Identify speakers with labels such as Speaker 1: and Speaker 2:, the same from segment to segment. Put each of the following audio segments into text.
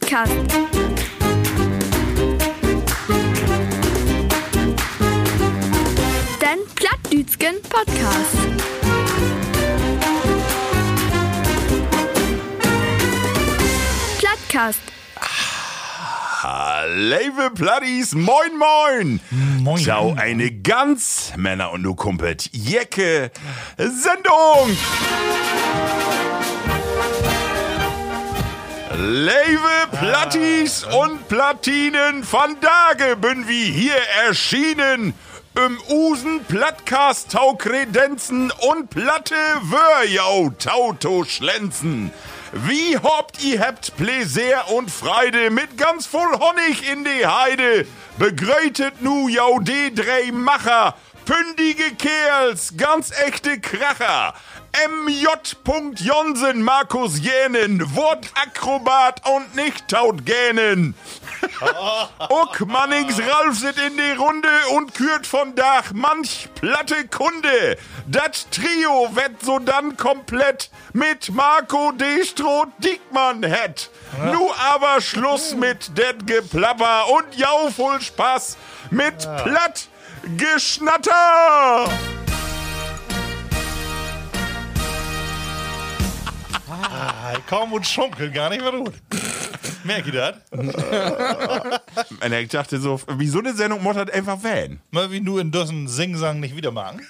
Speaker 1: Podcast. Den Plattdütschen Podcast. Plattcast.
Speaker 2: Leve Platties, moin moin!
Speaker 3: Moin.
Speaker 2: Schau, eine ganz Männer und du Kumpelt Jecke Sendung! Leve Platties und Platinen van Dage bin wie hier erschienen. Im Usen Plattkast tau Kredenzen und Platte Wörjau Tauto Schlenzen. Wie hoppt ihr habt Pläsier und Freude mit ganz voll Honig in de Heide. Begrötet nu jau de drei Macher. Pündige Kerls, ganz echte Kracher. MJ. Jonsen, Markus Jänen, Wortakrobat und nicht taut gähnen. Uck Mannings Ralf sit in die Runde und kürt von Dach manch platte Kunde. Dat Trio wett sodann komplett mit Marco Destroth Diekmann het. Nu aber Schluss mit det Geplapper und jau voll Spaß mit platt Geschnatter.
Speaker 3: Kaum und schunkeln, gar nicht mehr gut. Merk ihr das?
Speaker 2: Und ich dachte so, wie so eine Sendung Mod hat einfach Van.
Speaker 3: Mal wie du in Dossen Singsang nicht wieder machen.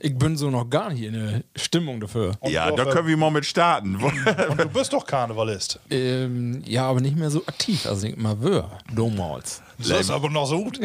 Speaker 4: Ich bin so noch gar nicht in der Stimmung dafür.
Speaker 2: Ja,
Speaker 3: doch,
Speaker 2: da
Speaker 3: äh,
Speaker 2: können wir mal mit starten.
Speaker 3: Und du bist doch Karnevalist.
Speaker 4: Ähm, ja, aber nicht mehr so aktiv. Also ich immer wör. Domals.
Speaker 3: Das ist aber noch so gut.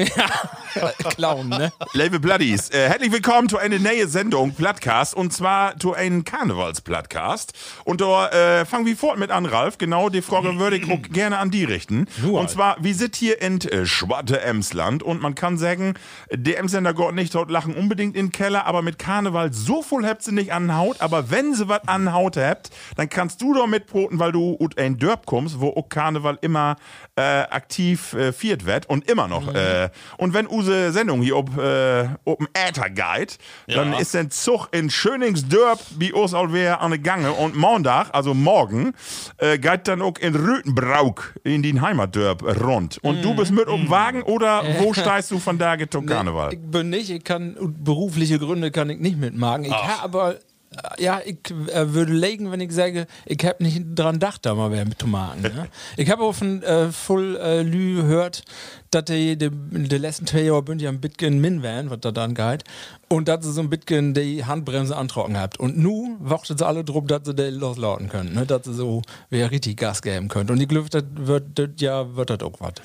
Speaker 4: Clown, ne?
Speaker 2: Liebe Bloodies, äh, herzlich willkommen zu einer neuen Sendung, Plattcast, und zwar zu einem Karnevals-Plattcast. Und da äh, fangen wir fort mit an, Ralf. Genau, die Frage würde ich auch gerne an die richten.
Speaker 4: Nur.
Speaker 2: Und zwar, wir sind hier in äh, Schwarte Emsland und man kann sagen, der Emsländer Gott nicht dort lachen unbedingt in den Keller, aber mit Karneval so voll habt sie nicht an Haut, aber wenn sie was an Haut habt, dann kannst du doch mitpoten, weil du ut ein Dörp kommst, wo auch Karneval immer äh, aktiv äh, viert wird und immer noch. Äh, und wenn use Sendung hier ob äh, ob dem Äther Guide, dann ist ein Zug in Schöningsdörp wie uns alweer an der Gange und Montag, also morgen, äh, geht dann auch in Rütenbrauk in den Heimatdörp rund. Und du bist mit um den Wagen oder wo steigst du von da geht zum Karneval?
Speaker 4: Ich bin nicht, ich kann, und berufliche Gründe kann ich nicht mitmachen. Ich habe aber, äh, ja, ich äh, würde legen, wenn ich sage, ich habe nicht dran gedacht, da mal wer mit Tomaten. Ne? ich habe auch von äh, Full äh, Lü gehört, dass die, die, die letzten zwei Jahre bin ich am Bitcoin Min waren, was da dann geht, und dass sie so ein bisschen die Handbremse antrocken habt. Und nu wartet sie alle drum, dass sie da loslauten können, ne? dass sie so wer richtig Gas geben könnt. Und ich glaube, das wird, das ja, wird das auch was.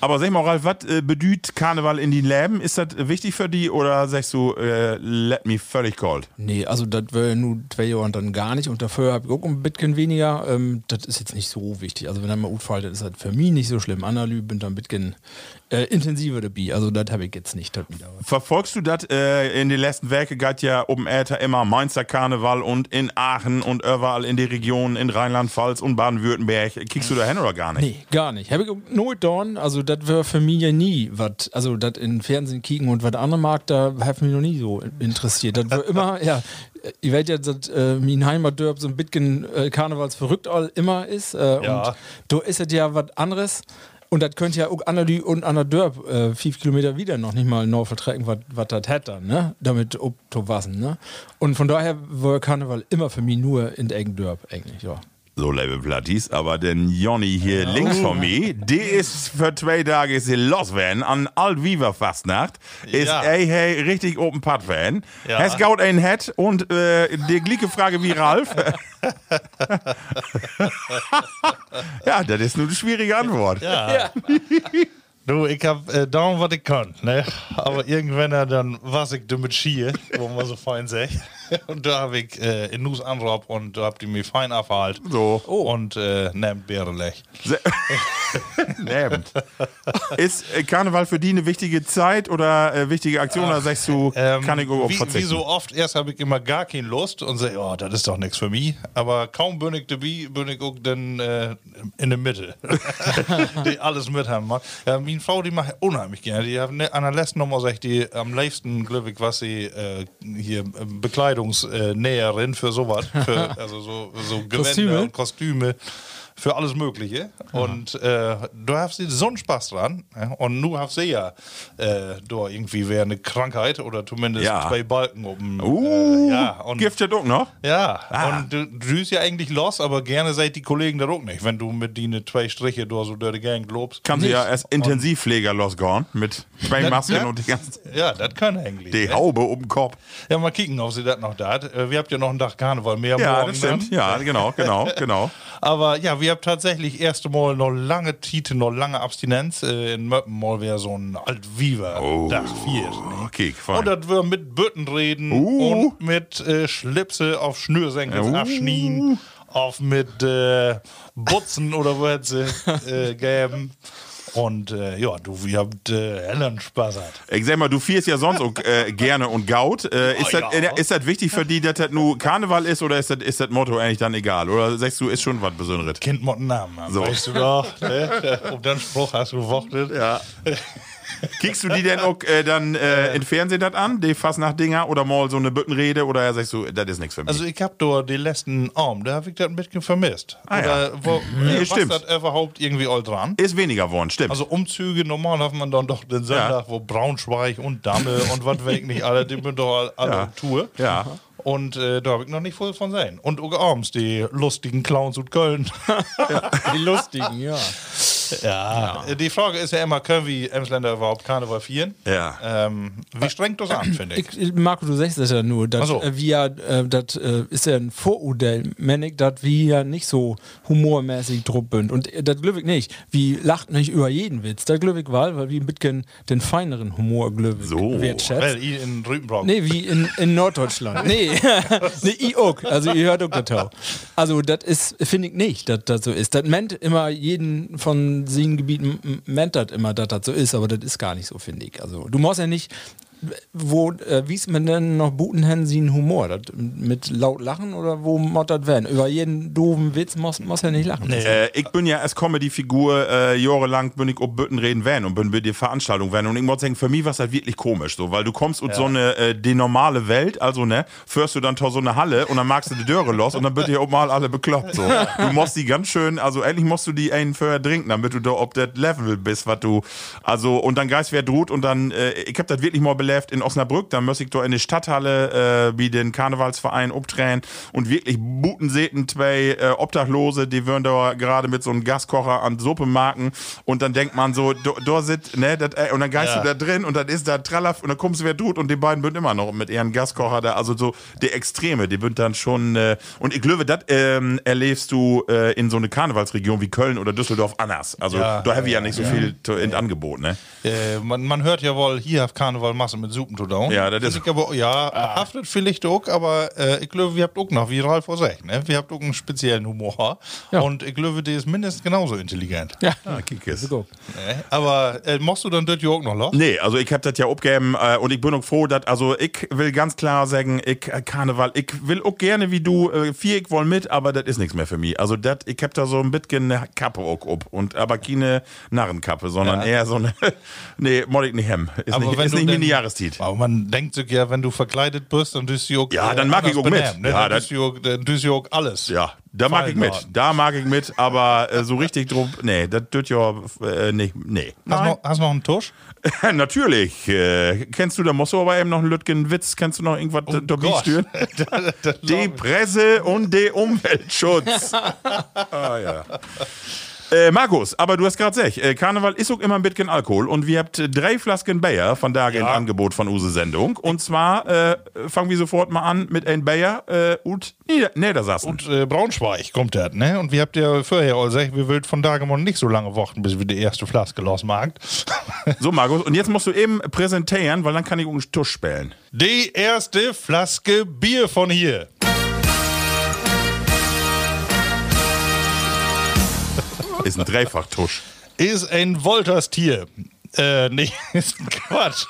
Speaker 2: Aber sag mal, Ralf, was äh, bedüht Karneval in den Läben? Ist das wichtig für die oder sagst du, äh, let me völlig cold?
Speaker 4: Nee, also das wäre nur zwei Jahre dann gar nicht und dafür habe ich auch ein bisschen weniger. Ähm, das ist jetzt nicht so wichtig. Also wenn er mal gut faltet, ist das für mich nicht so schlimm. Analyse bin dann ein bisschen äh, intensiver dabei. Also das habe ich jetzt nicht. Das wieder.
Speaker 2: Verfolgst du das äh, in den letzten Werke galt ja Open Äther immer Mainzer Karneval und in Aachen und überall in die Regionen in Rheinland-Pfalz und Baden-Württemberg. Kriegst du da hin oder gar nicht?
Speaker 4: Nee, gar nicht. Habe ich auch no dorn. Also das wäre für mich ja nie was. Also das in Fernsehen kicken und was andere mag, da hat mich noch nie so interessiert. Das war immer, ja, ihr werdet ja, dass äh, mein Heimatdörp so ein bisschen äh, karnevalsverrückt all immer ist. Äh,
Speaker 3: Ja.
Speaker 4: Und da ist es ja was anderes. Und das könnte ja auch Analy und Anadörp äh, fünf Kilometer wieder noch nicht mal neu vertrecken, was das hätte, ne? Damit ob to wassen, ne? Und von daher war Karneval immer für mich nur in Eggendörp eigentlich, ja.
Speaker 2: So, liebe Platties, aber den Jonny hier links von mir, der ist für zwei Tage ist hier los werden an Altviva Fastnacht. Ist
Speaker 3: Ja.
Speaker 2: ey, hey, richtig Open Putt Fan.
Speaker 3: Ja.
Speaker 2: Has gaut ein Head und äh, die gleiche Frage wie Ralf. ja, das ist nur eine schwierige Antwort.
Speaker 3: Du, ich hab äh, down, was ich kann, ne? Aber irgendwann äh, dann was ich damit schier, wo man so fein sagt. Und da hab ich äh, in Nus anrob und da habt ihr mich fein abgehalten.
Speaker 2: So.
Speaker 3: Und äh, nehmt Bärelech.
Speaker 2: Se- Lähmend. Ist äh, Karneval für die eine wichtige Zeit oder äh, wichtige Aktion? oder sagst du, kann ich überhaupt
Speaker 3: Ähm, wie,
Speaker 2: verzichten?
Speaker 3: wie so oft, erst habe ich immer gar keine Lust und sage, oh, das ist doch nichts für mich. Aber kaum bin ich dabei, bin ich auch dann äh, in der Mitte. die alles mithaben mag. Ja, meine Frau, die macht unheimlich gerne. Die haben ne, an der letzten Nummer, sag ich, die am liebsten, glaube ich, was sie äh, hier Bekleidungsnäherin für sowas. Für, also so, so Gewänder
Speaker 4: Kostüme?
Speaker 3: und Kostüme. für alles Mögliche. Und äh, du hast so einen Spaß dran. ja. Und nun hast du ja äh, da irgendwie wäre eine Krankheit oder zumindest
Speaker 2: Ja.
Speaker 3: zwei Balken oben.
Speaker 2: Uh, Ah.
Speaker 3: äh, ja. Und
Speaker 2: giftet auch noch?
Speaker 3: ja, und du, du bist ja eigentlich los, aber gerne seid die Kollegen da auch nicht, wenn du mit denen zwei Striche durch so Dirty Gang lobst.
Speaker 2: Kann sie
Speaker 3: Nicht. Ne,
Speaker 2: ja als Intensivpfleger losgehen mit Sprengmasken
Speaker 3: Ja.
Speaker 2: und die ganze
Speaker 3: Ja, das kann eigentlich.
Speaker 2: die Haube um den Kopf.
Speaker 3: Ja, mal kicken, ob sie das noch da hat. Äh, Wir habt ja noch einen Tag Karneval mehr
Speaker 2: Ja,
Speaker 3: morgen.
Speaker 2: das stimmt.
Speaker 3: ne?
Speaker 2: Ja, genau, genau, genau.
Speaker 3: Aber ja, wir haben tatsächlich erste Mal noch lange Tite, noch lange Abstinenz. Äh, In Möppen mal wäre so ein Altviva Dach 4.
Speaker 2: Okay,
Speaker 3: Und
Speaker 2: Oh. fein.
Speaker 3: das wir mit Bütten reden
Speaker 2: Uh.
Speaker 3: und mit äh, Schlipse auf Schnürsenkel
Speaker 2: Uh.
Speaker 3: abschnien, auf mit äh, Butzen oder was äh, gäben. Und äh, ja, du, wir habt äh, Hellen Spaß hat.
Speaker 2: Ich sag mal, du fierst ja sonst auch, äh, gerne und gaut. Äh, ist,
Speaker 3: Oh Ja,
Speaker 2: das,
Speaker 3: ja.
Speaker 2: ist das wichtig für die, dass das nur Karneval ist oder ist das, ist das Motto eigentlich dann egal? Oder sagst du, ist schon was Besonderes?
Speaker 3: Kind mit Namen, haben,
Speaker 2: So.
Speaker 3: weißt du doch. Ne? Um den Spruch hast du gewartet.
Speaker 2: Ja. Kickst du die denn auch äh, dann äh, im Fernsehen das an, die Fassnacht-Dinger oder mal so eine Büttenrede oder sagst du, das ist nichts für mich?
Speaker 3: Also ich hab da die letzten Arm, da hab ich das ein bisschen vermisst.
Speaker 2: Ah,
Speaker 3: Oder
Speaker 2: ja.
Speaker 3: wo, äh, was
Speaker 2: stimmt.
Speaker 3: das überhaupt irgendwie all dran?
Speaker 2: ist weniger geworden, stimmt.
Speaker 3: Also Umzüge, normal hat man dann doch den Sonntag, wo Braunschweig und Damme und was weg nicht alle, die sind doch alle- alle
Speaker 2: Ja.
Speaker 3: auf Tour.
Speaker 2: Ja.
Speaker 3: Und äh, da habe ich noch nicht voll von sein. Und Uge Arms, die lustigen Clowns und Köln.
Speaker 4: Die lustigen, ja.
Speaker 2: Ah,
Speaker 3: ja. Äh, Die Frage ist ja immer, können wir Emsländer überhaupt Karneval feiern?
Speaker 2: Ja.
Speaker 3: Ähm, wie strengt das an, finde ich?
Speaker 4: Ich, Marco, du sagst das ja nur.
Speaker 3: Ach
Speaker 4: Das,
Speaker 3: so.
Speaker 4: äh, wir, äh, das äh, ist ja ein Vorurteil, Manik, dass wir ja nicht so humormäßig drupp sind. Und äh, das glücklich nicht. Wir lacht nicht über jeden Witz. Das glücklich war, weil wir ein bisschen den feineren Humor glücklich
Speaker 2: So.
Speaker 4: wertschätzen.
Speaker 3: Well, ich in Rübenbrock.
Speaker 4: Oh. Nee, wie in, in Norddeutschland. Nee, nee ich auch. Also ihr hört auch das auch. Also das ist, finde ich nicht, dass das so ist. Das meint immer jeden von sieben Gebieten, m- meint das immer, dass das so ist, aber das ist gar nicht so, finde ich. Also du musst ja nicht, wo, äh, wie ist man denn noch buten Herrn sehen Humor? Das, mit laut lachen oder wo muss das werden? Über jeden doofen Witz muss muss ja nicht lachen.
Speaker 2: Äh, ich bin ja als Comedy-Figur äh, jahrelang bin ich ob Bütten reden werden und bin bei der Veranstaltung werden und ich muss sagen, für mich war es halt wirklich komisch, so, weil du kommst und so eine äh, die normale Welt, also ne, führst du dann to so eine Halle und dann magst du die Döre los und dann wird dir auch mal alle bekloppt, so. Du musst die ganz schön, also endlich musst du die einen vorher trinken, damit du da ob das Level bist, was du, also und dann Geist wer droht und dann, äh, ich hab das wirklich mal belebt in Osnabrück, dann muss ich da in die Stadthalle äh, wie den Karnevalsverein obtränen und wirklich butensäten zwei äh, Obdachlose, die würden da gerade mit so einem Gaskocher an Suppe marken und dann denkt man so, do- da sit, ne, dat, ey, und dann geist
Speaker 3: Ja.
Speaker 2: du da drin und dann ist da Trallaf und dann kommst du wer tut und die beiden bünden immer noch mit ihren Gaskocher da, also so die Extreme, die bünden dann schon äh, und ich glaube, das ähm, erlebst du äh, in so eine Karnevalsregion wie Köln oder Düsseldorf anders, also
Speaker 3: Ja.
Speaker 2: da haben wir ja nicht so viel to- in Angebot, ne?
Speaker 3: Äh, man, man hört ja wohl, hier auf Karneval Masse mit Suppen to down. Also
Speaker 2: Ja, das ist-
Speaker 3: Ich aber, ja, haftet vielleicht auch, aber äh, ich glaube, wir habt auch noch, wie Ralf auch sagt, ne? wir habt auch einen speziellen Humor.
Speaker 4: Ja.
Speaker 3: Und ich glaube, der ist mindestens genauso intelligent.
Speaker 4: Ja. also,
Speaker 2: Ah, Kikis.
Speaker 4: So.
Speaker 3: Ne? Aber äh, machst du dann das auch noch, los?
Speaker 2: Nee, also ich hab das ja abgegeben äh, und ich bin auch froh, dass, also ich will ganz klar sagen, ich äh, Karneval, ich will auch gerne wie du, äh, vier ich wohl mit, aber das ist nichts mehr für mich. Also das, ich hab da so ein bisschen eine Kappe auch ob und aber keine Narrenkappe, sondern
Speaker 3: Ja.
Speaker 2: eher so eine, nee, mod ich nicht hem. Ist
Speaker 3: Aber
Speaker 2: nicht,
Speaker 3: wenn
Speaker 2: ist
Speaker 3: du
Speaker 2: nicht meine
Speaker 3: denn-
Speaker 2: Jahreszeit.
Speaker 3: Aber man denkt sich ja, wenn du verkleidet bist, dann tust du auch, äh,
Speaker 2: Ja, dann mag ich
Speaker 3: anders
Speaker 2: auch mit.
Speaker 3: benehmen, Ne?
Speaker 2: Ja,
Speaker 3: dann
Speaker 2: das-
Speaker 3: tust du auch- dann tust du auch alles.
Speaker 2: Ja, da mag ich
Speaker 3: Fallen
Speaker 2: mit,
Speaker 3: laden.
Speaker 2: da mag ich mit, aber äh, so richtig drum, nee, das tut ja, äh, nee, nee.
Speaker 3: Hast du noch, hast noch einen Tusch?
Speaker 2: Natürlich, äh, kennst du, da musst du aber eben noch einen Lütgen Witz, kennst du noch irgendwas, oh da
Speaker 3: Gott.
Speaker 2: bist Die Presse und der Umweltschutz. ah, ja. Äh, Markus, aber du hast gerade gesagt, äh, Karneval ist auch immer ein bisschen Alkohol und wir habt äh, drei Flasken Bayer von Tage im Angebot von Use Sendung. Und zwar äh, fangen wir sofort mal an mit ein Bayer äh, und Nieder Niedersassen.
Speaker 3: Und äh, Braunschweig kommt das, ne? Und wir habt ja vorher all gesagt, wir wollt von Dagemon nicht so lange warten, bis wir die erste Flaske losmacht.
Speaker 2: so, Markus, und jetzt musst du eben präsentieren, weil dann kann ich auch einen Tusch spielen.
Speaker 3: die erste Flaske Bier von hier.
Speaker 2: Ist ein Dreifach-Tusch.
Speaker 3: ist ein Wolterstier. Äh, nee, ist ein Quatsch.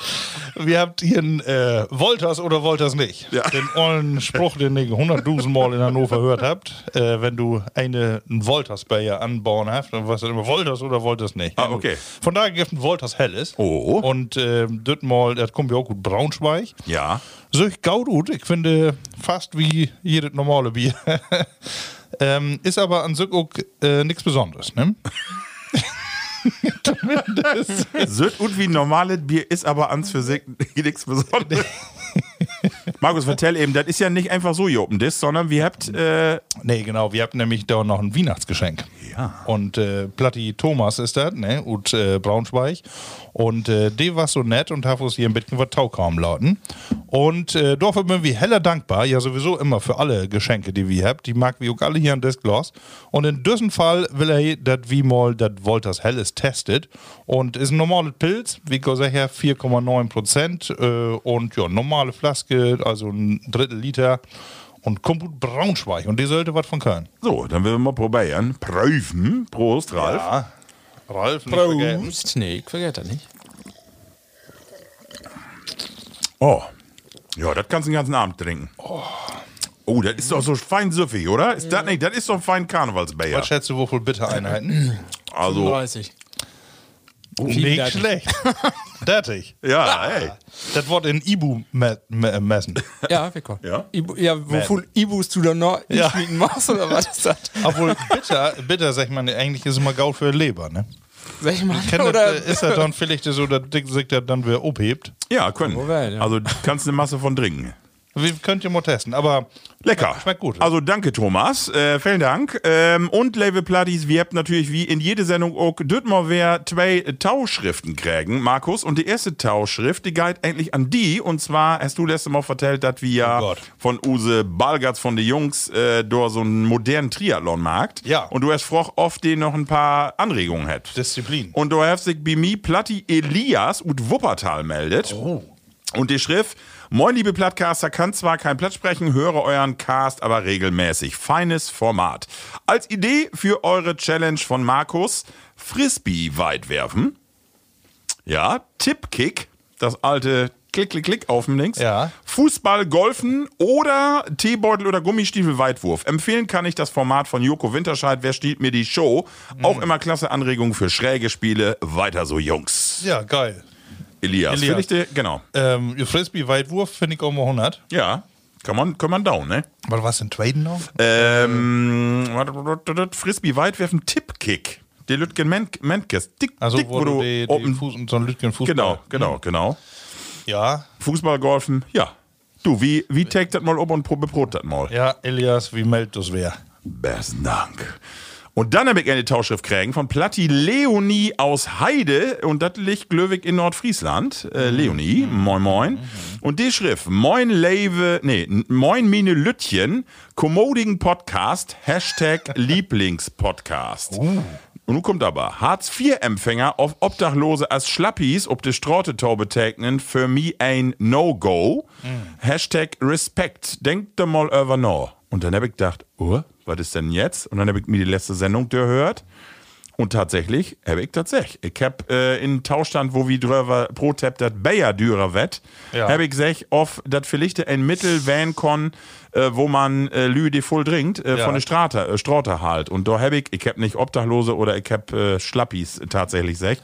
Speaker 3: Wir habt hier einen äh, Wolters oder Wolters nicht.
Speaker 2: Ja.
Speaker 3: Den ollen Spruch, den ich 100.000 Mal in Hannover gehört habt. Äh, wenn du eine, einen wolters bayer anbauen hast, dann weißt du immer Wolters oder Wolters nicht.
Speaker 2: Ah, okay.
Speaker 3: Von daher gibt ein Wolters Helles.
Speaker 2: Oh.
Speaker 3: Und ähm, das Mal, das kommt ja auch gut, Braunschweig.
Speaker 2: Ja.
Speaker 3: So, ich gaut gut. Ich finde fast wie jedes normale Bier. Ähm, ist aber an sich auch äh, nichts Besonderes, ne? Zumindest.
Speaker 2: Söt gut wie ein normales Bier ist aber ans für sich nichts Besonderes. Markus, vertell eben, das ist ja nicht einfach so Jopendiss, sondern wir habt, äh,
Speaker 3: Nee, genau. Wir hatten nämlich da noch ein Weihnachtsgeschenk.
Speaker 2: Ja.
Speaker 3: Und äh, Platti Thomas ist das, ne? Und äh, Braunschweig. Und äh, die war so nett und hat uns hier ein bisschen was taukaum lauten. Und äh, dafür bin ich heller dankbar. Ja, sowieso immer für alle Geschenke, die wir habt. Die mag wir auch alle hier an Disclaws. Und in diesem Fall will er, dass wir mal das Wolters Helles testet. Und ist ein normales Pilz, wie gesagt, her 4,9 Prozent. Äh, und ja, normale Flaske, also ein Drittel Liter. Und kommt gut Braunschweig. Und die sollte was von Köln.
Speaker 2: so, dann werden wir mal probieren. Prüfen. Prost, Ralf.
Speaker 3: Ja. Ralf, nicht vergessen.
Speaker 4: Prost. Nee, ich vergesse das nicht.
Speaker 2: Oh. Ja, das kannst du den ganzen Abend trinken. Oh, das ist doch so fein süffig, oder? Ist das nicht? Das ist doch fein Karnevalsbayer.
Speaker 3: Was schätzt du, wofür bitte Einheiten?
Speaker 2: Also,
Speaker 4: 30. vielen
Speaker 3: Nicht
Speaker 4: Dank.
Speaker 3: schlecht. Fertig.
Speaker 2: ja, ey.
Speaker 3: Das Wort in Ibu me me messen.
Speaker 4: Ja, wir kommen.
Speaker 2: Ja?
Speaker 4: Ibu, ja wovon Ibus du dann noch
Speaker 3: Ja.
Speaker 4: schmieden machst oder was ist das?
Speaker 3: Obwohl bitter, bitter, sag ich mal, eigentlich ist immer Gau für Leber, ne?
Speaker 4: Sag ich mal,
Speaker 3: Kennt
Speaker 4: oder?
Speaker 3: das, äh, ist das dann vielleicht so, dass Dick sich das dann wieder abhebt?
Speaker 2: Ja, können.
Speaker 4: Moment, ja.
Speaker 2: Also, kannst eine Masse von trinken.
Speaker 3: Wir könnt ihr mal testen, aber
Speaker 2: Lecker.
Speaker 3: Schmeckt gut.
Speaker 2: Also danke, Thomas. Äh, vielen Dank. Ähm, und Label Platties, wir habt natürlich wie in jede Sendung auch Dötmer wer zwei Tauschriften kriegen, Markus. Und die erste Tauschrift, die geht eigentlich an die. Und zwar hast du letztes Mal vertellt, dass wir
Speaker 3: Oh
Speaker 2: ja
Speaker 3: Gott.
Speaker 2: von Use Balgatz von de Jungs äh, durch so einen modernen Triathlon markt.
Speaker 3: Ja.
Speaker 2: Und du hast froch oft den noch ein paar Anregungen hätt.
Speaker 3: Disziplin.
Speaker 2: Und du hast sich bei mir Platti Elias und Wuppertal meldet. Und die Schrift, moin liebe Plattcaster, kann zwar kein Platt sprechen, höre euren Cast aber regelmäßig. Feines Format. Als Idee für eure Challenge von Markus, Frisbee weitwerfen. Ja, Tippkick, das alte Klick, Klick, Klick auf dem Links.
Speaker 3: Ja.
Speaker 2: Fußball, Golfen oder Teebeutel oder Gummistiefel Weitwurf. Empfehlen kann ich das Format von Joko Winterscheid, Wer stiehlt mir die Show?
Speaker 3: Mhm.
Speaker 2: Auch immer klasse Anregung für schräge Spiele. Weiter so, Jungs.
Speaker 3: Ja, geil.
Speaker 2: Elias,
Speaker 3: Elias.
Speaker 2: Elias. Ich dir, genau.
Speaker 3: Ähm, ihr Frisbee-Weitwurf finde ich auch mal 100.
Speaker 2: Ja, kann man, kann man down, ne?
Speaker 3: Aber was denn Traden noch?
Speaker 2: Äh, Ähm, warte, warte, warte, warte, Frisbee Weitwerfen, Tippkick. Der Lütgen Ment- Mentges. Dick,
Speaker 3: also,
Speaker 2: dick,
Speaker 3: wo du die, die
Speaker 2: open-
Speaker 3: Fuß und so einen Lütgen Fußball.
Speaker 2: Genau, genau, genau.
Speaker 3: Ja,
Speaker 2: Fußball, Golfen, ja. Du, wie, wie take das mal ob und probe Brot das mal?
Speaker 3: ja, Elias, wie meldet das wer?
Speaker 2: Besten Dank. Und dann habe ich eine Tauschschrift kriegen von Platti Leonie aus Heide und das liegt Glöwig in Nordfriesland. Äh, Leonie, moin moin. Und die Schrift, moin Leve, nee, n- moin Mine Lüttchen, kommodigen Podcast, Hashtag Lieblingspodcast. Und nun kommt aber, Hartz-IV-Empfänger auf Obdachlose als Schlappis ob de Straute tau betegnen, für mich ein No-Go. Hashtag Respekt, denkt da mal über no. Und dann habe ich gedacht, oh, was ist denn jetzt? Und dann habe ich mir die letzte Sendung gehört. Und tatsächlich habe ich tatsächlich. Ich habe äh, in Tauschstand, wo wie drüber pro Tab dat Bayer dürer wett,
Speaker 3: Ja.
Speaker 2: habe ich gesagt, auf dat vielleicht ein Mittel wählen kann, äh, wo man äh, Lü de voll trinkt, äh,
Speaker 3: Ja.
Speaker 2: von der Strate, äh, Straute halt. Und da habe ich, ich habe nicht Obdachlose oder ich habe äh, Schlappis tatsächlich gesagt.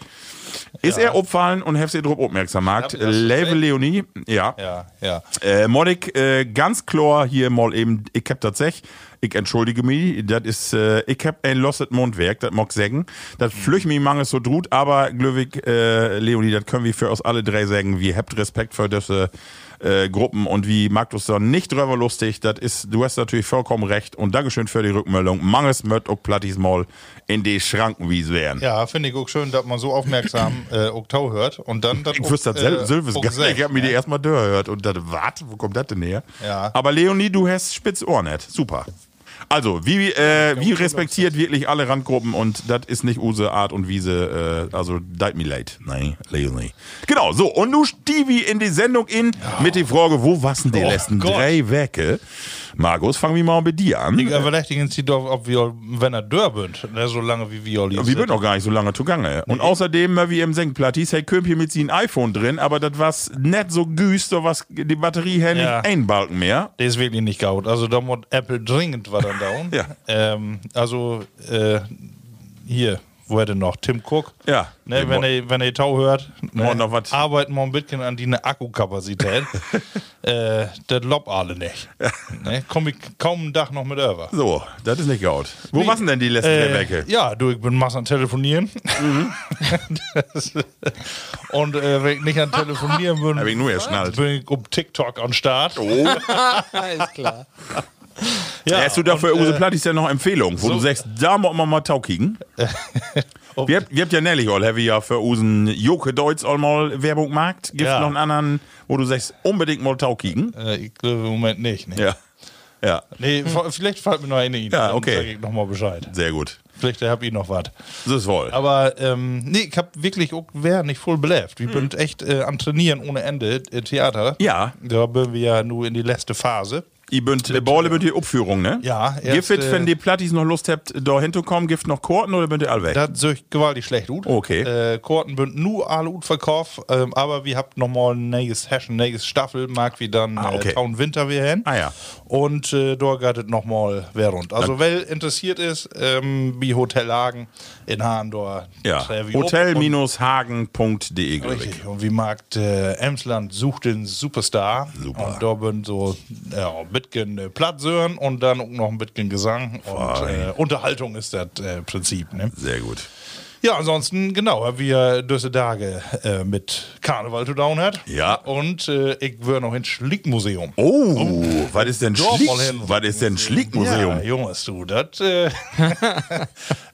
Speaker 2: Ist er opfallen und habe sie drauf aufmerksam gemacht.
Speaker 3: Ja,
Speaker 2: Äh,
Speaker 3: das ist
Speaker 2: Label
Speaker 3: recht.
Speaker 2: Leonie, ja.
Speaker 3: Ja, ja.
Speaker 2: Äh, Monik, äh, ganz klar hier mal eben, ich hab tatsächlich, ich entschuldige mich, das ist, äh, ich hab ein losset Mondwerk, das mag sagen. Das flüch mich manches so drut, aber Glöwig, äh, Leonie, das können wir für uns alle drei sagen. Wir habt Respekt für diese äh, Gruppen und wie mag das dann nicht drüber lustig, das ist, du hast natürlich vollkommen recht und Dankeschön für die Rückmeldung. Manges mört auch Plattis mal in die Schranken, wie es wären.
Speaker 3: Ja, finde ich auch schön, dass man so aufmerksam äh, Oktau hört und dann um, äh, das
Speaker 2: Ich wusste das sel- selbst gar nicht. Ich hab mir die erstmal gehört und dachte, wat, wo kommt das denn her?
Speaker 3: Ja.
Speaker 2: Aber Leonie, du hast spitz Ohr nicht. Super. Also, wie, äh, wie respektiert wirklich alle Randgruppen und das ist nicht Use Art und Wiese, äh, also deit me late. Nein, Leonie. Genau, so, und nun Stevie in die Sendung in mit der Frage, wo waren die
Speaker 3: Oh
Speaker 2: letzten
Speaker 3: Gott.
Speaker 2: drei Wecke? Markus, fangen wir mal mit dir an.
Speaker 3: Ich überlege uns doch, ob wir, wenn er dör bünd, ne, so lange wie wir
Speaker 2: Wir sind noch gar nicht so lange zugange. Und außerdem, mal wie im Senkplattis, hey Kömpje mit sie ein iPhone drin, aber das war's nicht so güst, so was die Batterie hält
Speaker 3: Ja.
Speaker 2: nicht ein Balken mehr.
Speaker 3: Der ist wirklich nicht gaut. Also da muss Apple dringend was dann down.
Speaker 2: Ja.
Speaker 3: Ähm, also äh, hier, wo hätte noch? Tim Cook.
Speaker 2: Ja.
Speaker 3: Ne, wenn, ihr, wenn ihr Tau hört, ne,
Speaker 2: Morgen noch was.
Speaker 3: arbeiten wir ein bisschen an die ne Akkukapazität. äh, das lobt alle nicht. Ne, komm ich kaum einen Tag noch mit über.
Speaker 2: So, das ist nicht gehaut. Wo nee, waren denn die letzten
Speaker 3: Äh,
Speaker 2: äh, Rebecke?
Speaker 3: Ja, du, ich bin mass an Telefonieren.
Speaker 2: Mhm.
Speaker 3: das, und äh, wenn ich nicht an Telefonieren bin,
Speaker 2: Hab ich nur geschnallt.
Speaker 3: bin ich um TikTok am Start.
Speaker 2: Oh.
Speaker 4: Alles klar.
Speaker 3: Ja,
Speaker 2: Hast du dafür
Speaker 3: und,
Speaker 2: Use
Speaker 3: äh,
Speaker 2: Plattis denn noch Empfehlungen, wo du sagst, da muss man mal Tau kicken? wir, habt, wir habt ja Nelly all heavy ja für unseren Joke Deutz all mal Werbung gemacht. Gibt
Speaker 3: Ja.
Speaker 2: noch einen anderen, wo du sagst, unbedingt mal Tau kicken?
Speaker 3: äh, ich glaube im Moment nicht. Nee,
Speaker 2: Ja. Ja,
Speaker 3: nee fa- vielleicht fällt mir noch eine Idee.
Speaker 2: Ja, okay.
Speaker 3: Dann sag ich nochmal Bescheid.
Speaker 2: sehr gut.
Speaker 3: Vielleicht hab ich noch was.
Speaker 2: Das ist wohl.
Speaker 3: Aber ähm, nee, ich hab wirklich auch wer nicht voll belebt. Wir sind echt äh, am Trainieren ohne Ende, äh, Theater.
Speaker 2: Mhm. Ja.
Speaker 3: Da sind wir ja nur in die letzte Phase.
Speaker 2: Ihr bünd, äh, Borle bünd die Upführung, ne?
Speaker 3: Ja,
Speaker 2: Gibt
Speaker 3: erst,
Speaker 2: es,
Speaker 3: äh,
Speaker 2: wenn die Plattis noch Lust habt, da hinzukommen, gibt noch Korten oder bünd ihr all weg?
Speaker 3: Das sieht gewaltig schlecht aus.
Speaker 2: Okay.
Speaker 3: Äh, Korten sind nur alle gut verkauft, ähm, aber wir habt nochmal eine neue Session, eine neue Staffel, mag wie dann
Speaker 2: Ah, okay.
Speaker 3: äh, Town Winter wir hin.
Speaker 2: Ah, ja.
Speaker 3: Und äh, dort geht es nochmal wer rund. Also, wer interessiert ist, ähm, wie Hotel Hagen in Hahn, dort
Speaker 2: ja.
Speaker 3: treff ich up und-
Speaker 2: Hotel-hagen.de, glaube ich.
Speaker 3: Richtig. Und wie Markt äh, Emsland sucht den Superstar.
Speaker 2: Super.
Speaker 3: Und da bin so ja, ein bisschen äh, Plattsören und dann auch noch ein bisschen Gesang. Und äh, Unterhaltung ist das äh, Prinzip. Ne?
Speaker 2: Sehr gut.
Speaker 3: Ja, ansonsten, genau, haben wir diese Tage äh, mit Karneval to Down hat.
Speaker 2: Ja.
Speaker 3: Und äh, ich würde noch ins Schlickmuseum.
Speaker 2: Oh, was ist denn
Speaker 3: Dorf
Speaker 2: Schlick?
Speaker 3: mal hin.
Speaker 2: Was ist denn Schlickmuseum?
Speaker 3: Ja, Junges, du, das. Äh,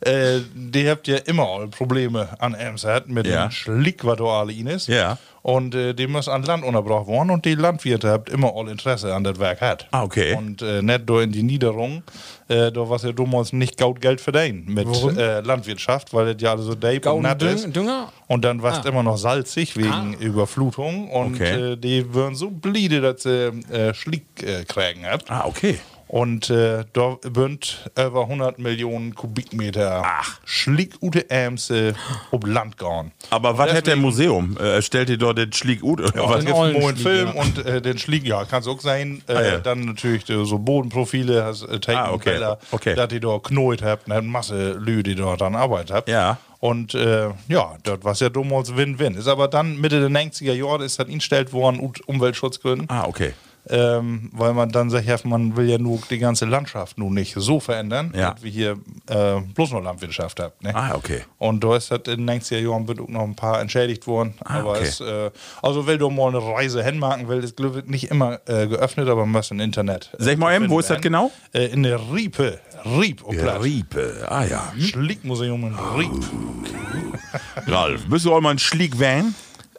Speaker 3: äh, die habt ja immer all Probleme an Emsland mit
Speaker 2: Ja.
Speaker 3: dem Schlick, was du alle ihnen ist.
Speaker 2: Ja.
Speaker 3: Und äh, die muss an Land unterbrochen worden und die Landwirte habt immer all Interesse an das Werk hat.
Speaker 2: Ah, okay.
Speaker 3: Und äh, nicht durch in die Niederung, äh, da was ja damals nicht gaut Geld verdienen mit
Speaker 4: Warum?
Speaker 3: äh, Landwirtschaft, weil das ja alles so deep
Speaker 4: Gaut
Speaker 3: und natt
Speaker 4: Düng-
Speaker 3: ist.
Speaker 4: Dünger?
Speaker 3: Und dann war's immer noch salzig wegen Überflutung und
Speaker 2: Ah. Okay.
Speaker 3: äh, die würden so bliede, dass sie äh, Schlick äh, kriegen habt.
Speaker 2: Ah, okay.
Speaker 3: Und äh, da bünd über 100 Millionen Kubikmeter
Speaker 2: Ach.
Speaker 3: Schlick ute Ämse ob Land gehauen.
Speaker 2: Aber was hat der
Speaker 3: Deswegen-
Speaker 2: Museum? Äh, stellt ihr dort den Schlick ut oder
Speaker 3: Ja,
Speaker 2: was?
Speaker 3: dann gibt's einen
Speaker 4: Ollen
Speaker 3: neuen
Speaker 4: Schlieg,
Speaker 3: Film
Speaker 4: ja.
Speaker 3: und äh, den Schlieg, ja, kann es auch sein. Äh,
Speaker 2: Ah, ja.
Speaker 3: Dann natürlich äh, so Bodenprofile, hast äh, Taken,
Speaker 2: Ah, okay,
Speaker 3: Bilder,
Speaker 2: okay.
Speaker 3: dass ihr da knoit habt, eine Masse Lü, die dort an Arbeit habt.
Speaker 2: Ja.
Speaker 3: Und äh, ja, das war ja damals Win-Win. Ist aber dann Mitte der 90er Jahre ist dann instellt worden, aus Umweltschutzgründen.
Speaker 2: Ah, okay.
Speaker 3: ähm, weil man dann sagt, ja, man will ja nur die ganze Landschaft nun nicht so verändern,
Speaker 2: Ja.
Speaker 3: dass wir hier äh, bloß noch Landwirtschaft haben. Ne?
Speaker 2: Ah, okay.
Speaker 3: Und da ist halt in den 90er Jahren wird auch noch ein paar entschädigt worden. aber
Speaker 2: Ah, okay.
Speaker 3: es, äh, also wenn du mal eine Reise hinmarken willst, ist glaube ich nicht immer äh, geöffnet, aber man muss im Internet. Äh,
Speaker 2: Sag mal eben, wo ist das
Speaker 3: finden.
Speaker 2: genau?
Speaker 3: Äh, in der Riepe. Riep, oh Platz.
Speaker 2: Riepe. Ah, ja.
Speaker 3: Schlickmuseum in Riep.
Speaker 2: Ralf, bist du auch mal in Schlick-Van?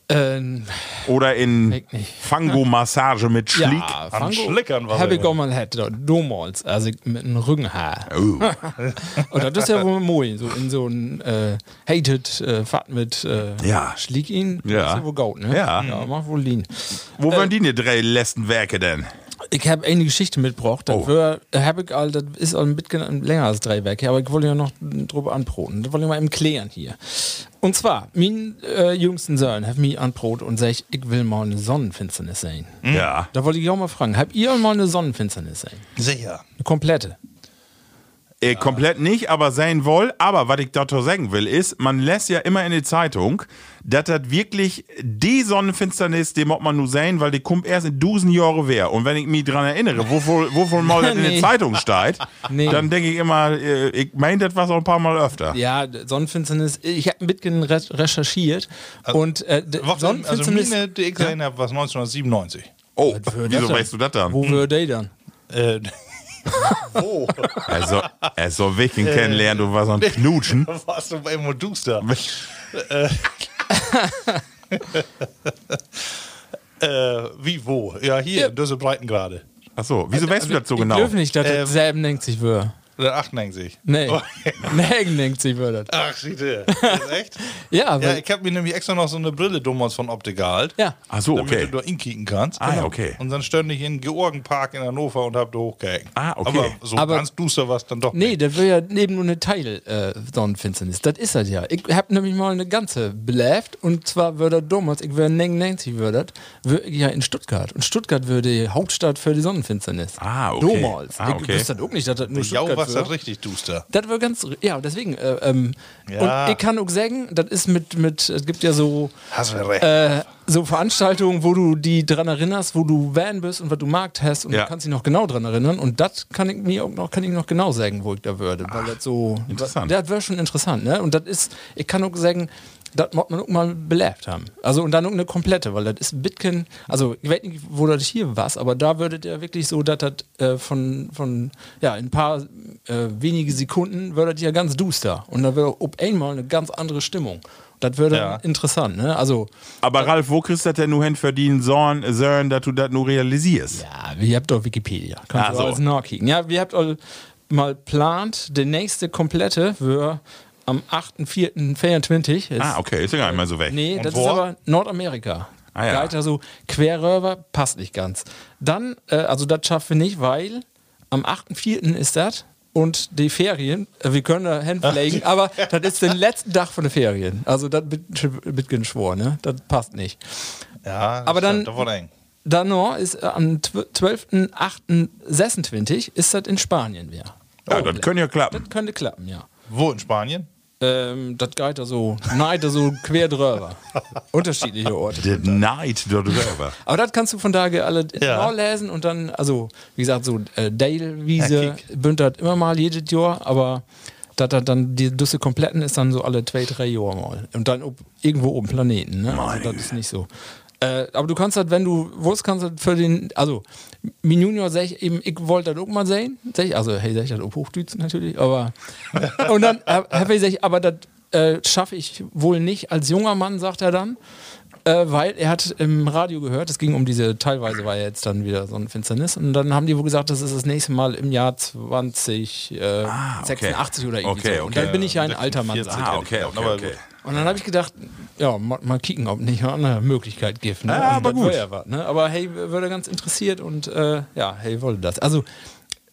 Speaker 4: Ähm,
Speaker 2: Oder in
Speaker 4: Schlick nicht.
Speaker 2: Fango-Massage mit Schlick?
Speaker 4: ja,
Speaker 3: An Schlickern war
Speaker 4: Hab
Speaker 3: wir
Speaker 4: ich auch mal hätte, da- damals, also mit einem Rückenhaar.
Speaker 2: Oh.
Speaker 4: Oder das ist ja wohl mooi, so in so ein äh, Hated äh, Fahrt mit äh,
Speaker 2: Ja.
Speaker 4: Schlieg ihn.
Speaker 2: Ja.
Speaker 4: Ist ja wohl gaut, ne?
Speaker 2: Ja.
Speaker 4: ja mach wohl lean.
Speaker 2: Wo
Speaker 4: Äh.
Speaker 2: waren die denn die drei letzten Werke denn?
Speaker 4: Ich habe eine Geschichte mitgebracht. Das,
Speaker 2: Oh.
Speaker 4: wär, hab ich all, das ist all ein bisschen länger als drei Werke, aber ich wollte ja noch drüber anproten. Das wollte ich mal eben klären hier. Und zwar, mein äh, jüngsten Sohn hat mich anprot und sagt, ich will mal eine Sonnenfinsternis sehen.
Speaker 2: Ja.
Speaker 4: Da wollte ich auch mal fragen, habt ihr mal eine Sonnenfinsternis sehen?
Speaker 2: Oh.
Speaker 3: Sicher.
Speaker 4: Eine komplette.
Speaker 2: Äh, komplett nicht, aber sein wohl. Aber was ich dazu sagen will, ist, man lässt ja immer in die Zeitung, dass das wirklich die Sonnenfinsternis, die muss man nur sehen, weil die kommt erst in Dusen Jahre wär. Und wenn ich mich dran erinnere, wovon, wovon mal das in
Speaker 4: Nee.
Speaker 2: der Zeitung steht,
Speaker 4: Nee.
Speaker 2: dann denke ich immer, äh, ich mein das was auch ein paar Mal öfter.
Speaker 4: Ja, d- Sonnenfinsternis, ich habe ein bisschen re recherchiert und äh, d-
Speaker 3: Was, also
Speaker 4: Sonnenfinsternis...
Speaker 3: meine, die ich gesehen habe, was 1997.
Speaker 2: Oh,
Speaker 4: Was für
Speaker 2: wieso
Speaker 4: das
Speaker 2: weißt du das dann?
Speaker 4: wo würde die dann?
Speaker 3: Äh, wo?
Speaker 2: Er soll, Also, er soll Wichteln kennenlernen, du warst so ein Knutschen.
Speaker 3: warst du bei Moduster? äh, wie wo? Ja, hier,
Speaker 4: Ja.
Speaker 3: in Düssel Breitengrade.
Speaker 2: Achso, wieso weißt du das so genau?
Speaker 4: Ich glaube nicht, dass
Speaker 3: Ähm.
Speaker 4: das selben denkt sich würde.
Speaker 3: Oder 98.
Speaker 4: Nee,
Speaker 3: Oh,
Speaker 4: Nägen denkt sich würde.
Speaker 3: Ach, sieh dir. Ist echt?
Speaker 4: Ja, aber...
Speaker 3: ja, ich habe mir nämlich extra noch so eine Brille damals von Optik gehalten.
Speaker 4: Ja.
Speaker 2: Achso, okay.
Speaker 3: Damit du da inkicken kannst.
Speaker 2: Ah, ja, okay.
Speaker 3: Und dann stand ich in Georgenpark in Hannover und hab da hochgehängt.
Speaker 2: Ah, okay.
Speaker 3: Aber so
Speaker 4: Aber-
Speaker 3: ganz duster war es dann doch
Speaker 4: Nee,
Speaker 3: nicht.
Speaker 4: das wäre ja eben nur eine Teil-Sonnenfinsternis. das ist das ja. Ich hab nämlich mal eine ganze beläft und zwar würde das damals, ich wäre 99 würde das, wär ich ja in Stuttgart. Und Stuttgart würde die Hauptstadt für die Sonnenfinsternis.
Speaker 2: Ah, okay.
Speaker 4: Damals.
Speaker 2: Ah, okay.
Speaker 4: Ich wüsste das auch nicht, dass das nur
Speaker 3: Ja,
Speaker 4: Stuttgart
Speaker 3: was ist das richtig duster.
Speaker 4: Das war ganz, ja, deswegen. Äh, ähm,
Speaker 3: Ja.
Speaker 4: Und ich kann auch sagen, das ist mit, mit, es gibt ja so,
Speaker 3: Hast du recht.
Speaker 4: äh, so Veranstaltungen, wo du die dran erinnerst, wo du Van bist und was du Markt hast und
Speaker 2: Ja.
Speaker 4: du kannst dich noch genau dran erinnern. Und das kann ich mir auch noch, kann ich noch genau sagen, wo ich da würde. Weil das so,
Speaker 2: interessant.
Speaker 4: Das wäre schon interessant, ne? Und das ist, ich kann auch sagen, das muss man auch mal belebt haben. Also und dann auch eine komplette, weil das ist ein bisschen, also ich weiß nicht, wo das hier war, aber da würde der wirklich so, dass das äh, von, von, ja, in ein paar äh, wenige Sekunden würde das ja ganz duster. Und dann wäre ob einmal eine ganz andere Stimmung. Das würde
Speaker 3: Ja.
Speaker 4: interessant, ne? Also
Speaker 2: Aber Ralf, wo kriegst du das denn nur hin verdienen sollen, sollen, dass du das nur realisierst?
Speaker 4: Ja, wir habt doch Wikipedia. Kannst
Speaker 2: Ah,
Speaker 4: du
Speaker 2: so.
Speaker 4: alles nachkicken. Ja, wir habt all mal plant, der nächste komplette für am 8.4.24 ist.
Speaker 2: Ah, okay, ist ja gar nicht mal so weg.
Speaker 4: Nee,
Speaker 3: Und
Speaker 4: das
Speaker 3: wo?
Speaker 4: ist aber Nordamerika.
Speaker 2: Ah, ja.
Speaker 4: Weiter so querröver passt nicht ganz. Dann, äh, also das schaffen wir nicht, weil am 8.4. ist das und die Ferien, äh, wir können da hinfliegen, aber das ist der letzte Tag von den Ferien. Also das wird schwor, ne? Das passt nicht.
Speaker 3: Ja, das
Speaker 4: aber dann-
Speaker 3: stimmt, das war eng.
Speaker 4: Dann noch ist äh, am 12.08.26 ist das in Spanien wieder.
Speaker 2: Ja, das könnte ja klappen.
Speaker 4: Das könnte klappen, ja.
Speaker 3: Wo in Spanien?
Speaker 4: Ähm, das geht da so, neid da so quer drüber. Unterschiedliche Orte.
Speaker 2: The Night dort drüber.
Speaker 4: Aber das kannst du von daher alle
Speaker 3: Ja.
Speaker 4: genau lesen und dann, also wie gesagt, so äh, Dale Wiese
Speaker 3: Ja, kick.
Speaker 4: bündert immer mal jedes Jahr, aber dass das dann die Dusse kompletten ist dann so alle zwei, drei Jahre mal. Und dann ob, irgendwo oben Planeten, ne? Also das ist nicht so. Äh, aber du kannst das, wenn du wusst, kannst das für den, also mein Junior sag ich eben, ich wollte das auch mal sehen, sag ich, also hey, sag ich das auch Hochdütz natürlich, aber und dann habe hab ich gesagt, aber das äh, schaffe ich wohl nicht als junger Mann, sagt er dann. Äh, weil er hat im Radio gehört, es ging um diese, teilweise war ja jetzt dann wieder so ein Finsternis und dann haben die wohl gesagt, das ist das nächste Mal im Jahr 2086 äh, 86 oder irgendwie
Speaker 2: Ah, Okay,
Speaker 4: so. Und
Speaker 2: okay.
Speaker 4: dann bin ich ja ein alter Mann.
Speaker 3: 46
Speaker 4: sagt
Speaker 2: Ah,
Speaker 4: er.
Speaker 2: okay, okay,
Speaker 3: Aber
Speaker 2: okay.
Speaker 3: gut.
Speaker 4: Und dann habe ich gedacht, ja, mal, mal kicken, ob nicht eine andere Möglichkeit gibt. Ne?
Speaker 2: Ah,
Speaker 4: Und
Speaker 2: aber
Speaker 4: das
Speaker 2: gut.
Speaker 4: war ja was, ne? Aber hey, würde ganz interessiert und äh, ja, hey, wollte das. Also,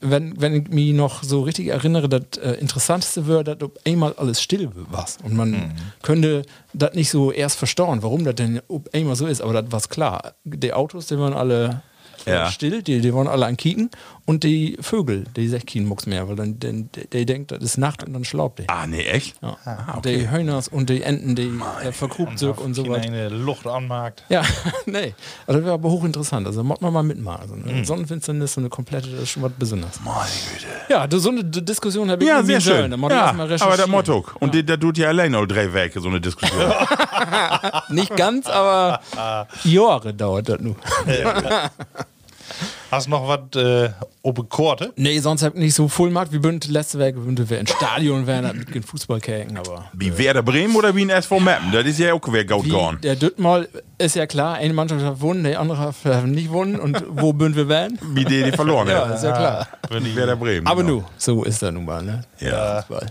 Speaker 4: wenn, wenn ich mich noch so richtig erinnere, das äh, Interessanteste wäre, dass ob einmal alles still war. Und man
Speaker 2: Mhm.
Speaker 4: könnte das nicht so erst verstauen, warum das denn ob einmal so ist. Aber das war klar. Die Autos, die waren alle
Speaker 2: Ja.
Speaker 4: still, die, die waren alle an Kieken. Und die Vögel, die sagt keinen Mucks mehr, weil dann, dann der denkt, das ist Nacht und dann schlaubt die.
Speaker 2: Ah, nee, echt?
Speaker 4: Ja. Die Höhners und die Enten, die äh, verkrupt sind und so
Speaker 3: China
Speaker 4: weiter.
Speaker 3: eine Lucht anmarkt.
Speaker 4: Ja, nee. Also das wäre aber hochinteressant. Also muss man mal mitmachen. Also eine Sonnenfinsternis, so eine komplette, das ist schon was Besonderes.
Speaker 2: Meine Güte.
Speaker 4: Ja, du, so eine D- Diskussion habe ich
Speaker 2: Ja,
Speaker 4: irgendwie
Speaker 2: sehr
Speaker 4: schön.
Speaker 2: schön.
Speaker 4: Da muss ich
Speaker 2: Ja,
Speaker 4: erst mal
Speaker 2: aber der
Speaker 4: recherchieren.
Speaker 2: Motto. Und der tut ja allein auch drei Werke, so eine Diskussion.
Speaker 4: Nicht ganz, aber Jahre dauert das nur.
Speaker 3: Hast noch was äh, oben
Speaker 2: Ähm,
Speaker 3: Korte?
Speaker 4: Nee, sonst hab ich nicht so Vollmarkt wie Bünd. Letzte Werk Bünd wäre im Stadion, wären das mit den Fußballkäken, aber...
Speaker 2: Wie Werder Bremen oder wie ein SV Mappen? Das ist ja auch wer Goat
Speaker 4: Wie,
Speaker 2: gone.
Speaker 4: der Düttmal ist ja klar, eine Mannschaft hat gewonnen, die andere hat nicht gewonnen. Und wo Bünd wir wären?
Speaker 2: Wie die, die verloren
Speaker 4: Ja,
Speaker 2: hat.
Speaker 4: ist ja klar.
Speaker 3: Wenn die,
Speaker 2: Werder Bremen.
Speaker 4: Aber
Speaker 2: genau.
Speaker 4: nu, so ist er nun mal, ne?
Speaker 2: Ja.
Speaker 4: Fußball.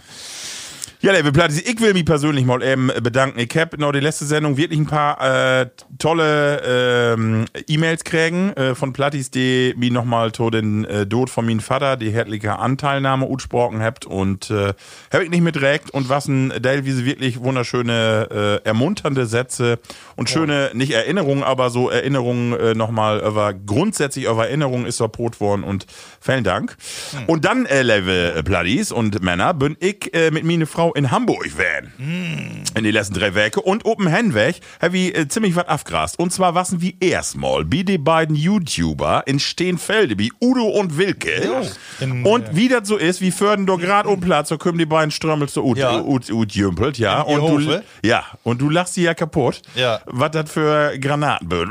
Speaker 2: Ja, Level Plattis, ich will mich persönlich mal eben bedanken. Ich hab noch die letzte Sendung wirklich ein paar äh, tolle ähm, E-Mails kriegen äh, von Plattis, die mir nochmal zu den äh, Tod von meinem Vater, die herzliche Anteilnahme utsprochen habt und äh, hab ich nicht miträgt und was ein teilweise wirklich wunderschöne, äh, ermunternde Sätze und schöne, nicht Erinnerungen, aber so Erinnerungen äh, nochmal über, grundsätzlich über Erinnerungen ist verpot worden und vielen Dank. Und dann, äh, Level äh, Plattis und Männer, bin ich äh, mit meine Frau in Hamburg wählen. In die letzten drei Werke und Open Henweg habe ich äh, ziemlich was abgrast. Und zwar wassen wie erstmal wie die beiden YouTuber in Steenfelde, wie Udo und Wilke.
Speaker 3: In-
Speaker 2: und wie das so ist, wie fördern doch grad um Platz, so kommen die beiden Strömmel zu Ut,
Speaker 3: Ja.
Speaker 2: Ut, Ut jümpelt, ja.
Speaker 3: In ihr
Speaker 2: Und du,
Speaker 3: Hofe.
Speaker 2: ja. Und du lachst sie ja kaputt.
Speaker 3: Ja.
Speaker 2: Was das für Granaten bünd.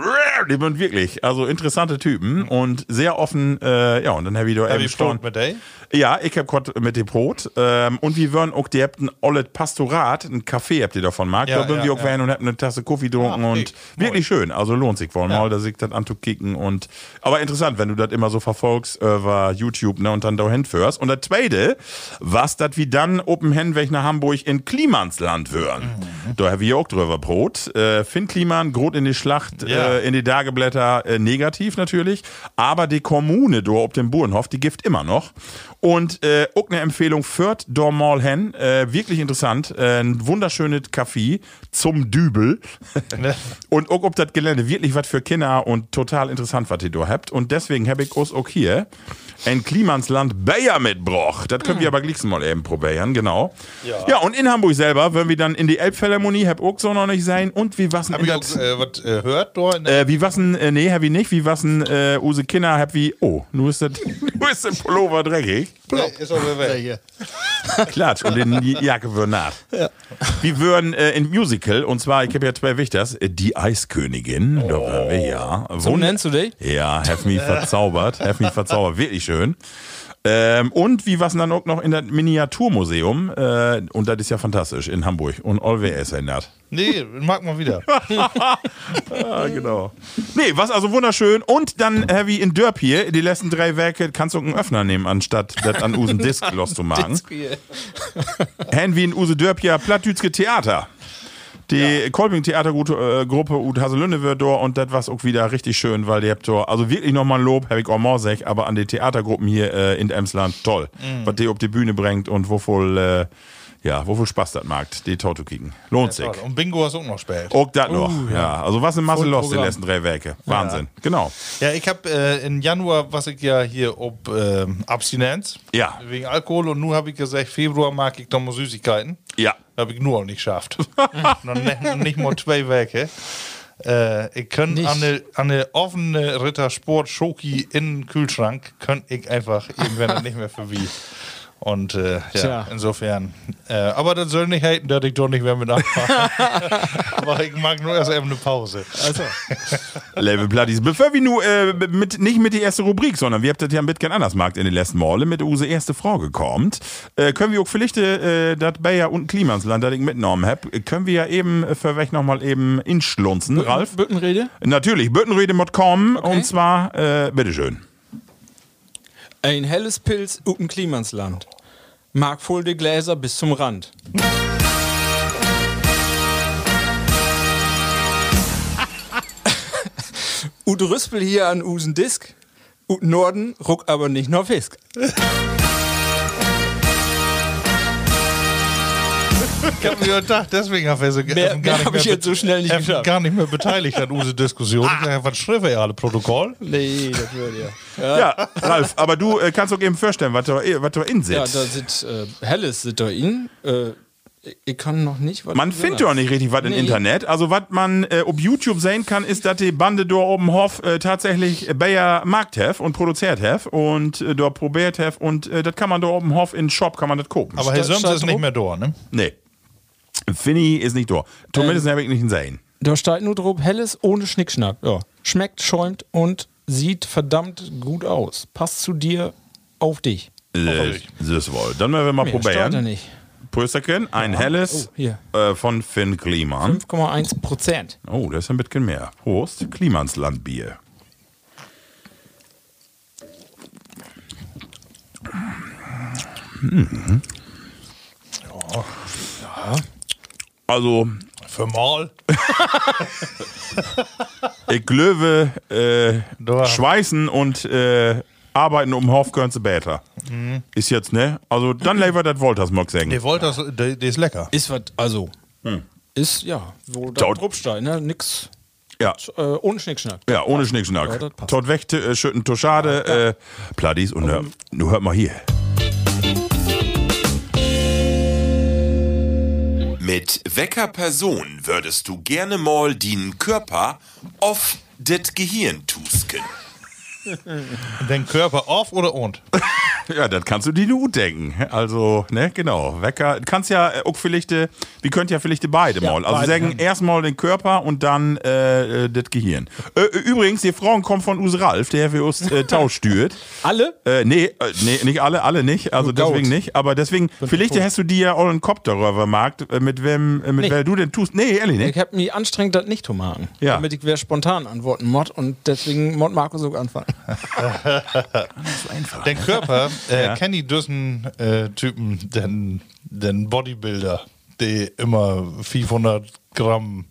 Speaker 2: Die bünd wirklich, also interessante Typen und sehr offen, äh, ja, und dann habe ich doch
Speaker 3: Hab
Speaker 2: eben
Speaker 3: ich
Speaker 2: gestaunt.
Speaker 3: Brot mit ey?
Speaker 2: Ja, ich hab Gott mit dem Brot. Ähm, und wir würden auch, die habt ein Ollet Pastorat, ein Café habt ihr davon, Marc.
Speaker 3: Ja,
Speaker 2: da bin
Speaker 3: ja,
Speaker 2: wir auch
Speaker 3: ja.
Speaker 2: wählen und habt eine Tasse Kaffee getrunken
Speaker 3: Ah,
Speaker 2: und
Speaker 3: okay.
Speaker 2: wirklich schön. Also lohnt sich wohl
Speaker 3: Ja.
Speaker 2: mal, da sich das anzukicken. Und, aber interessant, wenn du das immer so verfolgst über YouTube ne, und dann dahin fährst. Und das Zweite, was das wie dann Open Henweg nach Hamburg in Klimansland hören.
Speaker 3: Mhm.
Speaker 2: Da habe ich auch drüber Brot. Äh, Finn Kliman, Grot in die Schlacht,
Speaker 3: Ja.
Speaker 2: äh, in die Dageblätter, äh, negativ natürlich. Aber die Kommune, do ob dem Burenhof, die gibt immer noch. Und äh, auch eine Empfehlung, Fürth Dormal Hen, äh, wirklich interessant. Äh, ein wunderschönes Café zum Dübel. Und auch ob das Gelände wirklich was für Kinder und total interessant, was ihr da habt. Und deswegen habe ich uns auch hier ein Klimansland Bayer mitbracht. Das
Speaker 3: Hm.
Speaker 2: können wir aber gleich mal eben probieren, genau. Ja. und in Hamburg selber, wenn wir dann in die Elbphilharmonie, hab auch so noch nicht sein. Und wie was
Speaker 3: Hab ich
Speaker 2: denn
Speaker 3: auch
Speaker 2: das?
Speaker 3: äh, was äh, hört da? In der
Speaker 2: Äh, wie was denn, äh, nee, hab ich nicht. Wie was denn, äh, Use Kinder, hab wie, oh, nur ist das, nur ist der Pullover dreckig.
Speaker 3: äh, ist auch wieder weg.
Speaker 2: Klatsch und in die Jacke würden nach. Wir würden äh, in Musical, und zwar, ich habe ja zwei Wichters, äh, die Eiskönigin, da waren wir ja.
Speaker 4: Oh. So
Speaker 2: Wund-
Speaker 4: nennst du dich?
Speaker 2: Ja, have mich verzaubert, have mich verzaubert, wirklich schön. Ähm, und wie was dann auch noch in das Miniaturmuseum, äh, und das ist ja fantastisch, in Hamburg. Und Olwe ist in das.
Speaker 3: Nee, mag mal wieder.
Speaker 2: Ah, genau. Nee, was also wunderschön. Und dann, äh, wie in Dörp hier, die letzten drei Werke, kannst du auch einen Öffner nehmen, anstatt das an Usen Disc los zu machen. Hen wie in Use Dörpia Plattdütske Theater. Die Kolping Theatergruppe äh, Gruppe Ut Haselünde wird dort und das war auch wieder richtig schön, weil die habt dort, also wirklich nochmal Lob, Herr ich auch mal sech, aber an die Theatergruppen hier äh, in Emsland, toll. Was die auf die Bühne bringt und wo voll, äh, ja, wo voll Spaß das mag, die Toto kicken. Lohnt sich.
Speaker 3: Und Bingo hast du auch noch spät.
Speaker 2: Auch das noch, ja. Also was in Masse
Speaker 4: Voll
Speaker 2: los die
Speaker 4: Programm.
Speaker 2: letzten drei Werke. Wahnsinn, genau.
Speaker 3: Ja, ich habe äh, im Januar, was ich ja hier ob ähm, Abstinenz
Speaker 2: Ja.
Speaker 3: wegen Alkohol und nun habe ich gesagt, Februar mag ich doch mal Süßigkeiten.
Speaker 2: Ja.
Speaker 3: Habe ich nur auch nicht geschafft. Noch nicht, nicht mal zwei Werke. Äh, ich kann
Speaker 4: Nicht.
Speaker 3: an eine, an eine offene Rittersport Schoki in den Kühlschrank könnte ich einfach irgendwann dann nicht mehr vorbei. Und äh, ja,
Speaker 4: Tja.
Speaker 3: insofern. Äh, aber das soll nicht halten, dass ich doch nicht mehr mit anfange. aber ich mag nur erst eben eine Pause.
Speaker 4: Also,
Speaker 2: Level Platties. Bevor wir nur äh, mit, nicht mit die erste Rubrik, sondern wir habt das ja ein bisschen anders gemacht in den letzten Male, mit unsere erste Frage kommt, äh, können wir auch vielleicht äh, das Bayer und Klimansland, das ich mitgenommen hab, können wir ja eben äh, für welch nochmal eben inschlunzen, Ralf.
Speaker 4: Büttenrede?
Speaker 2: Natürlich, Büttenrede.com und zwar, äh, bitteschön.
Speaker 4: Ein helles Pilz upen Klimansland. Mag voll die Gläser bis zum Rand. Ut Rüspel hier an Usen Disk. Ut Norden ruck aber nicht nur Fisk.
Speaker 3: Ich habe mir gedacht, deswegen habe ich, so,
Speaker 4: Mehr- mehr hab ich jetzt so schnell nicht geschafft.
Speaker 3: gar nicht mehr beteiligt an unsere Diskussion.
Speaker 4: Ah.
Speaker 3: Ich sag, was schreiben ihr alle? Protokoll?
Speaker 4: Nee, das würde ja.
Speaker 2: Ja, Ralf, aber du äh, kannst doch eben vorstellen, was da was da in
Speaker 4: Ja,
Speaker 2: sitzt.
Speaker 4: da sitzt äh, Helles sitzt da ihn. Äh, ich- ich kann noch nicht. was
Speaker 2: Man
Speaker 4: du
Speaker 2: findet
Speaker 4: sagst.
Speaker 2: doch nicht richtig was im
Speaker 4: Nee.
Speaker 2: Internet. Also was man äh, ob YouTube sehen kann, ist, dass die Bande dort oben Hof äh, tatsächlich Bayer Markt hef und produziert hef und äh, dort probiert hef und äh, das kann man dort oben Hof in Shop kann man das gucken.
Speaker 3: Aber Herr
Speaker 4: Statt-
Speaker 3: Söms ist
Speaker 4: statt
Speaker 3: nicht mehr da, ne?
Speaker 2: nee. Finny ist nicht dort. Zumindest
Speaker 4: Ähm.
Speaker 2: habe ich nicht sehen.
Speaker 4: Da steht nur drauf, helles ohne Schnickschnack. Ja. Schmeckt, schäumt und sieht verdammt gut aus. Passt zu dir, auf dich.
Speaker 2: Das das wohl. Dann werden wir mal
Speaker 4: steht da
Speaker 2: probieren.
Speaker 4: nicht.
Speaker 2: Prösterken, ein helles
Speaker 4: Oh, hier.
Speaker 2: äh, von Finn Kliman.
Speaker 4: 5,1 Prozent.
Speaker 2: Oh, das ist ein bisschen mehr. Prost. Klimanslandbier. Also,
Speaker 3: Fünfmal.
Speaker 2: ich glaube, äh,
Speaker 3: Da.
Speaker 2: schweißen und äh, arbeiten um Hof gehören zu Bäter.
Speaker 4: Mhm.
Speaker 2: Ist jetzt, ne? Also, dann lever das Wolters, mag ich sagen.
Speaker 3: Der wollte das, der, der ist lecker.
Speaker 4: Ist was, also.
Speaker 2: Hm.
Speaker 4: Ist, ja, wo da
Speaker 2: Dau-
Speaker 4: drauf steht, ne? Nix.
Speaker 2: Ja.
Speaker 4: Äh, ohne Schnickschnack.
Speaker 2: Ja, ohne
Speaker 4: Ja,
Speaker 2: Schnickschnack.
Speaker 4: das passt. Also
Speaker 2: Tot weg, t- äh, schütten Toschade, äh, Pladis und hör, nur hört mal hier.
Speaker 5: Mit wecker Person würdest du gerne mal den Körper auf det Gehirn tusken.
Speaker 3: Den Körper auf oder und?
Speaker 2: Ja, das kannst du dir nur gut denken. Also, ne, genau. Wecker. Kannst ja äh, auch vielleicht, äh, wir könnt ja vielleicht beide mal. Also
Speaker 4: beide.
Speaker 2: sagen erstmal den Körper und dann äh, äh, das Gehirn. Äh, äh, übrigens, die Frauen kommen von Us Ralf, der für uns äh, Tausch stürt.
Speaker 4: Alle?
Speaker 2: Äh, nee, äh, nee, nicht alle, alle nicht. Also
Speaker 4: Nur Gaut.
Speaker 2: deswegen nicht. Aber deswegen, vielleicht hast du dir ja auch einen Kopf darüber gemacht, äh, mit wem, äh, mit
Speaker 4: Nee.
Speaker 2: wer du denn tust. Nee, ne? ehrlich nicht.
Speaker 4: Ich hab mich anstrengend, das nicht zu machen.
Speaker 2: Ja.
Speaker 4: Damit ich wer spontan antworten mod und deswegen mod Marco so anfangen.
Speaker 2: Einfach.
Speaker 3: Den Körper äh,
Speaker 2: Ja.
Speaker 3: kennt die Düssen äh, Typen, den, den Bodybuilder. die immer 500 Gramm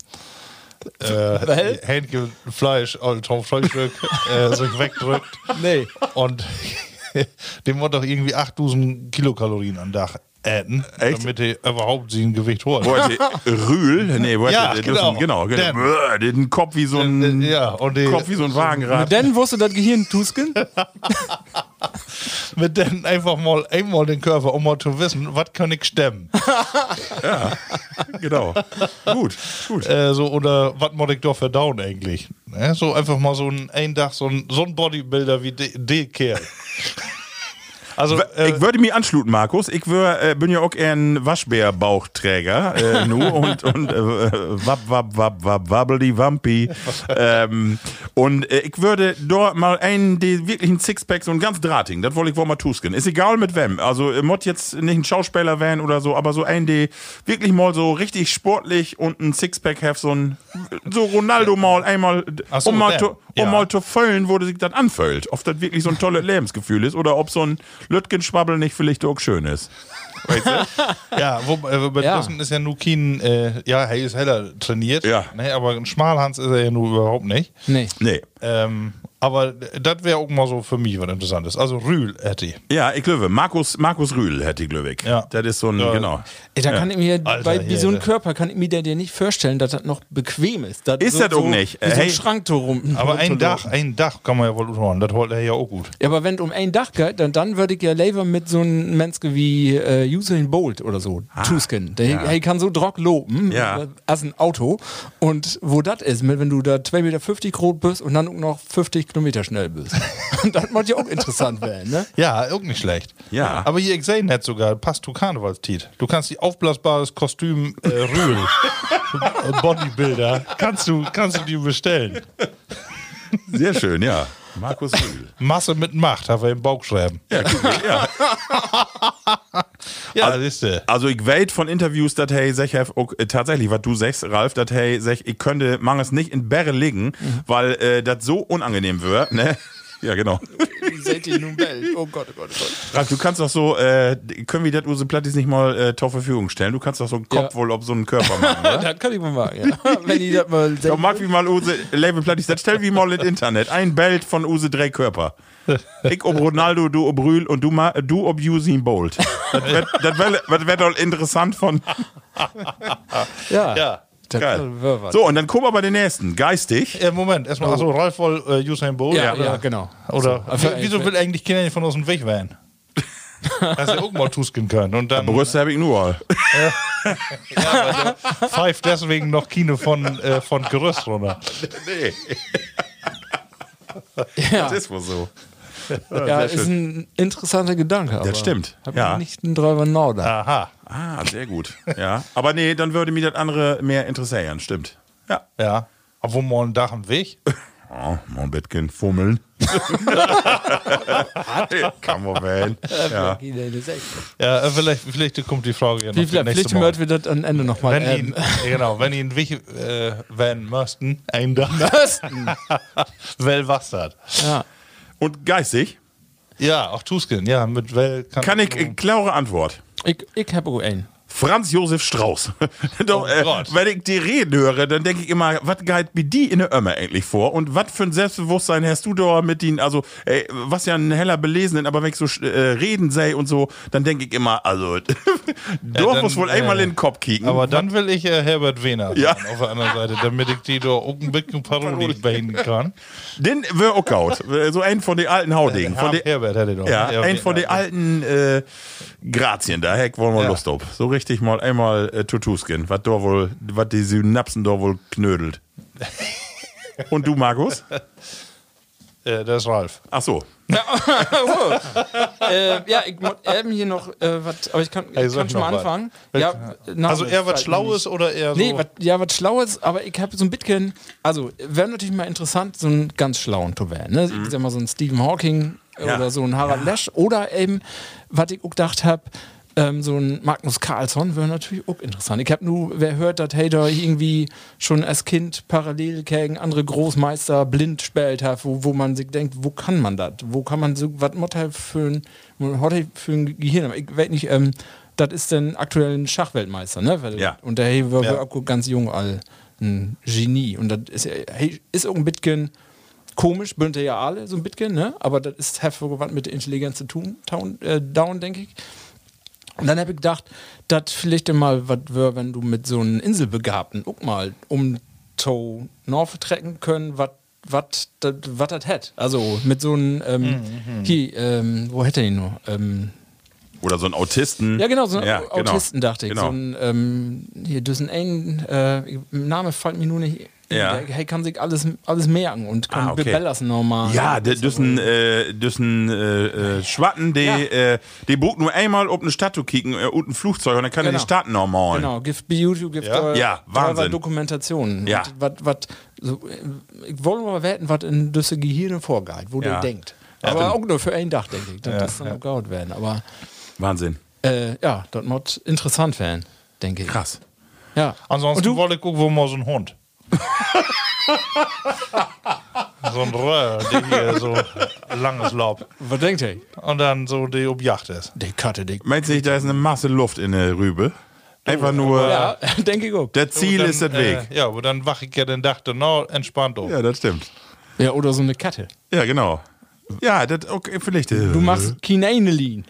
Speaker 3: äh,
Speaker 4: Weil?
Speaker 3: Hähnchen Fleisch äh, drauf Fleischstück äh, sich wegdrückt.
Speaker 4: Nee.
Speaker 3: Und dem wird doch irgendwie 8000 Kilokalorien am Tag äten,
Speaker 2: Echt?
Speaker 3: damit er überhaupt sein Gewicht holt.
Speaker 2: Wollte Rühl, nee, wollte
Speaker 3: Ja,
Speaker 2: der
Speaker 3: genau.
Speaker 2: dürfen- genau, genau.
Speaker 3: Den.
Speaker 2: Brr, Den Kopf wie so ein
Speaker 3: Ja, und die-
Speaker 2: Kopf wie so ein Wagenrad.
Speaker 4: Dann wusste das Gehirn Tusken.
Speaker 3: Mit denen einfach mal einmal den Körper, um mal zu wissen, was kann ich stemmen.
Speaker 2: Genau. gut, gut.
Speaker 3: äh, so, oder was muss ich doch verdauen eigentlich? Ne? So einfach mal so ein ein Tag, so ein, so ein Bodybuilder wie de- der Kerl. also, äh,
Speaker 2: ich würde mich anschluten, Markus. Ich wär, äh, bin ja auch eher ein Waschbärbauchträger. Äh, nu und und äh, wapp, wapp, wapp, wapp, wabbly, wampi. Ähm, und äh, ich würde dort mal einen, die wirklichen Sixpacks so ein ganz drahtigen, das wollte ich wohl mal tusken. Ist egal mit wem. Also, äh, Mott jetzt nicht ein Schauspieler werden oder so, aber so einen, die wirklich mal so richtig sportlich und ein Sixpack have, so ein, so Ronaldo mal einmal,
Speaker 3: Ach so,
Speaker 2: um mal,
Speaker 3: der.
Speaker 2: to, um
Speaker 3: Ja.
Speaker 2: mal zu füllen, wo sich das anfüllt. Ob das wirklich so ein tolles Lebensgefühl ist oder ob so ein Lütgenschwabbel nicht vielleicht auch schön ist.
Speaker 3: ja, wo, äh, bei
Speaker 4: Ja.
Speaker 3: Dossen ist ja nur kein, äh, ja, er ist heller trainiert,
Speaker 2: Ja.
Speaker 3: ne, aber ein Schmalhans ist er ja nur überhaupt nicht.
Speaker 4: Nee.
Speaker 2: Nee.
Speaker 3: Ähm, aber das wäre auch mal so für mich was Interessantes. Also Rühl hätte ich.
Speaker 2: Ja, ich glaube, Markus, Markus Rühl hätte ich glaube ich.
Speaker 3: Ja.
Speaker 2: Das ist so ein,
Speaker 3: Ja.
Speaker 2: genau.
Speaker 4: Ey, da kann ich mir,
Speaker 3: Alter,
Speaker 4: bei,
Speaker 3: hier,
Speaker 4: bei so einem
Speaker 3: das-
Speaker 4: Körper kann ich mir der dir nicht vorstellen, dass das noch bequem ist.
Speaker 2: Ist
Speaker 4: so,
Speaker 2: das auch
Speaker 4: so,
Speaker 2: nicht.
Speaker 4: Wie
Speaker 2: Äh,
Speaker 4: so
Speaker 2: hey.
Speaker 4: ein Schrank zu rum.
Speaker 3: Aber ein Dach,
Speaker 4: rumzulaufen.
Speaker 3: ein Dach kann man ja wohl unterhauen. Das holt er ja auch gut.
Speaker 4: Ja, aber wenn es um ein Dach geht, dann, dann würde ich ja lieber mit so einem Menschen wie äh, Usain Bolt oder so tusken. Der
Speaker 2: ja.
Speaker 4: hey, kann so Drock loben,
Speaker 2: Ja.
Speaker 4: äh, als ein Auto. Und wo das ist, mit- wenn du da 2,50 Meter groß bist und dann auch noch 50 Kilometer schnell bist. Und das muss ja auch interessant werden, ne?
Speaker 3: Ja, auch nicht schlecht.
Speaker 2: Ja.
Speaker 3: Aber hier, ich sehe nicht sogar, passt zu Karnevalstiet. Du kannst die aufblasbares Kostüm äh, Rühl, äh, Bodybuilder, kannst du, kannst du dir bestellen.
Speaker 2: Sehr schön, ja. Markus Rühl.
Speaker 3: Masse mit Macht, haben wir im Bauch schreiben.
Speaker 2: Ja, cool, ja.
Speaker 3: Ja,
Speaker 2: Also-
Speaker 3: siehst du.
Speaker 2: Also ich weit von Interviews, dass hey, sech, hef, ok, äh, tatsächlich, was du sagst, Ralf, dass hey, sech, ich könnte mangels nicht in Berre liegen,
Speaker 3: Mhm.
Speaker 2: weil äh, das so unangenehm wird, ne? Ja, genau.
Speaker 4: Seht ihr nun Welt? Oh Gott, oh Gott, oh Gott.
Speaker 2: Ralf, du kannst doch so, äh, können wir das Use Plattis nicht mal äh, zur Verfügung stellen? Du kannst doch so einen Kopf wohl auf so einen Körper machen, oder?
Speaker 4: Das kann ich mal machen, ja. Wenn ich das mal
Speaker 2: Ja, mag wie mal Use Label Plattis, das stell wie mal ins Internet. Ein Bild von Use drei Körper. Ich ob Ronaldo, du ob Rühl und du, ma, du ob Usain Bolt. Das wird wär doch interessant von...
Speaker 4: Ja.
Speaker 3: Ja.
Speaker 4: Das
Speaker 2: Geil.
Speaker 4: wär was.
Speaker 2: So, und dann gucken wir bei den nächsten. Geistig.
Speaker 3: Äh, Moment, erstmal, also Ralf wohl äh, Usain Bolt.
Speaker 4: Oh. Ja,
Speaker 3: oder?
Speaker 4: ja, genau.
Speaker 3: Oder
Speaker 4: So.
Speaker 3: w- wieso will eigentlich Kinder von uns einen Weg werden? Dass sie auch mal tusken können. Und dann
Speaker 2: Brüste habe ich nur. all.
Speaker 3: pfeift deswegen noch Kino von, äh, von Gerüst runter.
Speaker 2: Nee,
Speaker 4: ja.
Speaker 2: das ist wohl so.
Speaker 4: Ja,
Speaker 2: sehr
Speaker 4: ist ein interessanter Gedanke. Aber
Speaker 2: stimmt.
Speaker 4: Hab
Speaker 2: Ja.
Speaker 4: ja. nicht einen Driver Now da.
Speaker 3: Aha.
Speaker 2: Ah, sehr gut. Ja. Aber nee, dann würde mir das andere mehr interessieren, stimmt. Ja.
Speaker 3: Ja. Obwohl mal ein Dach im Weg.
Speaker 2: Oh, mein Bettchen fummeln. Kann man wählen. Ja.
Speaker 3: Ja, äh, vielleicht, vielleicht kommt die Frage ja noch
Speaker 4: Wie
Speaker 3: für
Speaker 4: vielleicht,
Speaker 3: nächste
Speaker 4: vielleicht
Speaker 3: Woche.
Speaker 4: wird wir das am Ende nochmal.
Speaker 3: Wenn ihn, genau, wenn ihn wich, äh, wenn Mörsten ein Dach well wassert.
Speaker 4: ja.
Speaker 2: Und geistig
Speaker 3: Ja, auch Tusken, ja, mit well
Speaker 2: kann ich
Speaker 3: Mhm.
Speaker 2: äh, klare Antwort.
Speaker 4: Ich, ich habe auch einen.
Speaker 2: Franz Josef Strauß. Doch, äh,
Speaker 3: Oh Gott.
Speaker 2: wenn ich die Reden höre, dann denke ich immer, was geht mir die in der Ömme eigentlich vor? Und was für ein Selbstbewusstsein hast du da mit ihnen? Also, ey, was ja ein heller Belesenen, aber wenn ich so äh, Reden sei und so, dann denke ich immer, also, Dorf
Speaker 3: dann,
Speaker 2: muss wohl
Speaker 3: äh,
Speaker 2: einmal in den Kopf kicken.
Speaker 3: aber dann will ich äh, Herbert Wehner
Speaker 2: Ja.
Speaker 3: sein, auf der anderen Seite, damit ich die da auch ein bisschen Parodie behinden kann.
Speaker 2: Den wär auch out. Äh, So einen von den alten Haudingen.
Speaker 3: Äh,
Speaker 2: Von den,
Speaker 3: Herbert hätte doch.
Speaker 2: ja,
Speaker 3: Herbert
Speaker 2: einen von den
Speaker 3: Wehner.
Speaker 2: alten äh, Grazien. Da heck wollen wir
Speaker 3: Ja.
Speaker 2: Lust auf. So richtig mal einmal äh, Tutuskin. Was da wohl, was die Synapsen da wohl knödelt. Und du, Markus?
Speaker 3: Äh, das ist Ralf.
Speaker 2: Ach so.
Speaker 4: äh, ja, ich muss eben hier noch äh, was, aber ich kann,
Speaker 3: Ey,
Speaker 4: ich
Speaker 3: sag
Speaker 4: kann schon
Speaker 3: noch
Speaker 4: mal
Speaker 3: was.
Speaker 4: anfangen.
Speaker 3: Wel-
Speaker 4: Ja, na,
Speaker 3: also eher was
Speaker 4: vielleicht
Speaker 3: Schlaues
Speaker 4: nicht.
Speaker 3: oder eher so.
Speaker 4: Nee, wat, ja, was Schlaues, aber ich habe so ein bisschen, also wäre natürlich mal interessant, so einen ganz schlauen zu werden. Ne? Ich sag mal, so ein Stephen Hawking
Speaker 2: Mhm. Ja.
Speaker 4: oder so ein Harald Lesch oder eben, was ich auch gedacht habe, ähm, so ein Magnus Carlsson wäre natürlich auch interessant. Ich habe nur, wer hört, dass hey, da irgendwie schon als Kind parallel gegen andere Großmeister blind spielt hat, wo, wo man sich denkt, wo kann man das? Wo kann man so, was muss halt für ein, was hat halt für ein Gehirn? haben? Ich weiß nicht, ähm, das ist dann aktuell ein Schachweltmeister, ne? Weil-
Speaker 2: Ja.
Speaker 4: Und der hey, war
Speaker 3: Ja.
Speaker 4: war auch ganz jung all ein Genie. Und das ist ja, hey, ist auch ein bisschen komisch, bünden die ja alle so ein bisschen, ne? Aber das ist hervorgewandt mit der Intelligenz zu tun, down, äh, down denke ich. Und dann habe ich gedacht, das vielleicht mal was wär, wenn du mit so einem Inselbegabten guck mal um to North trecken können, was was das hätte. Also mit so einem, ähm, hier, ähm, wo hätte er ihn nur? Ähm,
Speaker 2: Oder so ein Autisten.
Speaker 4: ja, genau, so ein
Speaker 2: Ja,
Speaker 4: Au-
Speaker 2: genau.
Speaker 4: Autisten, dachte ich.
Speaker 2: Genau.
Speaker 4: So ein, ähm, hier, das ist ein, äh, Name fällt mir nur nicht.
Speaker 2: Ja.
Speaker 4: Der, hey, kann sich alles, alles merken und kann
Speaker 2: Ah, okay.
Speaker 4: bebellersen normal.
Speaker 2: ja, das ist ein, äh, das ist ein äh, äh, Schwatten, die,
Speaker 4: Ja.
Speaker 2: äh, die bucht nur einmal ob eine Stadt zu kicken äh, und ein Flugzeug und dann kann er die
Speaker 4: Genau.
Speaker 2: Stadt normal.
Speaker 4: Genau, gibt bei YouTube gibt
Speaker 3: Ja.
Speaker 2: Ja, Wahnsinn.
Speaker 4: Dokumentationen.
Speaker 2: Ja.
Speaker 4: Und wat, wat, so, äh, ich wollte mal wetten, was in das Gehirn vorgeht, wo
Speaker 2: Ja.
Speaker 4: der denkt. Aber auch nur für einen Tag, denke ich. Das ist dann auch gehauen werden. Aber
Speaker 2: Wahnsinn.
Speaker 4: äh, ja, das muss interessant werden, denke ich.
Speaker 2: Krass.
Speaker 4: Ja.
Speaker 3: Ansonsten
Speaker 4: Und du?
Speaker 3: wollte ich gucken, wo mal so ein Hund. so ein Röhr, der hier so langes Laub.
Speaker 4: Was denkt ihr?
Speaker 3: Und dann so, die ob Jagd ist.
Speaker 4: Die Katte, die.
Speaker 2: Meinst du nicht, da ist eine Masse Luft in der Rübe? Einfach nur,
Speaker 4: Ja, denke ich auch.
Speaker 2: der Ziel
Speaker 3: Oh, Dann,
Speaker 2: ist der Weg.
Speaker 3: Äh, ja, aber dann wach ich ja den Dach genau entspannt auf.
Speaker 2: Ja, das stimmt.
Speaker 4: Ja, oder so eine Katte.
Speaker 2: Ja, genau. Ja, das, okay, vielleicht. äh,
Speaker 4: Du machst Kineinelin.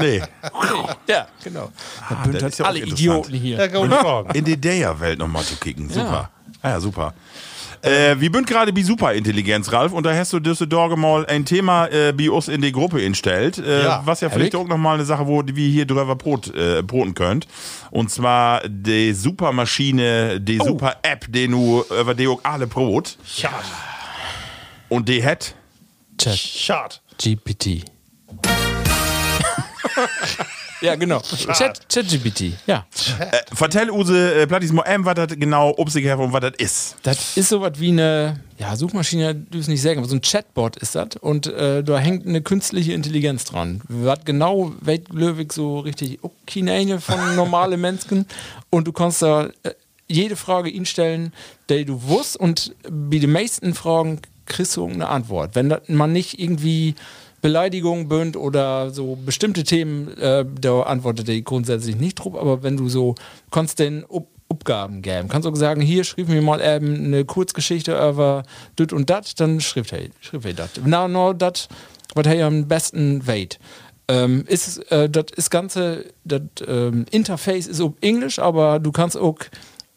Speaker 2: Nee.
Speaker 4: Ja, genau. Da
Speaker 2: das
Speaker 4: bündelt
Speaker 2: Ah, ist ja auch
Speaker 4: alle
Speaker 2: interessant.
Speaker 4: Idioten hier.
Speaker 3: Ja, kann man fragen.
Speaker 2: In die Daya-Welt nochmal zu kicken. Super. Ah ja, super. Äh, wir bünd gerade bei Superintelligenz, Ralf, und da hast du Düsseldorf mal ein Thema äh, bei uns in die Gruppe instellt, äh,
Speaker 3: Ja,
Speaker 2: was ja vielleicht
Speaker 4: ehrlich?
Speaker 2: auch nochmal eine Sache, wo wir hier drüber brot, äh, broten könnt. Und zwar die Supermaschine,
Speaker 3: Oh.
Speaker 2: die Super-App, die nu über die auch alle brot.
Speaker 3: Schad.
Speaker 2: Und die hat,
Speaker 4: Chat
Speaker 3: Schad.
Speaker 4: GPT. ja, genau. Chat, Chat GPT. Ja.
Speaker 2: äh, vertell Use äh, Plattismo M, was das genau obsig und was das ist.
Speaker 4: Das ist sowas wie eine ja, Suchmaschine, du es nicht sagen, aber so ein Chatbot ist das. Und äh, da hängt eine künstliche Intelligenz dran. Was genau weltlöwig so richtig Kinäne von normalen Menschen. Und du kannst da äh, jede Frage ihn stellen, die du wusst. Und bei den meisten Fragen kriegst du eine Antwort. Wenn dat man nicht irgendwie Beleidigungen bünd oder so bestimmte Themen, äh, da antwortet er grundsätzlich nicht drauf, aber wenn du so kannst den Ob Abgaben geben, kannst auch sagen, hier schrieb mir mal eben eine Kurzgeschichte über dit und dat, dann schrieb er schrieb er dat. Na, no, dat, was er am besten weit. Ähm, ist äh, das ist ganze das ähm, Interface ist ob Englisch, aber du kannst auch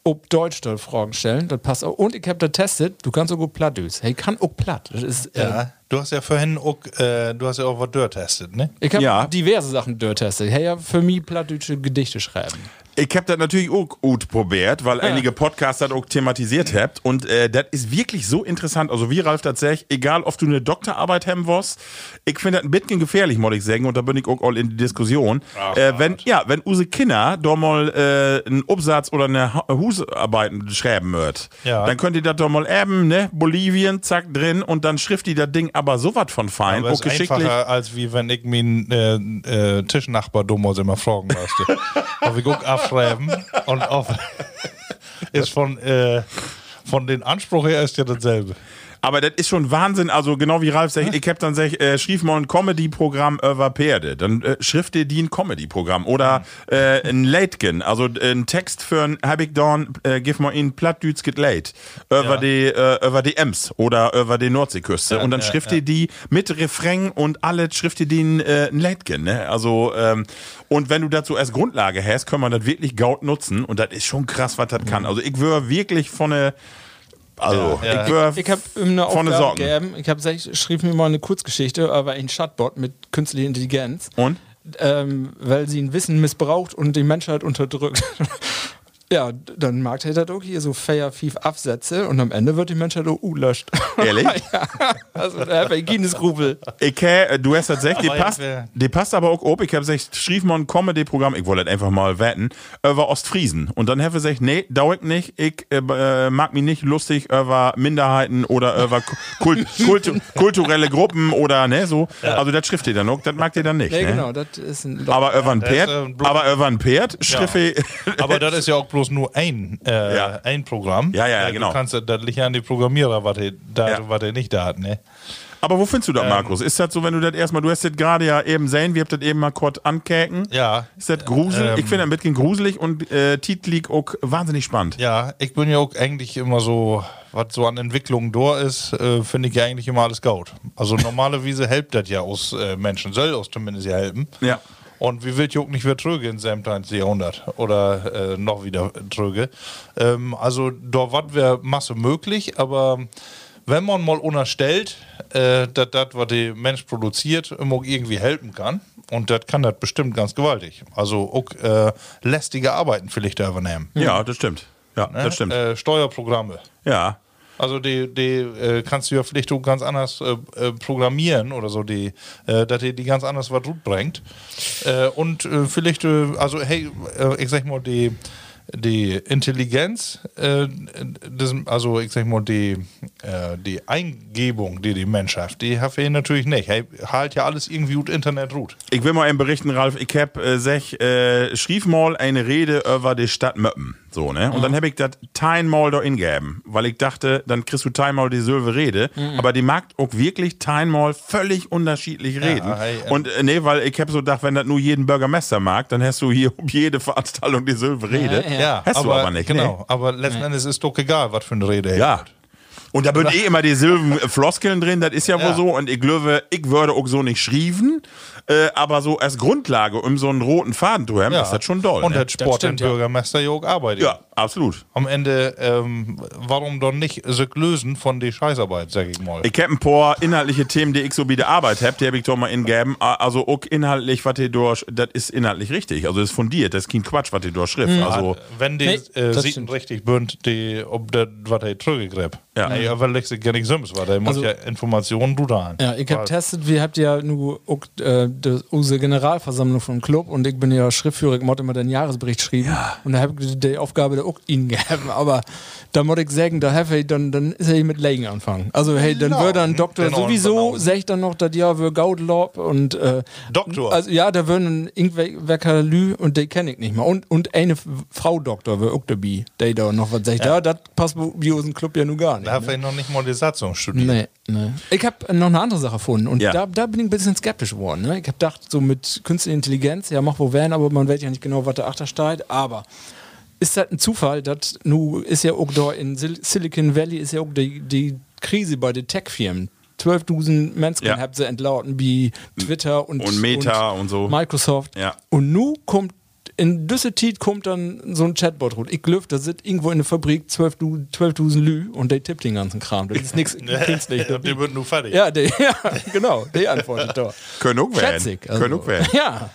Speaker 4: ob Deutsch dort Fragen stellen, das passt auch. Und ich habe da testet, du kannst auch gut platt düs. Hey, kann auch platt. Das ist äh,
Speaker 3: Ja. Du hast ja vorhin auch, äh, du hast ja auch was Dörr testet, ne?
Speaker 4: ich habe
Speaker 2: Ja.
Speaker 4: diverse Sachen durchtestet. Hey, ja, für mich plattdeutsche Gedichte schreiben.
Speaker 2: Ich hab das natürlich auch gut probiert, weil einige Podcasts das auch thematisiert habt. Und äh, das ist wirklich so interessant. Also wie Ralf tatsächlich, egal ob du eine Doktorarbeit haben wirst, ich finde das ein bisschen gefährlich, muss ich sagen. Und da bin ich auch all in die Diskussion. äh, wenn, ja, wenn Use Kinder doch mal äh, einen Umsatz oder eine Ha- Husarbeit schreiben wird,
Speaker 3: Ja.
Speaker 2: dann könnt ihr das doch mal erben, ne? Bolivien, zack, drin. Und dann schrift die das Ding aber so was von fein.
Speaker 3: Aber
Speaker 2: auch
Speaker 3: ist einfacher, als wie wenn ich meinen äh, äh, Tischnachbar Domos immer fragen müsste. Aber wir gucken abschreiben und auf. ist von, äh, von den Anspruch her ist ja dasselbe.
Speaker 2: Aber das ist schon Wahnsinn. Also genau wie Ralf sagt, ich hab dann gesagt, äh, schrieb mal ein Comedy-Programm über Pferde. Dann äh, schrift ihr die ein Comedy-Programm. Oder äh, ein Leitgen, also äh, ein Text für ein hab ich dann, äh, gib mal ihn Plattdüts geht late. Über die, äh, über die Ems oder über die Nordseeküste. und dann schrift ihr die mit Refrain und alle schrift ihr die ein, äh, ein Leitgen. Ne? Also ähm, und wenn du dazu erst Grundlage hast, kann man das wirklich gaut nutzen. Und das ist schon krass, was das kann. Also ich würde wirklich von ne also,
Speaker 3: Mhm. Ja, ja.
Speaker 2: ich wär
Speaker 4: Ich habe ihm eine
Speaker 2: Vorne
Speaker 4: Aufgabe
Speaker 2: Socken.
Speaker 4: gegeben. Ich habe schrieb mir mal eine Kurzgeschichte, aber ein Chatbot mit künstlicher Intelligenz,
Speaker 2: Und?
Speaker 4: ähm, weil sie ein Wissen missbraucht und die Menschheit unterdrückt. ja, d- dann mag er das auch hier so fair fief Absätze und am Ende wird die Menschheit auch gelöscht.
Speaker 2: Ehrlich?
Speaker 4: ja, also da habe ich keine Skrupel.
Speaker 2: Ich hä, du hast das gesagt, die
Speaker 3: Aber jetzt
Speaker 2: passt,
Speaker 3: wär-
Speaker 2: die passt aber auch ob. Ich habe gesagt, schrieb mal ein Comedy-Programm, ich wollte das einfach mal wetten, über Ostfriesen. Und dann habe ich gesagt, nee, dauert nicht, ich äh, äh, mag mich nicht lustig über Minderheiten oder über Ku- Kult, Kultu- kulturelle Gruppen oder ne, so. Also das schrift ihr dann auch, das mag ihr dann nicht.
Speaker 4: Nee,
Speaker 2: ne?
Speaker 4: genau, das ist ein
Speaker 2: Aber über ein
Speaker 3: das ist,
Speaker 2: Pferd,
Speaker 3: äh, bloß-
Speaker 2: aber über ein Pferd, Schiffe.
Speaker 3: Aber das ist ja auch bloß nur ein, äh,
Speaker 2: Ja.
Speaker 3: ein Programm.
Speaker 2: Ja, ja, ja,
Speaker 3: Äh,
Speaker 2: genau.
Speaker 3: Du kannst das liegt ja an die Programmierer, was er da,
Speaker 2: Ja.
Speaker 3: was er nicht da hat, ne?
Speaker 2: Aber wo findest du das, Markus? Ist das so, wenn du das erstmal, du hast das gerade ja eben sehen, wir habt das eben mal kurz ankäken.
Speaker 3: Ja.
Speaker 2: Ist das gruselig?
Speaker 3: Ähm.
Speaker 2: ich finde ein bisschen gruselig und äh, Titlik auch wahnsinnig spannend.
Speaker 3: Ja, ich bin ja auch eigentlich immer so, was so an Entwicklungen da ist, äh, finde ich ja eigentlich immer alles gut. Also normalerweise hilft das ja aus äh, Menschen, soll aus zumindest ja helfen.
Speaker 2: Ja.
Speaker 3: Und wie wird Juck nicht wieder tröge in seinem 20. Jahrhundert? Oder äh, noch wieder tröge? Ähm, also, da was wäre Masse möglich, aber wenn man mal unterstellt, äh, dass das, was der Mensch produziert, immer auch irgendwie helfen kann, und das kann das bestimmt ganz gewaltig. Also, auch äh, lästige Arbeiten vielleicht übernehmen.
Speaker 2: Ja, das stimmt. Ja, das stimmt.
Speaker 3: Äh, Steuerprogramme.
Speaker 2: ja.
Speaker 3: Also die, die äh, kannst du ja vielleicht auch ganz anders äh, äh, programmieren oder so, die, äh, dass die, die ganz anders was gut bringt. Äh, und äh, vielleicht, äh, also hey, äh, ich sag mal, die, die Intelligenz, äh, das, also ich sag mal, die, äh, die Eingebung, die die Menschheit, die hat wir natürlich nicht. Hey, halt ja alles irgendwie gut Internet ruht.
Speaker 2: Ich will mal eben berichten, Ralf, ich hab, äh, sech, äh, schrieb mal eine Rede über die Stadt Möppen. So, ne? Und dann hab ich das Teinmal da ingeben, weil ich dachte, dann kriegst du Teinmal die Silve Rede. Aber die mag auch wirklich Teinmal völlig unterschiedlich reden.
Speaker 3: hey, ähm.
Speaker 2: Und äh, nee, weil ich hab so gedacht, wenn das nur jeden Bürgermeister mag, dann hast du hier um jede Veranstaltung die Silve Rede.
Speaker 4: Ja,
Speaker 2: Hast du aber nicht, ne?
Speaker 3: Genau,
Speaker 2: nee.
Speaker 3: aber letzten Endes ist doch egal, was für eine Rede. hey.
Speaker 2: Ja. Und da wird eh immer die Silben äh, Floskeln drin, das ist ja, wohl
Speaker 3: Ja.
Speaker 2: so. Und ich glaube, ich würde auch so nicht schrieben, äh, aber so als Grundlage, um so einen roten Faden zu haben, ist das schon doll.
Speaker 3: Und
Speaker 2: ne?
Speaker 3: das Sport
Speaker 4: stimmt,
Speaker 3: den
Speaker 4: ja.
Speaker 3: Bürgermeister Jörg arbeitet.
Speaker 2: Ja, absolut.
Speaker 3: Am Ende, ähm, warum dann nicht sich lösen von der Scheißarbeit, sag ich mal.
Speaker 2: Ich hab ein paar inhaltliche Themen, die ich so wie der Arbeit hab, die hab ich doch mal ingeben. A- Also auch inhaltlich, was ihr durch, das ist inhaltlich richtig. Also das ist fundiert, das ist kein Quatsch, was ihr durch schrift. Also,
Speaker 3: Wenn die
Speaker 4: Nee,
Speaker 3: äh,
Speaker 4: das
Speaker 3: Sitten
Speaker 4: stimmt.
Speaker 3: richtig bünd, die, ob das, was er zurückgräbt.
Speaker 2: Ja.
Speaker 3: Nee, aber legst du gar nicht Sims, weil der muss
Speaker 4: Also-
Speaker 3: ja Informationen du da ein.
Speaker 4: Ja, ich hab
Speaker 3: Weil-
Speaker 4: testet, wir habt ja nur auch, äh, das- unsere Generalversammlung vom Club und ich bin ja Schriftführer, ich mochte immer den Jahresbericht schreiben und da hab ich die Aufgabe der auch ihnen gegeben, aber da muss ich sagen, da hab ich dann, dann ist er mit Legen anfangen. Also hey, dann
Speaker 3: Genau.
Speaker 4: würde dann Doktor
Speaker 3: Genau, und
Speaker 4: sowieso,
Speaker 3: genau.
Speaker 4: sag ich dann noch, dass ja, wir Gaudlob und äh,
Speaker 3: Doktor.
Speaker 4: Also ja, da würden irgendwelche Lü und die kenne ich nicht mehr und, und eine F- Frau Doktor wäre auch dabei, die da noch was sagt, ja, das passt bei unserem Club ja nun gar nicht.
Speaker 3: Da
Speaker 4: ne?
Speaker 3: habe ich noch nicht mal die Satzung studiert.
Speaker 4: Nee, nee. Ich habe noch eine andere Sache gefunden und
Speaker 2: Ja.
Speaker 4: da, da bin ich ein bisschen skeptisch geworden. Ne? Ich habe gedacht, so mit künstlicher Intelligenz, ja, mach wo werden, aber man weiß ja nicht genau, was da achter steht. Aber ist das ein Zufall, dass nu ist ja auch da in Sil Silicon Valley ist ja auch die, die Krise bei den Tech-Firmen. 12.000 Menschen
Speaker 2: Ja.
Speaker 4: habt sie entlauten, wie Twitter und,
Speaker 2: Und Meta und so.
Speaker 4: Microsoft.
Speaker 2: Ja.
Speaker 4: Und nu kommt in Düsseldorf kommt dann so ein Chatbot rot. Ich glaube, da sitzt irgendwo in der Fabrik 12.000 12.000 Lü und der tippt den ganzen Kram. Das ist nichts
Speaker 2: Ne.
Speaker 4: künstlich.
Speaker 3: Und die wird nur fertig.
Speaker 4: ne? Ja, der, ja, genau, der antwortet da.
Speaker 2: können auch werden.
Speaker 4: Schätzig. also.
Speaker 2: Können auch werden.
Speaker 4: Ja.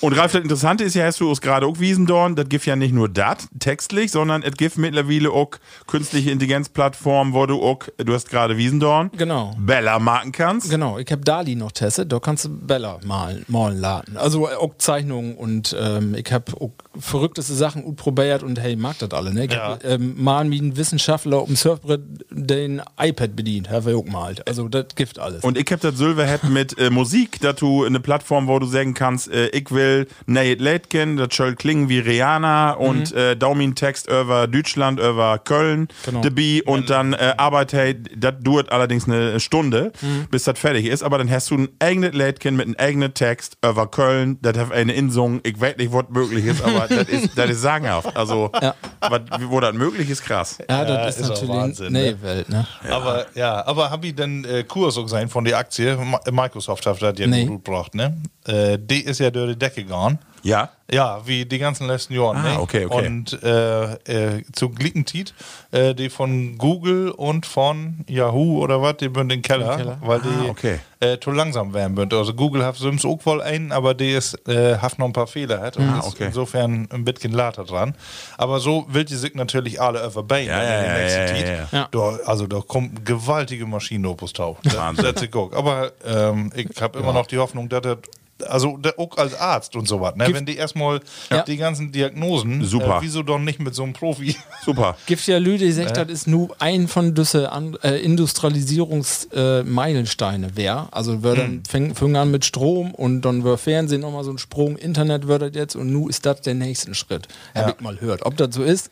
Speaker 2: Und Ralf, das Interessante ist ja, hast du es gerade auch Wiesendorn, das gibt ja nicht nur das textlich, sondern es gibt mittlerweile auch künstliche Intelligenzplattformen, wo du auch, du hast gerade Wiesendorn,
Speaker 4: Genau.
Speaker 2: Bella marken kannst.
Speaker 4: Genau, ich habe Dali noch testet, da kannst du Bella malen, malen laden. Also äh, auch Zeichnungen und ähm, ich habe auch verrückteste Sachen gut probiert und hey, mag das alle, ne? Ich hab, ähm, malen wie ein Wissenschaftler auf dem Surfbrett den iPad bedient, habe ich auch malt. Also das gibt alles.
Speaker 2: Und ich hab das Silverhead mit äh, Musik, dass du eine Plattform, wo du sagen kannst, äh, ich will Nate Latkin, das soll klingen wie Rihanna und
Speaker 4: Mhm.
Speaker 2: äh, Daumin Text über Deutschland, über Köln,
Speaker 4: Genau.
Speaker 2: The Bee und dann äh, Arbeit, hey, das dauert allerdings eine Stunde,
Speaker 4: Mhm.
Speaker 2: bis das fertig ist, aber dann hast du ein eigenes Latkin mit einem eigenen Text über Köln, das hat eine Insung, ich weiß nicht, was möglich ist, aber das ist, das ist sagenhaft. Also, was, wo das möglich ist, krass.
Speaker 4: ja, das
Speaker 3: Ja,
Speaker 4: ist,
Speaker 3: ist auch
Speaker 4: natürlich
Speaker 3: Wahnsinn,
Speaker 4: nee,
Speaker 3: ne?
Speaker 4: Welt, ne?
Speaker 3: Aber ja, aber hab ich denn äh, Kurs auch sein von der Aktie? Ma- Microsoft hat das ja
Speaker 4: Nee.
Speaker 3: gut gebracht, ne? Äh, die ist ja durch die Decke gegangen.
Speaker 2: Ja.
Speaker 3: Ja, wie die ganzen letzten Jahre.
Speaker 2: Ah,
Speaker 3: ne?
Speaker 2: okay, okay.
Speaker 3: Und äh, äh, zu Glickentit, äh, die von Google und von Yahoo oder was, die würden in den Keller, weil die
Speaker 2: Ah, okay.
Speaker 3: äh, zu langsam werden würden. Also Google hat Sims auch wohl einen, aber die ist, äh, hat noch ein paar Fehler hat und ist
Speaker 2: Ah, okay.
Speaker 3: insofern ein bisschen later dran. Aber so will die sich natürlich alle überbauen
Speaker 2: Ja, ja, ja, ja, ja, ja.
Speaker 4: Ja.
Speaker 3: Da, also da kommt gewaltige Maschinenopus tau.
Speaker 2: Wahnsinn.
Speaker 3: That's a cook. Aber ähm, ich habe immer noch die Hoffnung, dass er also der auch als Arzt und sowas, ne? wenn die erstmal
Speaker 4: Ja.
Speaker 3: die ganzen Diagnosen,
Speaker 2: Super.
Speaker 3: Äh, wieso doch nicht mit so einem Profi?
Speaker 2: Super.
Speaker 4: Gibt ja Lüde, die sagt, das ist nur ein von Düsse an, äh, Industrialisierungsmeilensteine äh, Meilensteine wär. Also wir dann fing, fing an mit Strom und dann wird Fernsehen nochmal so ein Sprung, Internet wird das jetzt und nu ist das der nächste Schritt. Hab ich mal gehört. Ob das so ist,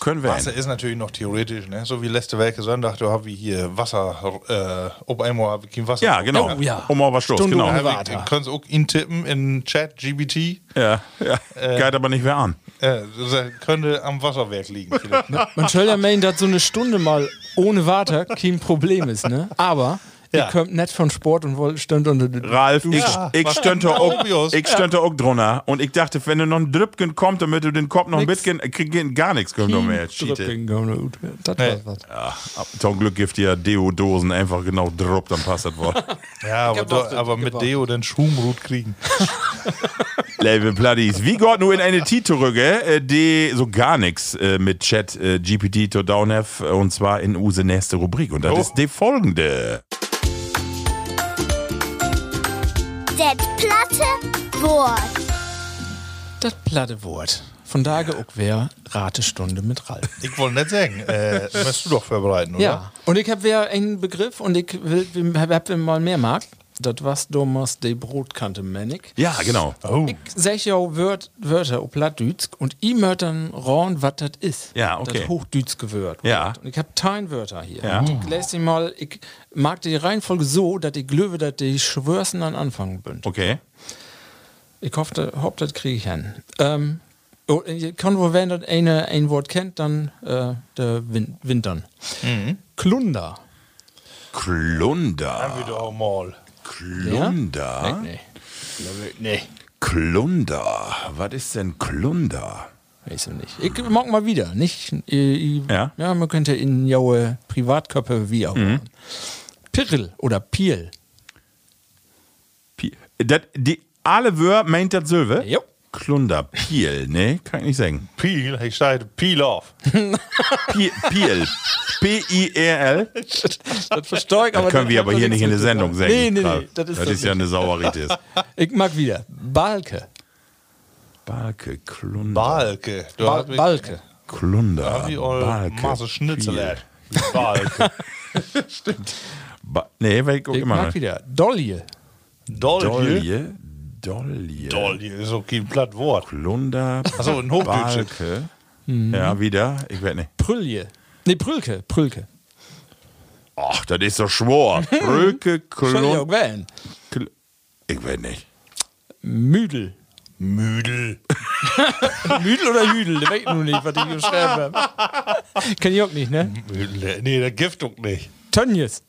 Speaker 2: Können wir.
Speaker 3: Wasser ist natürlich noch theoretisch, ne? so wie letzte Woche Sonntag, da haben wir hier Wasser, äh, ob einmal habe ich kein Wasser.
Speaker 2: Ja, genau.
Speaker 4: Oh, ja.
Speaker 2: Um mal was Stoß,
Speaker 4: Stunde
Speaker 2: genau.
Speaker 4: ohne
Speaker 3: Ja, wir können es auch intippen in Chat, GBT.
Speaker 2: Ja, ja. Geht aber nicht mehr an.
Speaker 3: Äh, das könnte am Wasserwerk liegen. Vielleicht, ne?
Speaker 4: Man soll ja meinen, dass so eine Stunde mal ohne Water kein Problem ist, ne? Aber
Speaker 3: Ja.
Speaker 4: ihr kommt nicht von Sport und wollt stimmt unter
Speaker 2: Ralf, ich,
Speaker 3: Ja,
Speaker 2: ich
Speaker 3: was
Speaker 2: stönte
Speaker 3: ein
Speaker 2: auch,
Speaker 3: Obvious.
Speaker 2: ich stönte auch drunter. Und ich dachte, wenn du noch ein Drüppchen kommt, damit du den Kopf noch ein
Speaker 4: Nix.
Speaker 2: bisschen kriegst, gar nichts kommt noch mehr. Cheated.
Speaker 4: Das
Speaker 3: Nee.
Speaker 4: war's was.
Speaker 2: Ja, ab- zum Glück gibt dir Deo-Dosen einfach genau drupp, dann passt das Wort.
Speaker 3: Ja, aber,
Speaker 4: gewartet,
Speaker 3: doch, aber mit
Speaker 4: gewartet.
Speaker 3: Deo den Schumrut kriegen.
Speaker 2: Label Bloodies. Wie Gott nur in eine T zurücke, äh, die so gar nichts äh, mit Chat äh, GPT to down have, äh, und zwar in Use nächste Rubrik. Und das
Speaker 3: Oh.
Speaker 2: ist die folgende.
Speaker 6: Das platte Wort.
Speaker 4: Das platte Wort. Von Tage auch wer Ratestunde mit Ralf.
Speaker 3: Ich wollte nicht sagen, äh, musst du doch vorbereiten, oder?
Speaker 4: Ja. Und ich habe wieder einen Begriff und ich will, hab ihn mal mehr mag. Das was Thomas de Brotkante Manik.
Speaker 2: Ja, genau.
Speaker 3: Oh.
Speaker 4: Ich sag ja auch Wört, Wörter, ob Plattdütsk, und ihm hört dann raun, was das ist.
Speaker 2: Ja, okay.
Speaker 4: Das Hochdütske Wört.
Speaker 2: Ja.
Speaker 4: Und ich hab tein Wörter hier.
Speaker 2: Ja.
Speaker 4: Und Ich lese die mal, ich mag die Reihenfolge so, dass ich löwe, dass die Schwörsen an Anfang bünd.
Speaker 2: Okay.
Speaker 4: Ich hoffe, da- hopp, das kriege ich hin. Ähm, und ihr könnt wohl, wenn das eine ein Wort kennt, dann äh, der Win Wintern.
Speaker 2: Mhm.
Speaker 4: Klunder.
Speaker 2: Klunder.
Speaker 3: Wieder auch mal.
Speaker 2: Klunder.
Speaker 4: Nee.
Speaker 2: Klunder. Was ist denn Klunder?
Speaker 4: Weiß ich nicht. Ich mag mal wieder, nicht? Äh, ich-
Speaker 2: Ja. Mhm.
Speaker 4: ja, man könnte in jaue Privatköpfe wie auch. machen. Pirl oder Piel.
Speaker 2: Pi- Dat, die alle Wör meint das Silve?
Speaker 4: Jo.
Speaker 2: Klunder. Piel, ne? Kann ich nicht sagen.
Speaker 3: Peel, ich sage Peel off.
Speaker 2: Pi- Piel. P-I-E-L.
Speaker 4: Das verstehe ich, aber
Speaker 2: Das können wir
Speaker 4: hat
Speaker 2: aber
Speaker 4: doch
Speaker 2: hier nicht
Speaker 4: nichts
Speaker 2: in der
Speaker 4: mit zu
Speaker 2: Sendung
Speaker 4: tun.
Speaker 2: singen.
Speaker 4: Nee, nee,
Speaker 2: Klar.
Speaker 4: nee. Das ist,
Speaker 2: das
Speaker 4: das
Speaker 2: ist ja eine
Speaker 4: nicht.
Speaker 2: Saueritis.
Speaker 4: Ich mag wieder. Balke.
Speaker 2: Balke, Klunder.
Speaker 3: Balke. Du
Speaker 4: Ba
Speaker 3: hast mich-
Speaker 4: Balke.
Speaker 2: Klunder.
Speaker 3: Hab ich all Masse Schnitzel. Balke.
Speaker 2: Ba nee, weil ich guck
Speaker 4: Ich
Speaker 2: immer
Speaker 4: mag
Speaker 2: noch.
Speaker 4: wieder. Dolje.
Speaker 3: Dolje.
Speaker 2: Dolje. Dolje.
Speaker 3: Dolje ist okay, ein platt Wort.
Speaker 2: Klunder.
Speaker 3: so, ein Hochdeutsches.
Speaker 2: Balke.
Speaker 4: Hm.
Speaker 2: Ja, wieder. Ich werd nicht.
Speaker 4: Prülje. Nee, Prülke. Prülke.
Speaker 2: Ach, das ist doch Schwor. Brücke,
Speaker 4: Entschuldigung,
Speaker 2: Klunder.
Speaker 4: wen?
Speaker 2: Ich werd nicht.
Speaker 4: Müdel.
Speaker 3: Müdel.
Speaker 4: Müdel oder Jüdel? Der weiß nur nicht, was ich geschrieben habe. Kenn ich auch nicht, ne?
Speaker 2: Mhm.
Speaker 3: Müdel. Nee, der Giftung nicht.
Speaker 4: Tönjes.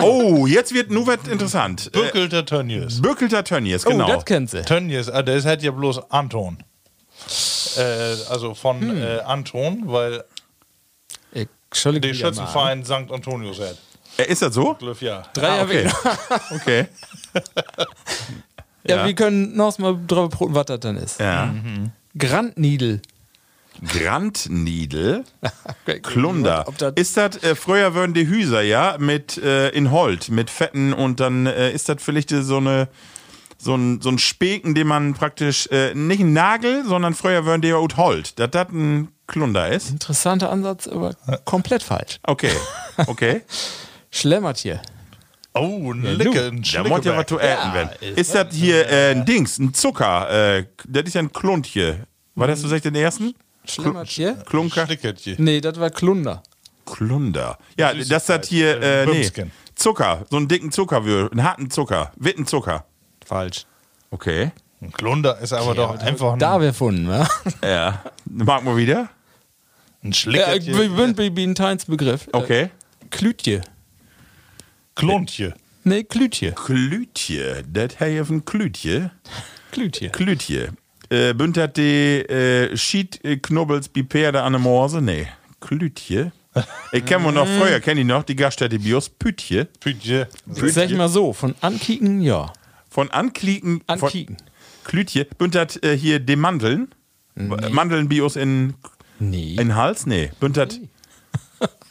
Speaker 2: Oh, jetzt wird nur was interessant. Äh,
Speaker 3: Bückelter Tönnies.
Speaker 2: Böckelter Tönnies, genau.
Speaker 4: Oh, das kennt sie.
Speaker 3: Tönnies, ah, der ist halt ja bloß Anton. Äh, also von
Speaker 2: Hm.
Speaker 3: äh, Anton, weil
Speaker 4: Ich soll ich
Speaker 3: der
Speaker 4: wieder mal.
Speaker 3: Schützenverein St. Antonius hat.
Speaker 2: Äh, Ist das so?
Speaker 3: Glück, ja.
Speaker 4: Drei
Speaker 2: Ah,
Speaker 4: ah,
Speaker 2: okay. okay.
Speaker 4: ja,
Speaker 2: Ja.
Speaker 4: wir können noch mal drüber proben, was das dann ist.
Speaker 2: Ja.
Speaker 4: Grandnidel.
Speaker 2: Grandniedel.
Speaker 4: Okay,
Speaker 2: Klunder.
Speaker 4: Ob das
Speaker 2: Ist das, äh, früher würden die Hüser, ja, mit äh, in Holt, mit Fetten und dann äh, ist das vielleicht äh, so eine. So ein, so ein Speken, den man praktisch äh, nicht ein Nagel, sondern früher würden die ja out Holt. Dass das ein Klunder ist.
Speaker 4: interessanter Ansatz, aber komplett falsch.
Speaker 2: Okay. Okay.
Speaker 4: Schlemmert
Speaker 3: Oh, ein Licke, ein
Speaker 2: da muss ja was zu
Speaker 3: Schlickeberg.
Speaker 2: ernten werden. Ist das hier äh, ein Dings, ein Zucker? Äh, das ist ja ein Kluntje. War das, du sagst, den ersten?
Speaker 4: Schlemmert
Speaker 2: Klunker?
Speaker 3: Schlickertje.
Speaker 4: Nee, das war Klunder.
Speaker 2: Klunder. Ja, das hat hier äh,
Speaker 3: Äh,
Speaker 2: nee.
Speaker 3: Bümsken.
Speaker 2: Zucker, so einen dicken Zuckerwürfel, einen harten Zucker, witten Zucker.
Speaker 4: Falsch.
Speaker 2: Okay.
Speaker 3: Ein Klunder ist aber doch einfach ein,
Speaker 4: Da wir gefunden, ne?
Speaker 2: Ja. Mag mal wieder.
Speaker 3: ein
Speaker 4: Ja, ich
Speaker 3: Schlickertje.
Speaker 4: bin bei Bienen Teins Begriff.
Speaker 2: Okay.
Speaker 4: Äh, Klütje.
Speaker 3: Kluntje.
Speaker 4: Nee, Klütje.
Speaker 2: Klütje, das Herr von Klütje.
Speaker 4: Klütje.
Speaker 2: Klütje. Äh, bündert die äh, Schied äh, Knubbels Biperde an der Morse? Nee. Klütje. Ich kenne wir noch früher, kenne ich noch, die Gaststätte Bios Pütje.
Speaker 3: Pütje.
Speaker 4: Ich sag mal so, von Ankicken, ja.
Speaker 2: Von Ankliken.
Speaker 4: Ankicken.
Speaker 2: Von Klütje. Bündert äh, hier die Mandeln. Mandeln Bios in
Speaker 4: Nee.
Speaker 2: In den Hals? Nee. Bündert.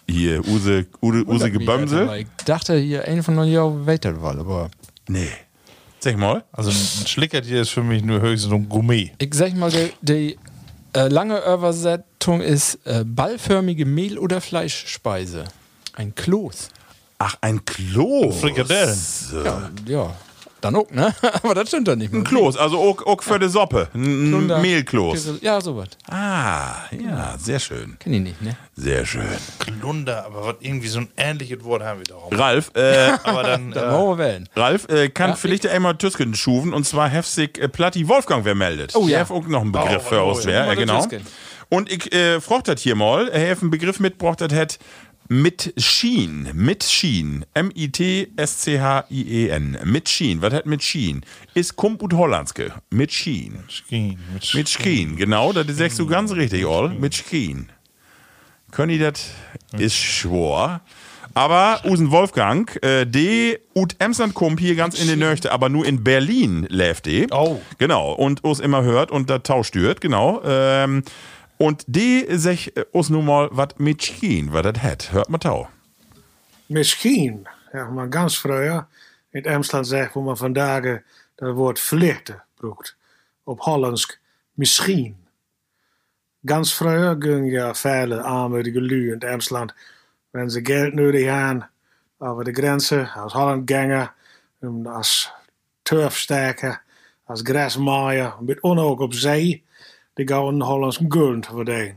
Speaker 2: Hier, Use, Ude, Use
Speaker 4: Aber
Speaker 2: Gebömsel?
Speaker 4: Ich dachte, hier eine von den Jahren weiter war, aber.
Speaker 2: Nee. Sag mal.
Speaker 3: Also ein Schlickertje ist für mich nur höchstens so ein Gourmet.
Speaker 4: Ich sag mal, die, die äh, lange Übersetzung ist äh, ballförmige Mehl- oder Fleischspeise. Ein Kloß.
Speaker 2: Ach, ein Klo.
Speaker 3: Frikadellen.
Speaker 4: Ja, Dann auch, ne? Aber das stimmt doch nicht mehr.
Speaker 2: Ein Kloß, also auch, auch für die Soppe. Ein Mehlkloß.
Speaker 4: Ja, sowas.
Speaker 2: Ah, ja, sehr schön.
Speaker 4: Kenn ich nicht, ne?
Speaker 2: Sehr schön.
Speaker 3: Klunder, aber was, irgendwie so ein ähnliches Wort haben wir doch auch.
Speaker 2: Ralf, äh,
Speaker 3: Aber dann,
Speaker 4: Da
Speaker 3: äh,
Speaker 4: brauchen wir Wellen.
Speaker 2: Ralf äh, kann vielleicht einmal Tüsken schufen und zwar heftig äh, Platti Wolfgang wer meldet.
Speaker 4: Oh ja.
Speaker 2: Der hat auch noch einen Begriff
Speaker 3: Oh,
Speaker 2: für
Speaker 3: oh,
Speaker 2: aus
Speaker 3: ja.
Speaker 2: wer, ja,
Speaker 4: Mal
Speaker 2: genau.
Speaker 4: Tüsken.
Speaker 2: Und ich äh, froch das hier mal, er hat einen Begriff mit, brocht das hat mit Schien, mit Schien, M-I-T-S-C-H-I-E-N, E mit Schien, was hat mit Schien? Ist Kumput Hollandske, mit Schien.
Speaker 3: Schkin, mit
Speaker 2: Mit Schkien, genau, das sagst du ganz richtig, Orl. Mit Schkien. Können die das? Ist schwor. Aber Usen Wolfgang, äh, de ut Emsland kommt hier ganz in den Nöchte, aber nur in Berlin läuft de.
Speaker 3: Oh.
Speaker 2: Genau, und us immer hört und da tauscht hört, genau. Ähm, und de sech äh, us nun mal wat mit Schkien, wat dat het. Hört mal tau.
Speaker 7: Misschien, ja, maar ganz vroeger, in het Emsland zegt hoe men vandaag eh, dat woord verlichten gebruikt. Op Hollandsk, misschien. Ganz vroeger ging ja vele aanwezige lui in het Emsland, wenn ze geld nodig hadden, over de grenzen, als Hollandganger, en als turfsterker, als grasmaaier, met onhoog op zee, die gaan een Hollands guld verdienen.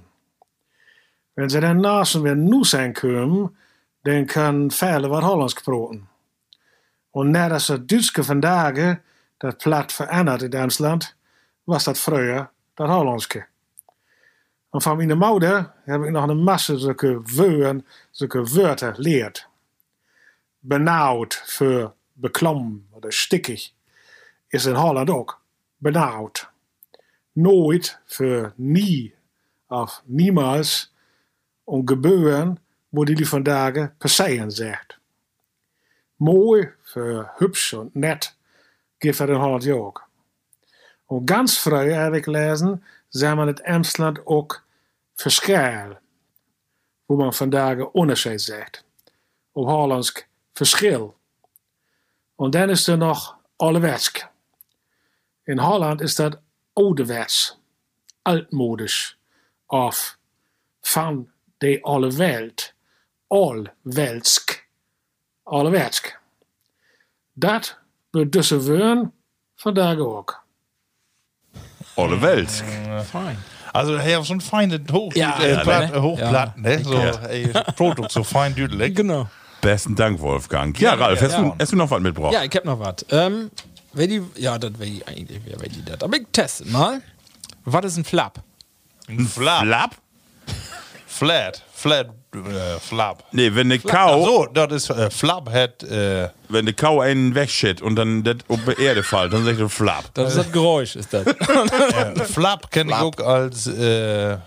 Speaker 7: Wenn ze dan naast weer nu zijn komen, den kan vele wat Hollandsk praten. Och när det så Duitske vandaag dat platt veranderd in Duitsland, was dat vroeger dat Hollandske. En van mijn moeder heb ik nog een massa zulke woorden, zulke woorden geleerd. Benauwd voor beklom, of stikkig, is in Holland ook benauwd. Nooit voor nie of niemals om gebeuren wat jullie vandaag passeren zegt. Mooi, voor hups en net, geeft dat in Holland ja ook. En ganz vrij heb ik lezen, zijn we in het Emsland ook verschil. Hoe men vandaag onderscheid zegt. Op Hollandsk verschil. En dan is er nog ouderwetsk. In Holland is dat ouderwets, altmodisch of van de alle welt, allweltsk, allewetsk. Dat wordt dus een woon vandaag ook.
Speaker 2: Olle Welsk.
Speaker 4: Fein.
Speaker 3: Also, hey, auf so ein feines Hoch
Speaker 4: Ja,
Speaker 3: äh,
Speaker 4: ja,
Speaker 3: Platt,
Speaker 4: ne?
Speaker 3: Hochblatt, ne? So, ey, Produkt, so fein düdelig.
Speaker 4: Genau.
Speaker 2: Besten Dank, Wolfgang. Ja, Ralf, hast,
Speaker 3: ja.
Speaker 2: Du, hast du noch was mitgebracht?
Speaker 4: Ja, ich hab noch was. Ähm, wer die, ja, das wäre die eigentlich, wer wär die das? Aber ich teste mal. Was ist ein Flap?
Speaker 3: Ein Flap.
Speaker 2: Flap?
Speaker 3: Flat. Flat. Äh, Flap.
Speaker 2: Nee, wenn ne Kau.
Speaker 3: Ach so, das ist äh, Flap hat. Äh,
Speaker 2: wenn der Kau einen wegschickt und dann das auf die Erde fällt, dann sagt er flapp.
Speaker 4: Das ist das Geräusch, ist das.
Speaker 3: äh, Flap kenne ich auch als. Äh,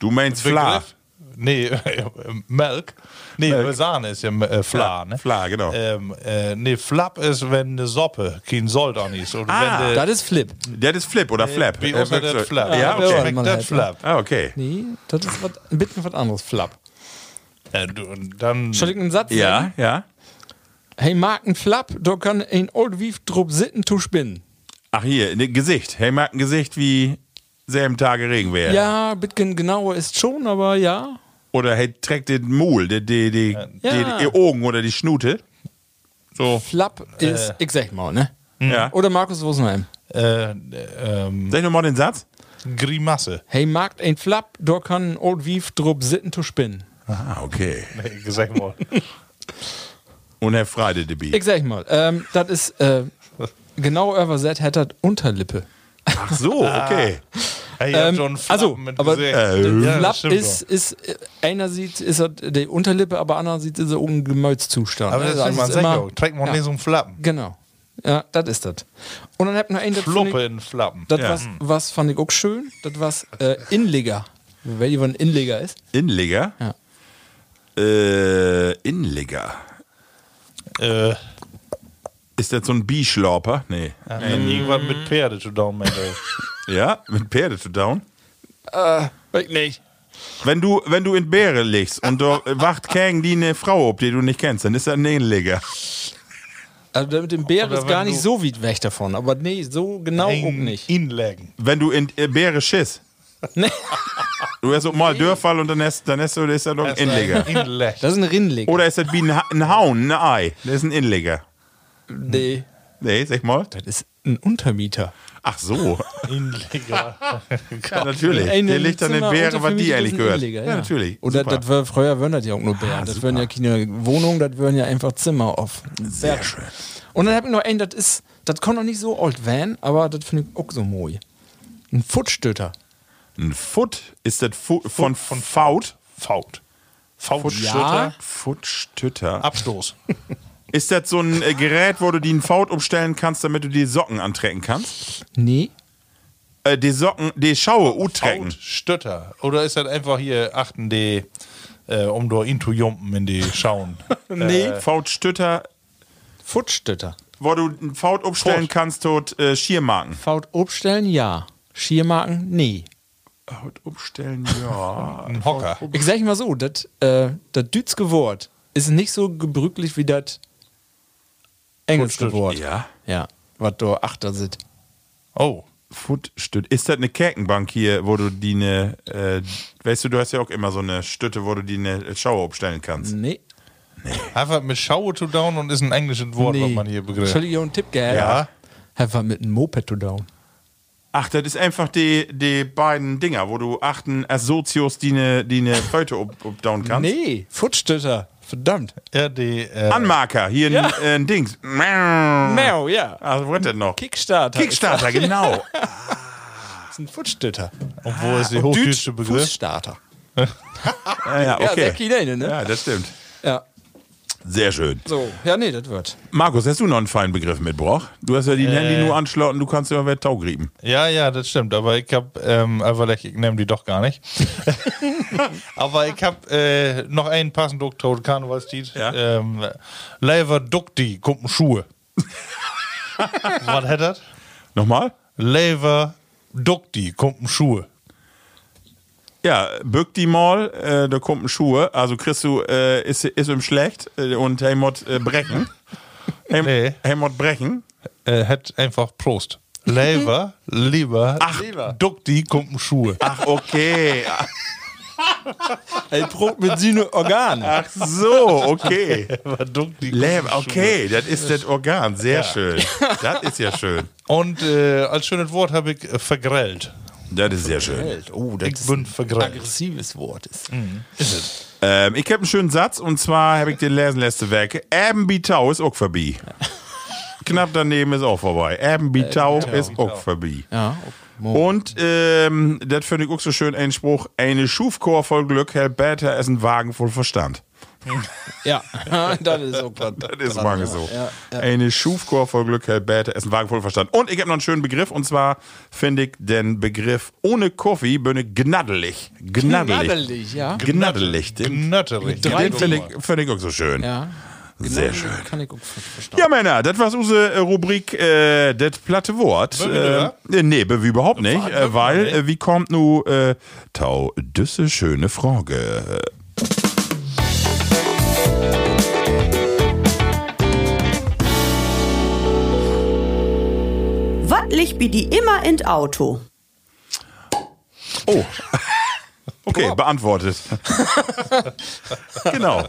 Speaker 2: Du meinst Fla.
Speaker 3: Begriff? Nee, Melk. Nee, Sahne ist ja äh, Fla, ne?
Speaker 2: Fla, genau.
Speaker 3: Ähm, äh, nee, Flap ist, wenn eine Soppe kein Soldan ist. Oder
Speaker 2: Ah,
Speaker 3: wenn de,
Speaker 4: das ist Flip.
Speaker 2: Der ist Flip oder Flap.
Speaker 3: Wie
Speaker 2: Äh,
Speaker 3: außer das
Speaker 2: wirklich-
Speaker 3: Flap.
Speaker 2: Ja,
Speaker 4: Ja,
Speaker 2: okay.
Speaker 4: man
Speaker 3: Schmeckt das
Speaker 4: halt,
Speaker 3: Flap.
Speaker 2: Ah, okay.
Speaker 4: Nee, das ist wat, ein bisschen was anderes, Flap.
Speaker 3: Äh, du, und dann.
Speaker 4: Soll ich einen Satz
Speaker 2: Ja,
Speaker 4: sagen?
Speaker 2: ja.
Speaker 4: Hey, Marken Flap, da kann ein Old Wief drup sitten zu spinnen.
Speaker 2: Ach, hier, ne, Gesicht. Hey, mag ein Gesicht wie selben Tage Regen wäre.
Speaker 4: Ja, ein bisschen genauer ist schon, aber ja.
Speaker 2: Oder hey, trägt den Mul, die, die, die,
Speaker 4: Ja.
Speaker 2: die, die Augen oder die Schnute. So,
Speaker 4: Flap ist, ich sag mal, ne?
Speaker 3: Mhm.
Speaker 2: ja.
Speaker 4: Oder Markus Rosenheim.
Speaker 3: Äh, ähm,
Speaker 2: Sag nochmal den Satz.
Speaker 3: Grimasse.
Speaker 4: Hey, Markt ein Flap, da kann ein Old Wief drup sitten zu spinnen.
Speaker 2: Ah, okay.
Speaker 3: Nee, gesagt mal.
Speaker 2: Und Herr Freide, die Bi.
Speaker 4: Ich sag mal, ähm, das ist, äh, genau übersetzt hat das Unterlippe.
Speaker 2: Ach so, okay.
Speaker 3: Hey, ihr habt
Speaker 4: Ähm,
Speaker 3: schon Flappen
Speaker 4: also,
Speaker 3: mit
Speaker 4: aber-
Speaker 3: Gesicht.
Speaker 2: Äh,
Speaker 3: Ja, das
Speaker 4: Flap
Speaker 3: stimmt
Speaker 4: ist, ist, äh, einerseits ist das die Unterlippe, aber andererseits ist er ein Gemütszustand.
Speaker 3: doch. Aber das
Speaker 4: Also,
Speaker 3: ist immer
Speaker 4: es
Speaker 3: ein
Speaker 4: ist
Speaker 3: Sänger. Trägt man
Speaker 4: ja,
Speaker 3: nicht so einen Flappen.
Speaker 4: Genau. Ja, das ist das. Und dann habt ihr noch einen, das fand
Speaker 3: Fluppe
Speaker 4: ich,
Speaker 3: in Flappen.
Speaker 4: das
Speaker 2: Ja.
Speaker 4: was, was fand ich auch schön, das was äh, Inleger. Weil die von Inleger ist.
Speaker 2: Innenligger?
Speaker 4: Ja.
Speaker 2: Äh, Innenligger.
Speaker 3: Äh,
Speaker 2: Ist das so ein Bi-Schlauper? Nee.
Speaker 3: Irgendwas mit Pferde zu down,
Speaker 2: Ja, mit Pferde zu down.
Speaker 4: Ich nicht.
Speaker 2: Wenn du, wenn du in Bäre liegst und da wacht Kang die eine Frau ob, die du nicht kennst, dann ist das ein Nehnleger.
Speaker 4: Also mit dem Bären
Speaker 3: Oder
Speaker 4: ist gar
Speaker 3: wenn
Speaker 4: nicht
Speaker 3: du-
Speaker 4: so weit weg davon, aber nee, so genau auch nicht.
Speaker 3: Inlegen.
Speaker 2: Wenn du in äh, Bäre schiss,
Speaker 4: Nee.
Speaker 2: du hast auch mal Dörrfall und dann hast, dann hast du, das ist das doch ein Inleger.
Speaker 3: Inlegen.
Speaker 4: Das ist ein Rinnleger.
Speaker 2: Oder ist das wie ein, Ha- ein Hauen, ein Ei? Das ist ein Inleger.
Speaker 4: Nee.
Speaker 2: Nee, sag mal.
Speaker 4: Das ist ein Untermieter.
Speaker 2: Ach so.
Speaker 3: Inlegal.
Speaker 2: Ja, natürlich.
Speaker 4: Eine
Speaker 2: Der liegt dann in
Speaker 4: Zimmer
Speaker 2: Bären,
Speaker 4: unter
Speaker 2: was
Speaker 4: für
Speaker 2: die
Speaker 4: mich
Speaker 2: ehrlich
Speaker 4: ist ein
Speaker 2: gehört.
Speaker 4: Illegal,
Speaker 2: Ja, natürlich.
Speaker 4: Oder
Speaker 2: Super.
Speaker 4: das war, früher waren das ja auch nur Bären. das waren ja keine Wohnungen, das waren ja einfach Zimmer auf.
Speaker 2: Sehr
Speaker 4: Bergen.
Speaker 2: schön.
Speaker 4: Und dann hab ich noch einen, das ist, das kommt noch nicht so old van, aber das finde ich auch so mooi. Ein Futstöter.
Speaker 2: Ein Foot ist das Fu von, von Faut.
Speaker 3: Faut.
Speaker 4: Ja.
Speaker 3: Fautstütter.
Speaker 2: Futtstütter.
Speaker 3: Abstoß.
Speaker 2: Ist das so ein äh, Gerät, wo du die einen Faut umstellen kannst, damit du die Socken antrecken kannst?
Speaker 4: Nee.
Speaker 2: Äh, die Socken, die Schaue, utrecken.
Speaker 3: Fautstütter. Oder ist das einfach hier, achten die, äh, um da in zu jumpen, in die schauen. Äh,
Speaker 2: Nee. Fautstütter,
Speaker 4: Futstöter.
Speaker 2: Äh, wo du einen Faut umstellen
Speaker 3: Faut.
Speaker 2: kannst, tot äh, Schiermarken.
Speaker 4: Faut obstellen, ja. Schiermarken, nee.
Speaker 2: Faut umstellen, ja.
Speaker 3: Ein Hocker.
Speaker 4: Ich sag mal so, das äh, das Dütske Wort ist nicht so gebrüglich wie das engelsche
Speaker 3: Futstöter.
Speaker 4: Wort.
Speaker 2: Ja.
Speaker 4: Ja. Was da achter sind.
Speaker 3: Oh.
Speaker 2: Footstütte. Ist das eine Kerkenbank hier, wo du die eine, äh, weißt du, du hast ja auch immer so eine Stütte, wo du die eine Schaue abstellen kannst.
Speaker 4: Nee.
Speaker 3: Einfach mit Schaue to down und ist ein englisches Wort, was man hier begriff.
Speaker 4: Soll ich dir einen Tipp geben?
Speaker 2: Ja.
Speaker 4: Einfach mit einem Moped to down.
Speaker 2: Ach, das ist einfach die, die beiden Dinger, wo du achten Assozios, die eine, die eine Föte abdown kannst.
Speaker 4: Nee, Futstöter. Verdammt.
Speaker 3: Ja, die, äh,
Speaker 2: Anmarker, hier
Speaker 4: Ja.
Speaker 2: ein, äh, ein Dings. Meow.
Speaker 4: Mau, ja.
Speaker 2: Ach, Also, wo hat das noch?
Speaker 4: Kickstarter.
Speaker 2: Kickstarter, genau.
Speaker 4: Das ist ein Futstöter.
Speaker 3: und wo ist der hochdeutsche Begriff?
Speaker 4: Fußstarter.
Speaker 2: ja, ja,
Speaker 4: Ja,
Speaker 2: Ah, okay.
Speaker 4: sehr kleine, ne?
Speaker 2: Ja, das stimmt.
Speaker 4: Ja.
Speaker 2: Sehr schön.
Speaker 4: So, ja, nee, das wird.
Speaker 2: Markus, hast du noch einen feinen Begriff mitgebracht? Du hast ja die Handy nur anschlauten, du kannst immer wieder Tau grieben.
Speaker 3: Ja, ja, das stimmt. Aber ich habe, ähm, aber ich nehme die doch gar nicht. aber ich habe äh, noch einen passend Oktober Karnevalstiet.
Speaker 2: Ja.
Speaker 3: Ähm, Lever Dukti, Kumpen Schuhe. Was hat das?
Speaker 2: Nochmal?
Speaker 3: Lever Dukti, Kumpen Schuhe.
Speaker 2: Ja, bück die mal, äh, da kommt ein Schuhe. Also kriegst du, äh, ist, ist ihm schlecht äh, und Helmut äh, brechen. Helm,
Speaker 3: Nee.
Speaker 2: Helmut brechen.
Speaker 3: Äh, hat einfach Prost. Lever, lieber,
Speaker 2: Ach.
Speaker 3: Dukti, Kumpen Schuhe.
Speaker 2: Ach, okay.
Speaker 4: Ey, Brot mit Sine Organe.
Speaker 2: Ach so, okay.
Speaker 3: Lever Dukti,
Speaker 2: Läm,
Speaker 3: Kumpen Schuhe.
Speaker 2: okay, das ist das Organ. Sehr schön. Das ist ja schön.
Speaker 3: Und äh, als schönes Wort habe ich äh, vergrellt.
Speaker 2: Das ist sehr schön.
Speaker 4: Oh,
Speaker 3: Ich bin Mhm. vergrellt.
Speaker 4: aggressives Wort. Ist.
Speaker 2: Ähm, ich habe einen schönen Satz und zwar habe ich den lesen letzte Werke. Erbenbitau ist auch vorbei. Knapp daneben ist auch vorbei. Erbenbitau ist auch vorbei.
Speaker 4: Ja.
Speaker 2: Und ähm, das finde ich auch so schön, ein Spruch, eine Schufchor voll Glück hält besser als ein Wagen voll Verstand.
Speaker 4: Ja, das ist auch was.
Speaker 2: Das ist manchmal so. Eine Schufchor voll Glück hält besser als ein Wagen voll Verstand. Und ich habe noch einen schönen Begriff und zwar finde ich den Begriff ohne Kaffee bin ich gnaddelig. Gnaddelig.
Speaker 4: Nadelig, ja.
Speaker 2: Gnaddelig. Den,
Speaker 3: Gnatterig.
Speaker 2: den finde ich, find ich auch so schön.
Speaker 4: Ja.
Speaker 2: Sehr schön.
Speaker 4: Kann ich auch ver- verstehen.
Speaker 2: Ja, Männer, das war unsere äh, Rubrik äh, Das platte Wort. Äh,
Speaker 3: wir
Speaker 2: nee, be- wie überhaupt nicht, äh, weil äh, wie kommt nu äh, Tau Düsse schöne Frage?
Speaker 8: Wat liegt bi die immer in Auto?
Speaker 2: Oh. Okay, beantwortet. genau.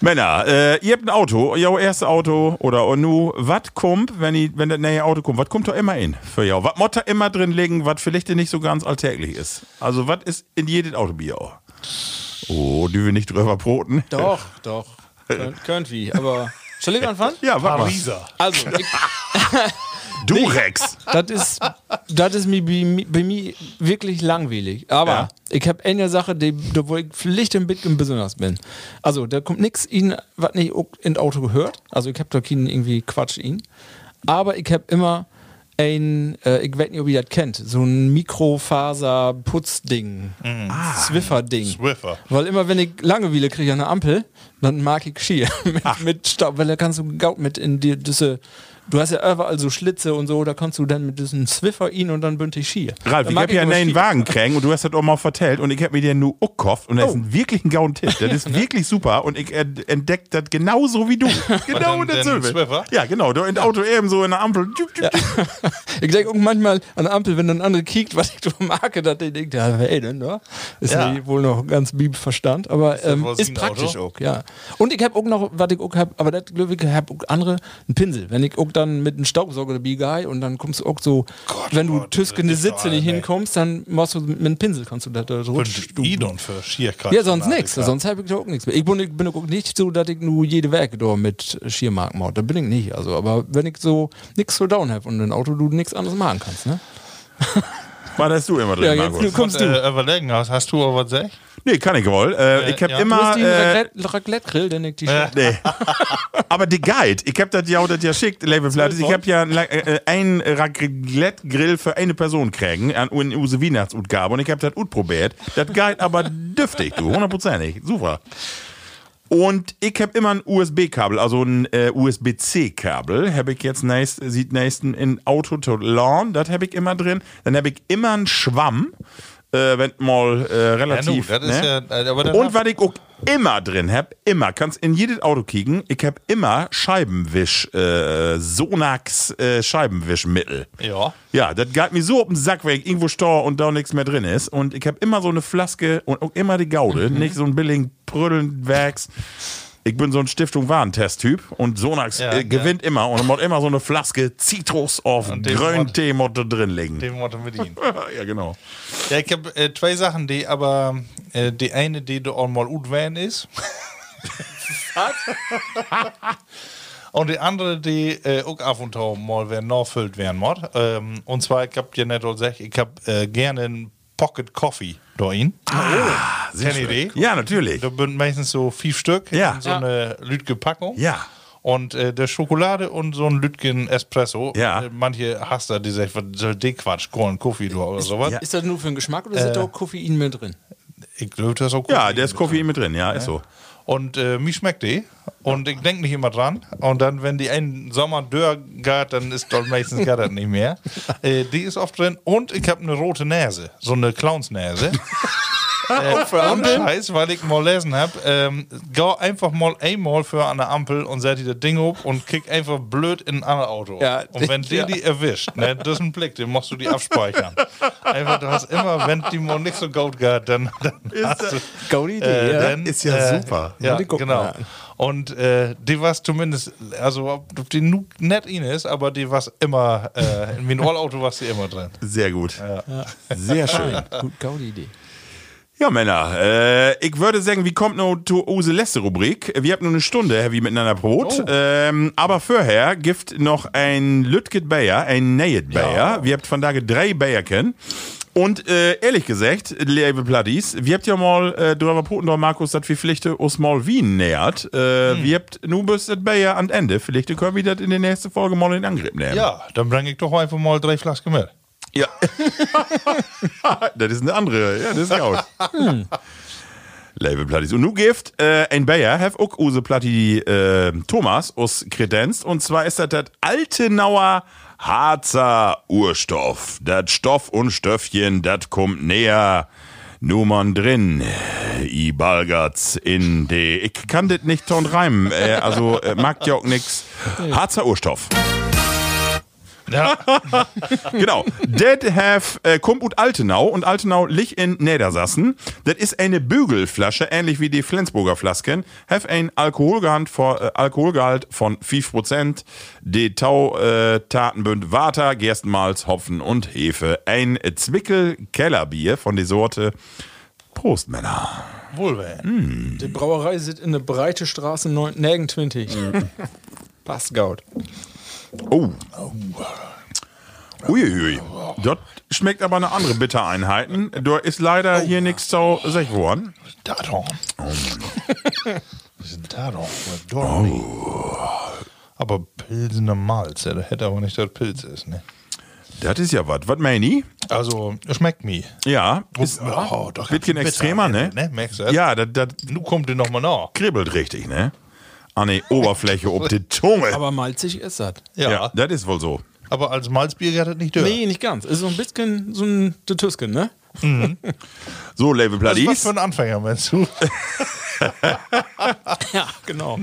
Speaker 2: Männer, äh, ihr habt ein Auto, euer erstes Auto oder und nu, was kommt, wenn i, wenn das neue Auto kommt, was kommt da immer in für jou? Was muss da immer drin liegen, was vielleicht nicht so ganz alltäglich ist? Also, was ist in jedes Auto bei jou? Oh, die wir nicht drüber broten.
Speaker 4: Doch, doch. Könnt, könnt wie, aber. Soll ich anfangen?
Speaker 2: Ja, warte mal.
Speaker 3: Pariser.
Speaker 4: Also, ich,
Speaker 2: Durex.
Speaker 4: das ist, das ist mir bei, mi- bei mir wirklich langweilig. Aber
Speaker 2: Ja.
Speaker 4: ich habe eine Sache, die, da wo ich Pflicht im Bitcoin besonders bin. Also, da kommt nichts in, was nicht auch in das Auto gehört. Also, ich habe da keinen irgendwie Quatsch in. Aber ich habe immer ein, äh, ich weiß nicht, ob ihr das kennt, so ein Mikrofaser-Putzding. Swiffer-Ding.
Speaker 3: Swiffer.
Speaker 4: Weil immer, wenn ich Langeweile kriege an der Ampel, dann mag ich Ski mit, mit Staub, weil da kannst du gaut mit in die diese. Du hast ja überall so Schlitze und so, da kannst du dann mit diesem Zwiffer ihn und dann bünd ich Ski.
Speaker 2: Ralf,
Speaker 4: Dann
Speaker 2: ich
Speaker 4: mag
Speaker 2: hab ja einen
Speaker 4: immer
Speaker 2: neuen
Speaker 4: Ski.
Speaker 2: Wagen kriegen und du hast das auch mal vertellt und ich hab mir den nur gekauft und das ist ein wirklich ein gauen Tipp. Das ist wirklich super und ich ent- entdeck das genauso wie du. genau
Speaker 3: denn-
Speaker 2: das
Speaker 3: denn
Speaker 2: Silbe.
Speaker 3: Swiffer?
Speaker 2: Ja, genau. Du in Auto eben so in der Ampel. Tüp, tüp, tüp.
Speaker 4: Ich denke auch manchmal an der Ampel, wenn dann andere kiekt, was ich da mag, dann denkt ja, wer denn da? Ist
Speaker 3: Ja.
Speaker 4: ja. wohl noch ganz Bibelverstand, aber ist, ähm,
Speaker 3: wohl
Speaker 4: ist
Speaker 3: ein
Speaker 4: praktisch
Speaker 3: Auto?
Speaker 4: auch, ja. Und ich habe auch noch, was ich auch habe, aber das Glück, ich habe auch andere, einen Pinsel. Wenn ich auch und dann mit einem Staubsauger dabei gehen und dann kommst du auch so, wenn du
Speaker 3: Gott,
Speaker 4: tüskende
Speaker 3: das ist
Speaker 4: Sitze
Speaker 3: doch,
Speaker 4: nicht
Speaker 3: ey.
Speaker 4: hinkommst, dann machst du mit einem Pinsel kannst du das da so
Speaker 3: Idon für Schierkeit.
Speaker 4: Ja, sonst nichts. Sonst habe ich da auch nichts mehr. Ich bin, ich bin auch nicht so, dass ich nur jede Werke da mit Schiermarken mache. Da bin ich nicht. Also, aber wenn ich so nichts zu down habe und ein Auto du nichts anderes machen kannst, ne?
Speaker 2: War das du immer drin, Markus?
Speaker 4: kommst
Speaker 3: Äh, überlegen, hast, hast du aber was gesagt?
Speaker 2: Nee, kann ich wohl. Äh, ich hab
Speaker 3: ja.
Speaker 4: Du
Speaker 2: immer.
Speaker 4: hast den
Speaker 2: Äh,
Speaker 4: Raclette- Raclette-Grill, den ich die
Speaker 2: nee. Aber die Guide, ich hab das ja auch das ja schickt, Label Plattes. Ich hab ja ein La- äh, ein Raclette-Grill für eine Person kriegen an in unsere Weihnachtsutgabe und ich hab das gut probiert. Das Guide aber dürftig, du, hundertprozentig. Super. Und ich habe immer ein USB-Kabel, also ein äh, USB-C-Kabel, habe ich jetzt nächst, sieht nächsten in Auto to Lawn, das habe ich immer drin. Dann habe ich immer einen Schwamm, äh, wenn mal äh, relativ.
Speaker 3: Ja, nu, das ist
Speaker 2: ne?
Speaker 3: ja- äh, aber dann
Speaker 2: Und
Speaker 3: hab-
Speaker 2: was ich auch immer drin habe, immer, kannst in jedes Auto kicken, ich habe immer Scheibenwisch, äh, Sonax äh, Scheibenwischmittel.
Speaker 3: Ja.
Speaker 2: Ja, das gab mir so auf den Sack, weil ich irgendwo stau und da nichts mehr drin ist. Und ich habe immer so eine Flaske und auch immer die Gaude,
Speaker 3: Mhm.
Speaker 2: nicht so ein billigen Prödeln Werks. Ich bin so ein Stiftung Warentest-Typ und Sonax
Speaker 3: Ja,
Speaker 2: äh,
Speaker 3: ja.
Speaker 2: gewinnt immer und macht immer so eine Flaske Zitrus auf
Speaker 3: Und den
Speaker 2: grünen
Speaker 3: Mod-
Speaker 2: Tee mod da drin legen.
Speaker 3: Dem Motto mit ihm.
Speaker 2: ja, genau.
Speaker 3: Ja, ich habe äh, zwei Sachen, die aber äh, die eine, die du auch mal gut wählen ist. und die andere, die äh, auch ab und zu mal werden, nachfüllt werden muss. Ähm, und zwar, ich habe dir nicht gesagt, ich habe äh, gerne einen Pocket Coffee da in. Ah, sehr Idee.
Speaker 2: Ja, natürlich.
Speaker 3: Da sind meistens so fünf Stück
Speaker 2: Ja.
Speaker 3: in so eine Lütge Packung.
Speaker 2: Ja.
Speaker 3: Und äh, der Schokolade und so ein Lütgen Espresso.
Speaker 2: Ja.
Speaker 3: Äh, Manche hasst da, die sagen, was soll der Quatsch, Korn, Koffee du oder sowas.
Speaker 2: Ja.
Speaker 4: Ist das nur für den Geschmack oder ist da auch Koffein mit drin?
Speaker 3: Ich glaube, das ist auch Koffein
Speaker 2: Ja, der ist
Speaker 3: mit
Speaker 2: Koffein mit drin, ja, ist so.
Speaker 3: Und äh, mir schmeckt die. Und ich denke nicht immer dran. Und dann, wenn die einen Sommer dörr geht, dann ist doch meistens gar das nicht mehr. Äh, die ist oft drin. Und ich habe eine rote Nase. So eine Clownsnase. äh, und Scheiß, weil ich mal lesen habe, ähm, geh einfach mal einmal für an der Ampel und setz dir das Ding hoch und kick einfach blöd in ein anderes Auto.
Speaker 4: Ja,
Speaker 3: und wenn die
Speaker 4: ja.
Speaker 3: die erwischt, ne, das ist ein Blick, den musst du die abspeichern. Einfach, du hast immer, wenn die mal nicht so gut geht, dann, dann hast du...
Speaker 4: Gaudi Idee,
Speaker 3: Äh,
Speaker 4: ja.
Speaker 3: denn,
Speaker 2: Ist ja
Speaker 3: äh,
Speaker 2: super.
Speaker 3: Ja,
Speaker 4: Ja, die gucken
Speaker 3: genau.
Speaker 4: wir an.
Speaker 3: Und äh, die war zumindest, also ob die nu- nett ihn ist, aber die war immer, äh, in meinem Allauto war sie immer drin.
Speaker 2: Sehr gut. Sehr schön.
Speaker 4: Gut, Gaudi-Idee.
Speaker 2: Ja, Männer, äh, ich würde sagen, wie kommt noch zu unsere letzte Rubrik? Wir haben nur eine Stunde, heavy miteinander Brot. Ähm, aber vorher gibt noch ein Lütget Bayer, ein Nayet Bayer. Wir habt von daher drei Bayer kennen. Und äh, ehrlich gesagt, liebe Platties, wir habt ja mal äh, drüber poten, doch Markus, dass wir vielleicht uns mal Wien nähert. Äh, Wir habt nun bis das Bayer an Ende. Vielleicht können wir das in der nächsten Folge mal in Angriff nehmen.
Speaker 3: Ja, dann bringe ich doch einfach mal drei Flaschen mit.
Speaker 2: Ja. das ist eine andere. Ja, das ist ja auch. Label Plattis. Und nun gibt äh, ein Bayer, have auch use Platti äh, Thomas aus Kredenz. Und zwar ist das das Altenauer Harzer Urstoff. Das Stoff und Stöffchen, das kommt näher. Nummern drin, äh, i Balgatz in de. Ich kann das nicht ton reimen, äh, also äh, mag ja auch nix. Harzer Urstoff.
Speaker 3: Ja,
Speaker 2: Genau. Dead have äh, kommt ut Altenau und Altenau lich in Niedersassen. Das ist eine Bügelflasche, ähnlich wie die Flensburger Flasken. Have ein Alkoholgehalt, vor, äh, Alkoholgehalt von 5%. De Tau äh, Tatenbünd Water, Gerstenmalz, Hopfen und Hefe. Ein Zwickel Kellerbier von der Sorte Prost, Männer.
Speaker 3: wohl wählen.
Speaker 4: Die Brauerei sitzt in der Breite Straße 9, 29. Passt Gaud.
Speaker 2: Oh. Uiuiui. Dort schmeckt aber eine andere Bittereinheiten. Da ist leider hier nichts zu sich worden.
Speaker 3: Da doch. Wir sind da doch. aber doch nicht. Aber Pilsener Malz, ja, das hätte aber nicht, dass Pilz ist. Ne?
Speaker 2: Das ist ja was. Was meine ich?
Speaker 3: Also, schmeckt mir.
Speaker 2: Ja, ist ah,
Speaker 3: Oh, doch,
Speaker 2: bisschen
Speaker 3: bitter,
Speaker 2: extremer, ne?
Speaker 3: ne? Merkst du das?
Speaker 2: Ja, das, das
Speaker 3: Nu kommt die nochmal nach.
Speaker 2: kribbelt richtig, ne? An die Oberfläche, ob die Zunge.
Speaker 4: Aber malzig ist das.
Speaker 2: ja, das ist wohl so.
Speaker 3: Aber als Malzbier geht das nicht durch.
Speaker 4: Nee, nicht ganz. Ist so ein bisschen so ein De Tüsken, ne?
Speaker 2: So, Label
Speaker 3: das ist was
Speaker 2: Pladies.
Speaker 3: für ein Anfänger, meinst du?
Speaker 4: Ja, genau.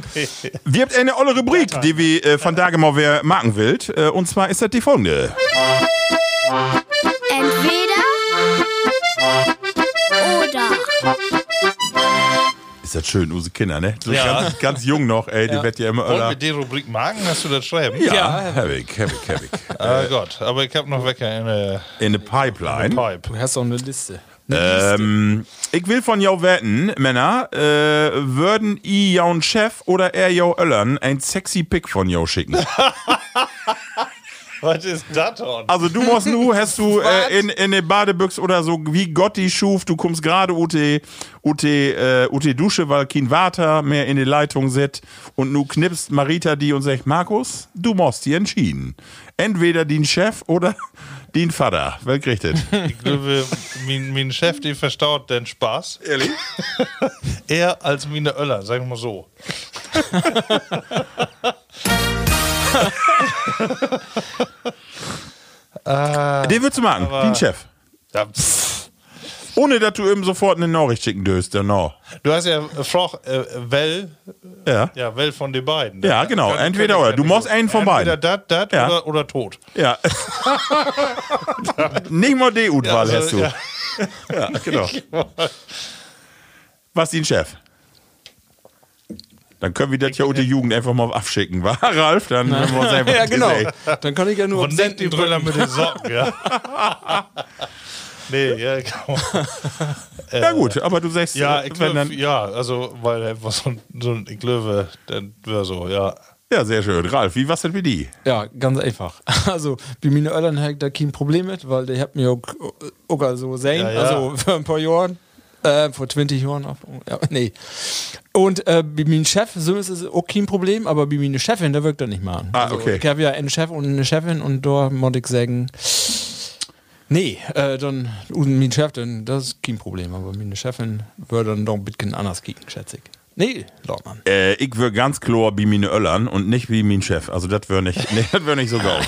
Speaker 2: Wir habt eine olle Rubrik, die wir äh, von Tage mal wer marken wollt. Äh, und zwar ist das die folgende.
Speaker 6: Entweder oder.
Speaker 2: Ist Ist das schön, unsere Kinder, ne? So
Speaker 3: Ja.
Speaker 2: ganz, ganz jung noch, ey, die wird ja immer
Speaker 3: Wollen wir
Speaker 2: öller.
Speaker 3: die Rubrik Magen? Hast du das schreiben?
Speaker 2: Ja, Äh. Havik, Havik, Havik.
Speaker 3: Ah Gott, aber ich habe noch Wecker in der
Speaker 2: In the Pipeline.
Speaker 3: Pipe.
Speaker 4: Du hast auch eine Liste. Äh,
Speaker 2: Ähm, ich will von jou wetten, Männer, äh, würden i joun Chef oder er jou Öllern ein sexy Pick von jou schicken?
Speaker 3: Was ist das denn?
Speaker 2: Also du musst nu, hast du äh, in, in ne Badebüchs oder so, wie Gotti schuf, du kommst gerade ute, ute, äh, ute Dusche, weil kein Water mehr in die Leitung sit und nu knipst Marita die und sagt, Markus, du musst die entschieden. Entweder den Chef oder den Vater. Wer kriegt das?
Speaker 3: Ich glaube, mein, mein Chef, der verstaut den Spaß.
Speaker 2: Ehrlich?
Speaker 3: Eher als meine Öller, sagen wir mal so.
Speaker 2: Den würdest du machen, den Chef.
Speaker 3: Ja, pff.
Speaker 2: Ohne, dass du ihm sofort eine Nachricht schicken dürst, genau.
Speaker 3: du hast ja Froch, äh, Well,
Speaker 2: Ja.
Speaker 3: ja, Well von den beiden.
Speaker 2: Ja, genau. Entweder oder. Du machst einen von beiden.
Speaker 3: Entweder das, das
Speaker 2: Ja.
Speaker 3: oder, oder tot.
Speaker 2: Ja. Nicht mal die Utwahl
Speaker 3: Ja,
Speaker 2: hast du.
Speaker 3: also,
Speaker 2: Ja. genau. Was ist dein Chef? Dann können wir das ja unter Jugend einfach mal abschicken, war Ralf? Dann haben wir uns einfach
Speaker 4: Ja, genau.
Speaker 2: gesehen.
Speaker 4: Dann kann ich ja nur auf
Speaker 3: Und nicht die
Speaker 4: Senden drücken.
Speaker 3: Brille mit den Socken, ja. nee, ja, komm.
Speaker 2: Ja gut, aber du sagst,
Speaker 3: Ja,
Speaker 2: äh,
Speaker 3: ich
Speaker 2: wenn
Speaker 3: glaube,
Speaker 2: dann,
Speaker 3: ja, also, weil er was so ein, so ein ich glaube, dann wäre so, ja.
Speaker 2: ja, sehr schön. Ralf, wie war's denn mit die?
Speaker 4: Ja, ganz einfach. Also, bei mir Öllern habe ich da kein Problem mit, weil die hat mir auch, äh, auch so sehen,
Speaker 3: Ja, ja.
Speaker 4: also vor ein paar Jahren, äh, vor 20 Jahren, auch, ja, nee. Und äh, bei meinem Chef, so ist es auch kein Problem, aber bei meiner Chefin, da wirkt das nicht mal an. Also,
Speaker 2: Ah, okay.
Speaker 4: ich habe ja einen Chef und eine Chefin und da muss ich sagen, nee, äh, dann, und mein Chef, dann, das ist kein Problem, aber meine Chefin würde dann doch ein bisschen anders kicken, schätze ich. Nee, laut man.
Speaker 2: Äh, ich würde ganz klar wie meine Öllern und nicht wie mein Chef. Also das wäre nicht, nee, das wär nicht so geil.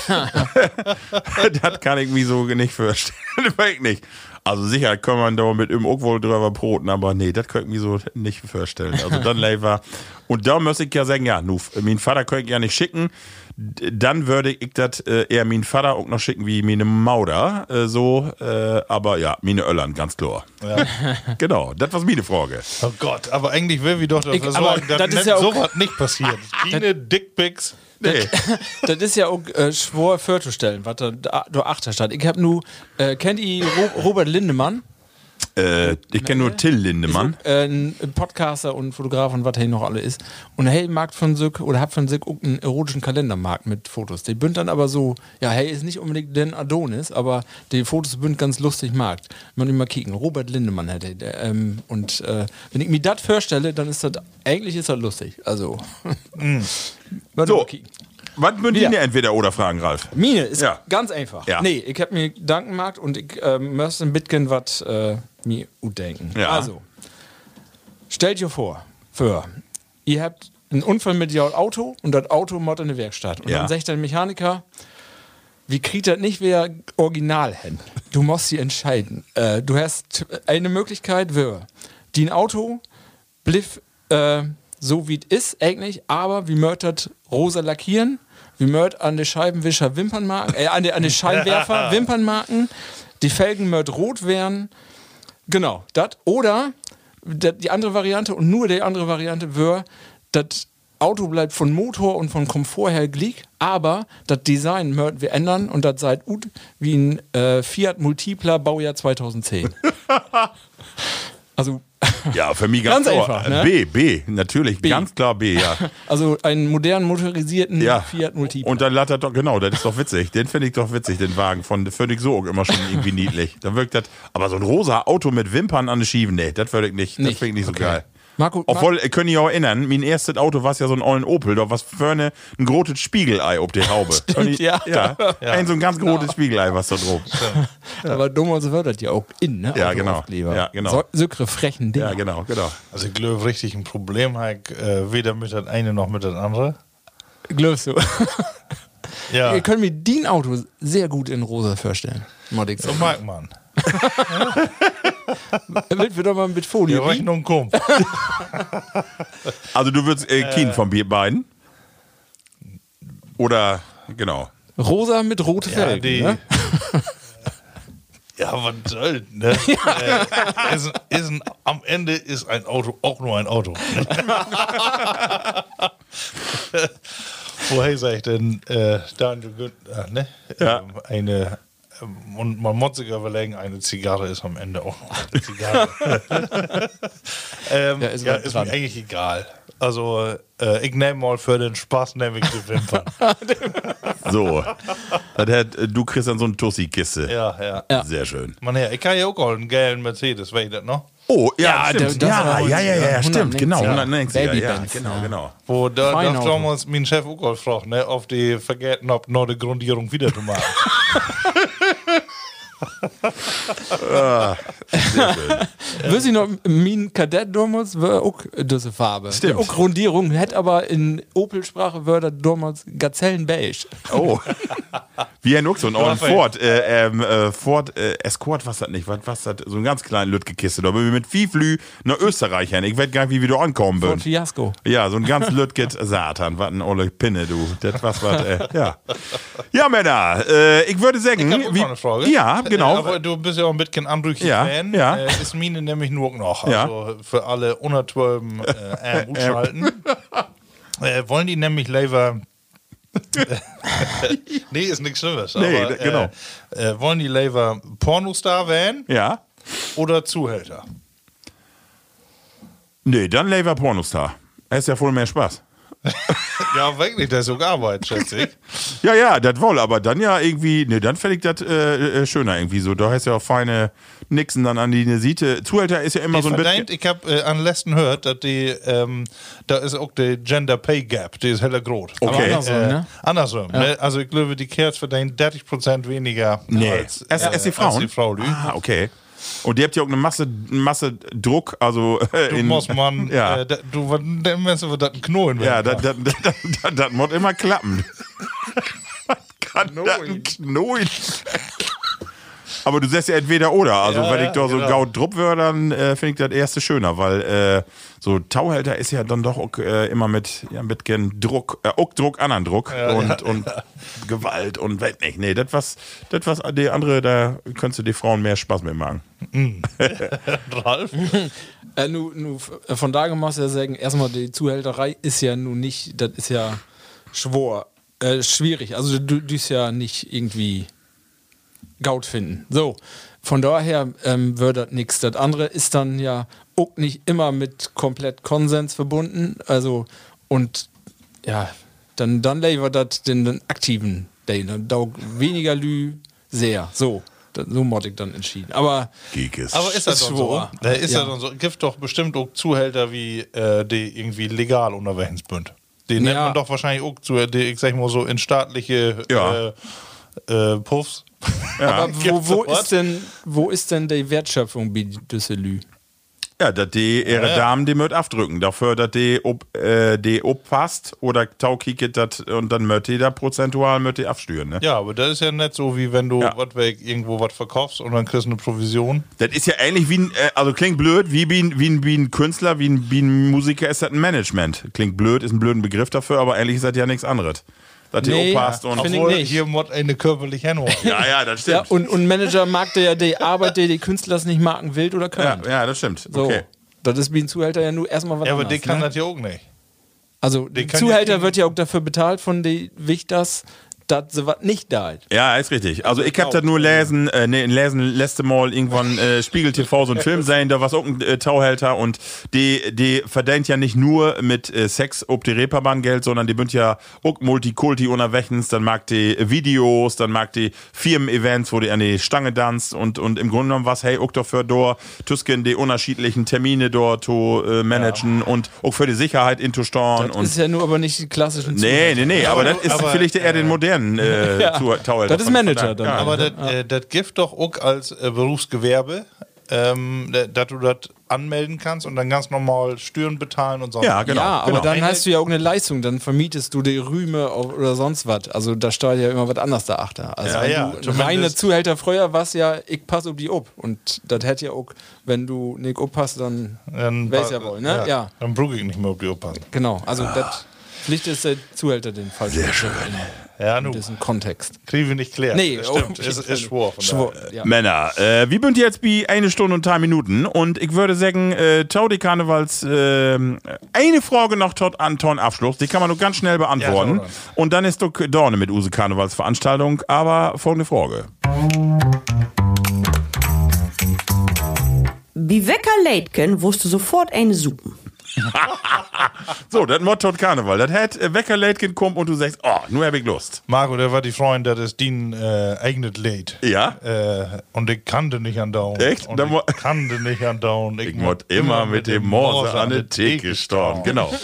Speaker 2: das kann ich mir so nicht vorstellen. Das weiß ich nicht. Also sicher kann man da mit im Urquell drüber broten, aber nee, das könnte ich mir so nicht vorstellen. Also dann lieber. Und da muss ich ja sagen, ja, nu, mein Vater könnte ich ja nicht schicken. D- Dann würde ich das äh, eher mein Vater auch noch schicken wie meine Mauder. Äh, so, äh, aber ja, meine Öllern, ganz klar. genau, das war meine Frage.
Speaker 3: Oh Gott, aber eigentlich will wir doch dafür
Speaker 4: Ich- aber
Speaker 3: sorgen, dass
Speaker 4: das ist
Speaker 3: net
Speaker 4: ja auch-
Speaker 3: sowas nicht passiert. Keine Dickpics.
Speaker 2: Nee.
Speaker 4: das ist ja auch äh, schwor vorzustellen, was da- da da achter stand. Ich habe nur, äh, kennt ihr Ro Robert Lindemann?
Speaker 2: Äh, ich kenne nur Till Lindemann.
Speaker 4: Äh, ein Podcaster und Fotograf und was er noch alle ist. Und hey, mag von Sück oder hat von Sück auch einen erotischen Kalendermarkt mit Fotos. Die bünd dann aber so, ja, hey, ist nicht unbedingt den Adonis, aber die Fotos bünd ganz lustig markt. Man immer kicken. Robert Lindemann hätte, der, ähm, und äh, wenn ich mir das vorstelle, dann ist das, eigentlich ist das lustig. Also, Wollen wir
Speaker 2: So.
Speaker 4: mal kicken.
Speaker 2: Was würden die
Speaker 4: Ja.
Speaker 2: denn entweder oder fragen, Ralf?
Speaker 4: Mine ist
Speaker 2: Ja.
Speaker 4: ganz einfach.
Speaker 2: Ja.
Speaker 4: Nee, ich habe mir Gedanken gemacht und ich äh, möchte ein bisschen was äh, mir gut denken.
Speaker 2: Ja.
Speaker 4: Also, stellt ihr vor, für, ihr habt einen Unfall mit eurem Auto und das Auto mod in der Werkstatt. Und
Speaker 2: Ja.
Speaker 4: dann sagt der Mechaniker, wie kriegt das nicht wer original hin? Du musst sie entscheiden. Äh, du hast eine Möglichkeit, wir, dein Auto bliff äh, so wie es ist eigentlich, aber wie mördert rosa lackieren, wie mört an den Scheibenwischer Wimpernmarken, äh, an den an de Scheinwerfer Wimpernmarken, die Felgen mört rot werden. Genau, das. Oder dat, die andere Variante und nur die andere Variante wäre, das Auto bleibt von Motor und von Komfort her gleich, aber das Design möchten wir ändern und das seid gut wie ein äh, Fiat Multipla Baujahr 2010. also,
Speaker 2: Ja, für mich ganz,
Speaker 4: Ganz
Speaker 2: klar.
Speaker 4: einfach, ne?
Speaker 2: B, B, natürlich,
Speaker 4: B.
Speaker 2: ganz klar B, ja.
Speaker 4: also einen modernen motorisierten
Speaker 2: ja.
Speaker 4: Fiat Multipla.
Speaker 2: Und dann lat er doch, genau, das ist doch witzig. Den finde ich doch witzig, den Wagen von Phoenix Soog immer schon irgendwie niedlich. Dann wirkt das, aber so ein rosa Auto mit Wimpern an den Schieven, nee, das würde ich nicht. Das
Speaker 4: Nicht.
Speaker 2: finde ich nicht so
Speaker 4: Okay.
Speaker 2: geil.
Speaker 4: Marco-
Speaker 2: Obwohl, äh, könnt ihr euch erinnern, mein erstes Auto war ja so ein ollen Opel, doch was für eine, ein grotes Spiegelei ob der Haube. Könnt ihr-
Speaker 4: ja. Genau.
Speaker 2: ja. Ein so ein ganz grotes Spiegelei, was da drauf.
Speaker 4: Aber dummerweise wird das ja auch in, ne?
Speaker 2: äh, Ja, genau.
Speaker 4: Autoaufkleber.
Speaker 2: Ja, genau.
Speaker 4: So, sückere frechen Dinger.
Speaker 2: Ja, genau, genau.
Speaker 3: Also ich glaube, richtig ein Problem habe ich äh, weder mit dem einen noch mit dem anderen.
Speaker 4: Glaubst du?
Speaker 3: Ja,
Speaker 4: Ihr könnt mir den Auto sehr gut in rosa vorstellen. Moddix.
Speaker 3: so mag man.
Speaker 4: Damit wir doch mal mit Folie
Speaker 3: Die Rechnung kommt.
Speaker 2: Also du würdest äh, Keen von Bier beiden? Oder genau.
Speaker 4: Rosa mit ne? roten
Speaker 3: Ja,
Speaker 4: Felgen.
Speaker 3: die-
Speaker 4: ne?
Speaker 3: Ja, was soll, ne? äh, ist, ein- ist ein, am Ende ist ein Auto auch nur ein Auto. Woher sag ich denn, äh, Daniel Günther, ne?
Speaker 2: Ja.
Speaker 3: Ähm, eine, ähm, und man muss sich überlegen, eine Zigarre ist am Ende auch noch eine Zigarre. ähm, ja,
Speaker 4: Ja,
Speaker 3: ist,
Speaker 4: ist
Speaker 3: ja,
Speaker 4: was
Speaker 3: ist mir
Speaker 4: dran.
Speaker 3: eigentlich egal. Also, äh, ich nehme mal für den Spaß, nehme ich die Wimpern.
Speaker 2: So. Das hat, äh, du kriegst dann so eine Tussi-Kiste.
Speaker 3: ja, ja.
Speaker 4: Ja.
Speaker 2: Sehr schön.
Speaker 3: Man, ja, ich kann ja auch holen, einen geilen Mercedes, weil ich das noch.
Speaker 2: Oh, ja,
Speaker 4: Ja,
Speaker 2: stimmt.
Speaker 4: der- das
Speaker 2: ja,
Speaker 4: war
Speaker 2: ja, ja, ja,
Speaker 4: 190er,
Speaker 2: stimmt. Genau,
Speaker 4: 190er,
Speaker 2: 190er. Ja,
Speaker 4: Babybenz,
Speaker 2: genau,
Speaker 4: ja.
Speaker 2: genau.
Speaker 3: Wo da
Speaker 4: Fein
Speaker 3: darf
Speaker 4: Auto.
Speaker 3: damals mein Chef auch gefragt, ne, ob die vergessen ob noch die Grundierung wieder zu machen. äh,
Speaker 4: Wüsste ich noch, mein Kadett damals war auch diese Farbe.
Speaker 2: Stimmt.
Speaker 4: Auch Grundierung, hätte aber in Opel-Sprache würde das damals Gazellenbeige.
Speaker 2: Oh. Wie ein Uxon, auch ein
Speaker 3: Raphael.
Speaker 2: Ford, äh, ähm, äh, Ford äh, Escort, was das nicht, was, was das, so ein ganz kleinen Lütgekiste, da bin ich mit Vieflü nach Österreich hin. Ich weiß gar nicht, wie wir da ankommen
Speaker 4: Von
Speaker 2: würden.
Speaker 4: Fiasco.
Speaker 2: Ja, so ein ganz Lütget Satan, was ein Olle Pinne, du. Das was, was, äh, ja. Ja, Männer, äh, ich würde sagen,
Speaker 3: Ich hab auch noch eine Frage.
Speaker 2: ja,
Speaker 3: Äh,
Speaker 2: genau.
Speaker 3: aber du bist ja auch ein bisschen anrüchig
Speaker 2: Ja,
Speaker 3: Fan.
Speaker 2: ja.
Speaker 3: Äh, ist Mine nämlich nur noch.
Speaker 2: Ja.
Speaker 3: Also für alle unertwölben äh, äh, schalten. äh, wollen die nämlich lieber. nee, ist nichts Schlimmes.
Speaker 2: Nee,
Speaker 3: aber,
Speaker 2: genau.
Speaker 3: Äh, äh, wollen die lieber Pornostar werden
Speaker 2: ja.
Speaker 3: oder Zuhälter?
Speaker 2: Nee, dann Lever Pornostar. Er ist ja voll mehr Spaß.
Speaker 3: Ja, wirklich, das ist sogar Arbeit, schätze ich.
Speaker 2: Ja, ja, das wohl, aber dann ja irgendwie, ne, dann fände ich das äh, äh, schöner irgendwie so. Da heißt ja auch feine Nixen dann an die Nesite. Zuhälter ist ja immer so ein bisschen.
Speaker 3: Verdient, ich habe äh, an letzten gehört, dass die, ähm, da ist auch der Gender Pay Gap, die ist heller groß.
Speaker 2: Okay.
Speaker 4: andersrum,
Speaker 3: äh,
Speaker 4: ne?
Speaker 3: Andersrum, ne? Also ich glaube, die Kerls verdienen 30% weniger
Speaker 2: Nee,
Speaker 3: als,
Speaker 2: erst,
Speaker 3: äh,
Speaker 2: erst die Frauen.
Speaker 3: Als die Frau, du.
Speaker 2: ah, okay. Und die habt ja auch eine Masse, Masse Druck, also äh,
Speaker 3: Du
Speaker 2: in,
Speaker 3: musst man,
Speaker 2: ja,
Speaker 3: äh, da, du, wenn du das ein Knoten
Speaker 2: ja,
Speaker 3: werden
Speaker 2: das
Speaker 3: kann.
Speaker 2: das- das- das- das- das muss immer klappen. Kann das ein Knoten? Aber du sagst ja entweder oder. Also
Speaker 3: Ja,
Speaker 2: wenn
Speaker 3: ja,
Speaker 2: ich da so
Speaker 3: genau.
Speaker 2: gaut drupp wäre, dann äh, finde ich das erste schöner, weil äh, so Tauhälter ist ja dann doch auch, äh, immer mit ja, mit gen Druck, äh, auch Druck, anderen Druck und, und Gewalt und weiß nicht. Nee, das was, das was die andere, da könntest du die Frauen mehr Spaß mit machen.
Speaker 3: Ralf?
Speaker 4: Äh, nu, nu, äh, von daher machst du ja sagen, erstmal die Zuhälterei ist ja nun nicht, das ist ja schwor, äh, schwierig. Also du du ist ja nicht irgendwie Gaut finden. So, von daher ähm, würde das nichts. Das andere ist dann ja auch nicht immer mit komplett Konsens verbunden. Also und ja, dann, dann labor das den, den aktiven Day. Dann dauert weniger Lü sehr. So, das, so mod ich dann entschieden. Aber
Speaker 2: Geek ist.
Speaker 3: Aber ist das
Speaker 4: Ist
Speaker 3: dann so?
Speaker 4: schwor.
Speaker 3: Da ist
Speaker 4: Ja.
Speaker 3: das dann so? Gibt doch bestimmt auch Zuhälter, wie äh, die irgendwie legal unterwegs sind. Die nennt
Speaker 4: Ja.
Speaker 3: man doch wahrscheinlich auch zu, die, ich sag mal so, in staatliche
Speaker 2: Ja.
Speaker 3: äh, äh, Puffs.
Speaker 4: Aber
Speaker 3: Gibt's
Speaker 4: wo, wo,
Speaker 3: sowas?
Speaker 4: ist denn, wo ist denn die Wertschöpfung bei Düsselü?
Speaker 2: Ja, dass die ihre
Speaker 3: Ja.
Speaker 2: Damen die mit abdrücken. Dafür, dass die, ob, äh, die obpasst oder taukiket dat und dann möcht die da prozentual möcht die abstüren. Ne?
Speaker 3: Ja, aber das ist ja nicht so, wie wenn du
Speaker 2: Ja.
Speaker 3: wat weg irgendwo was verkaufst und dann kriegst du eine Provision.
Speaker 2: Das ist ja ähnlich wie ein, äh, also klingt blöd, wie, wie, ein- wie, ein, wie ein Künstler, wie ein, wie ein Musiker ist das ein Management. Klingt blöd, ist ein blöden Begriff dafür, aber eigentlich ist das ja nichts anderes. Dass die
Speaker 4: Nee,
Speaker 2: obpasst und.
Speaker 4: find ich
Speaker 3: Obwohl
Speaker 4: nicht.
Speaker 3: hier mod eine körperliche Hände.
Speaker 2: Ja, ja, das
Speaker 4: Ja,
Speaker 2: stimmt.
Speaker 4: und, und Manager mag der ja die Arbeit, die die Künstler es nicht machen will oder
Speaker 2: Ja,
Speaker 4: können.
Speaker 2: ja, das stimmt.
Speaker 4: So.
Speaker 2: Okay.
Speaker 4: Das ist wie ein Zuhälter ja nur erstmal was
Speaker 3: ja, aber
Speaker 4: anderes,
Speaker 3: die kann
Speaker 4: ne?
Speaker 3: das ja auch nicht.
Speaker 4: Also
Speaker 3: die
Speaker 4: der
Speaker 3: kann ja
Speaker 4: Zuhälter
Speaker 3: kriegen-
Speaker 4: wird ja auch dafür bezahlt von den Wichters, dass sie was nicht da ist.
Speaker 2: Ja, ist richtig. Also ich hab das nur lesen, äh, nee, lesen letzte Mal irgendwann äh, Spiegel TV so ein Film sein, da war auch ein äh, Tauhälter und die, die verdient ja nicht nur mit äh, Sex ob die Reeperbahn Geld, sondern die bünd ja auch Multikulti unterwegs, dann mag die Videos, dann mag die Firmen-Events, wo die an die Stange tanzt und, und im Grunde genommen was, hey, auch dafür dort Tüsken die unterschiedlichen Termine dort to äh, managen und auch für die Sicherheit in to storn
Speaker 4: Das ist
Speaker 2: und
Speaker 4: ja nur aber nicht die klassischen
Speaker 2: Nee, nee, nee, aber
Speaker 3: Aber-
Speaker 2: das ist
Speaker 3: aber,
Speaker 2: vielleicht eher den modernen äh,
Speaker 4: Ja.
Speaker 2: Zuh- Tauhälter.
Speaker 4: Das ist
Speaker 2: von- von da-
Speaker 4: Manager dann.
Speaker 2: Ja.
Speaker 3: Aber das äh, das gibt doch auch als äh, Berufsgewerbe, ähm, dass du das anmelden kannst und dann ganz normal Stüren bezahlen und sonst
Speaker 2: Ja,
Speaker 3: was.
Speaker 2: genau.
Speaker 4: ja, aber
Speaker 2: genau.
Speaker 4: dann hast du ja auch eine Leistung, dann vermietest du die Rühme au- oder sonst was. Also da steht ja immer was anderes dahinter. Also
Speaker 3: Ja,
Speaker 4: wenn
Speaker 3: ja,
Speaker 4: du ein
Speaker 3: zumindest-
Speaker 4: reiner Zuhälter früher warst ja, ich passe um die ob. Und das hätte ja auch, wenn du nicht obpasst, dann,
Speaker 3: Dann
Speaker 4: wär's ja wohl, ne? Ja,
Speaker 3: Dann brück ich nicht mehr, ob die aufpassen.
Speaker 4: genau. Also das Pflicht ist der Zuhälter den Fall. Sehr schön.
Speaker 3: Ja,
Speaker 4: In
Speaker 3: nun.
Speaker 4: diesem Kontext.
Speaker 3: Kriegen wir nicht klären.
Speaker 4: Nee,
Speaker 3: Das
Speaker 4: oh,
Speaker 3: stimmt. ist, ist Schwur. Von
Speaker 4: Schwur,
Speaker 3: daher.
Speaker 4: ja.
Speaker 2: Männer, äh, wir sind jetzt bei eine Stunde und drei Minuten und ich würde sagen, äh, tau die Karnevals, ähm, eine Frage noch tot an Ton Abschluss, die kann man nur ganz schnell beantworten.
Speaker 3: Ja, tau
Speaker 2: und dann ist doch Dorne mit Use Karnevalsveranstaltung, aber folgende Frage.
Speaker 8: Wie Wecker Leitgen wusste sofort eine suchen.
Speaker 2: So, das Motto Karneval, das hat äh, Wecker Leitgen kommt und du sagst, oh, nur hab ich Lust.
Speaker 3: Marco, der war die Freund, der das Dien äh, eignet lädt.
Speaker 2: Ja?
Speaker 3: Äh, und ich kannte nicht andauern.
Speaker 2: Echt?
Speaker 3: Und
Speaker 2: Dann mo-
Speaker 3: ich kannte nicht andauern.
Speaker 2: Ich mod immer mit dem Morse an der Theke storn. Genau.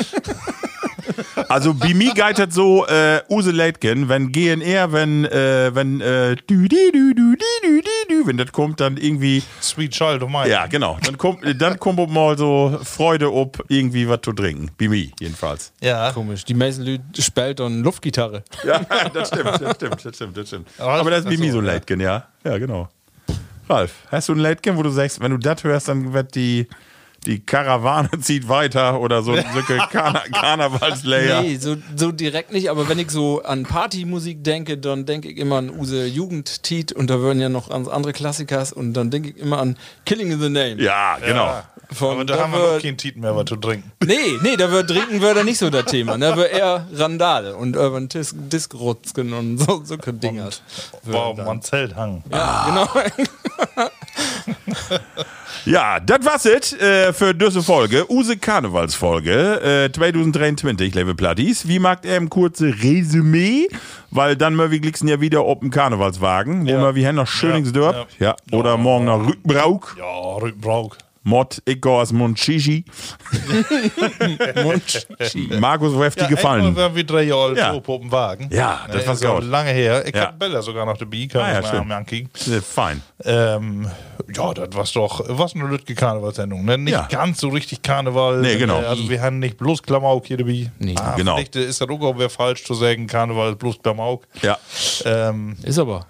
Speaker 2: Also bei mir geht das so, äh, Use Leitgen, wenn GNR, wenn, äh, wenn, äh, dü, di, dü, dü, di, dü, di, dü, wenn das kommt, dann irgendwie,
Speaker 3: Sweet Child of Mine.
Speaker 2: ja genau, dann kommt, dann kommt auch mal so Freude ob irgendwie was zu trinken. Bei mir jedenfalls.
Speaker 3: ja.
Speaker 4: Komisch. Die meisten Leute spielen dann Luftgitarre.
Speaker 2: Ja, das stimmt, das stimmt, das stimmt, das stimmt.
Speaker 3: Aber das-
Speaker 2: Aber das ist bei mir
Speaker 3: ach
Speaker 2: so
Speaker 3: so, ja.
Speaker 2: Leitgen, ja. Ja, genau. Ralf, hast du ein Leitgen, wo du sagst, wenn du das hörst, dann wird die, die Karawane zieht weiter oder so ein Sücke Karna Karnevalslayer.
Speaker 4: Nee, so, so direkt nicht, aber wenn ich so an Partymusik denke, dann denke ich immer an Use Jugendtiet und da würden ja noch an andere Klassikers und dann denke ich immer an Killing in the Name.
Speaker 2: Ja, genau.
Speaker 4: Von,
Speaker 3: Aber da haben wir
Speaker 4: wär-
Speaker 3: noch keinen Titel mehr, was zu trinken.
Speaker 4: Nee, nee, da wird trinken würde nicht so das Thema. Da wäre eher Randale und Urban Tis- Disc-Rutzken und so, so Dinger.
Speaker 3: Wow, man zählt hang.
Speaker 4: Ja, genau.
Speaker 2: Ja, das war's it äh, für diese Folge, Use Karnevalsfolge äh, 2023, liebe Platties. Wie macht er ein kurze Resümee? Weil dann mal wir glicksen ja wieder auf dem Karnevalswagen, wo wir wie Herrn nach Schöningsdörp, ja.
Speaker 3: Ja.
Speaker 2: oder morgen nach Rückbrauch.
Speaker 3: Ja, Rückbrauch.
Speaker 2: Mod Igors Munchishi. Markus Weft die gefallen.
Speaker 3: Wir haben wir drei Jahre
Speaker 2: Ja.
Speaker 3: ja. Wagen.
Speaker 2: Ja, das war's
Speaker 3: ist auch
Speaker 2: gut.
Speaker 3: lange her. Ich
Speaker 2: Ja.
Speaker 3: hab Bilder sogar noch dabei, kann
Speaker 2: Ah, ja,
Speaker 3: ich mir
Speaker 2: schön.
Speaker 3: einmal angucken.
Speaker 2: Äh, Fein.
Speaker 3: Ähm, ja, das war's doch. Was eine lütke Karnevalssendung. Ne? Nicht
Speaker 2: Ja.
Speaker 3: ganz so richtig Karneval.
Speaker 2: Nee, genau.
Speaker 3: Äh, Also wir haben nicht bloß Klamauk hier dabei.
Speaker 4: Nee.
Speaker 3: ah,
Speaker 2: Genau.
Speaker 3: Vielleicht äh, ist das auch wäre falsch zu sagen, Karneval ist bloß Klamauk.
Speaker 2: Ja.
Speaker 3: Ähm,
Speaker 4: Ist aber.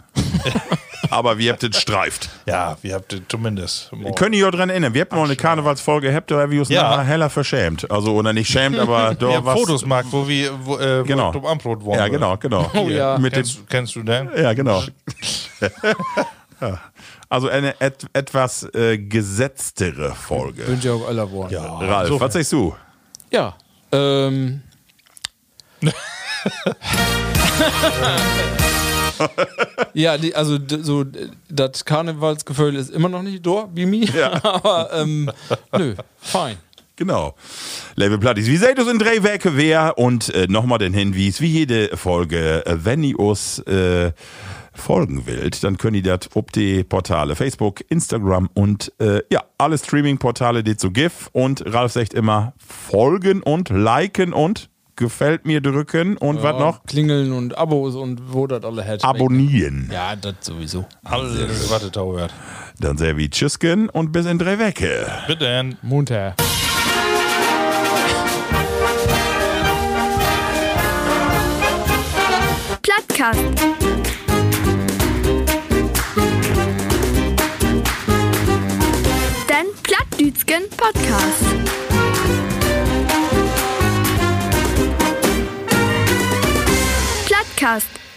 Speaker 2: Aber wie habt ihr streift?
Speaker 3: ja, wir habt äh, zumindest. morgen-
Speaker 2: Könnt ihr euch dran erinnern? Wir hatten mal eine Karnevalsfolge gehabt, da haben wir uns
Speaker 3: Ja.
Speaker 2: nachher heller verschämt. Also, oder nicht schämt, aber
Speaker 3: wir
Speaker 2: da
Speaker 3: haben
Speaker 2: was.
Speaker 3: Fotos, Marc, wo wir wo, äh,
Speaker 2: Genau.
Speaker 3: wo ich zum Ambrot waren.
Speaker 2: Ja, genau, genau.
Speaker 4: Oh ja.
Speaker 2: Mit den,
Speaker 3: Kennst, du- kennst du den?
Speaker 2: ja, genau. Ja. Also eine et, etwas äh, gesetztere Folge.
Speaker 4: Wünsche ich auch aller Worten. Ja.
Speaker 2: Ralf, was sagst du?
Speaker 4: ja. Ähm. ja, die, also d- so d- das Karnevalsgefühl ist immer noch nicht da, Bimi.
Speaker 2: Ja.
Speaker 4: Aber ähm, nö, fein.
Speaker 2: Genau. Level Plattis, wie seht ihr in drei Werke wer? Und äh, nochmal den Hinweis, wie jede Folge, äh, wenn ihr uns äh, folgen wollt, dann könnt ihr das ob die Portale Facebook, Instagram und äh, ja, alle Streaming-Portale, die zu GIF. Und Ralf sagt immer, folgen und liken und gefällt mir drücken und was noch?
Speaker 4: Klingeln und Abos und wo das alle hält.
Speaker 2: Abonnieren.
Speaker 4: Ja, das sowieso.
Speaker 3: Alles, warte, Tauert.
Speaker 2: Dann sehr wie Tschüssken und bis in drei Werke.
Speaker 3: Bitte.
Speaker 4: Montag.
Speaker 1: Plattkast. Den Plattdütschen Podcast. Plattkast.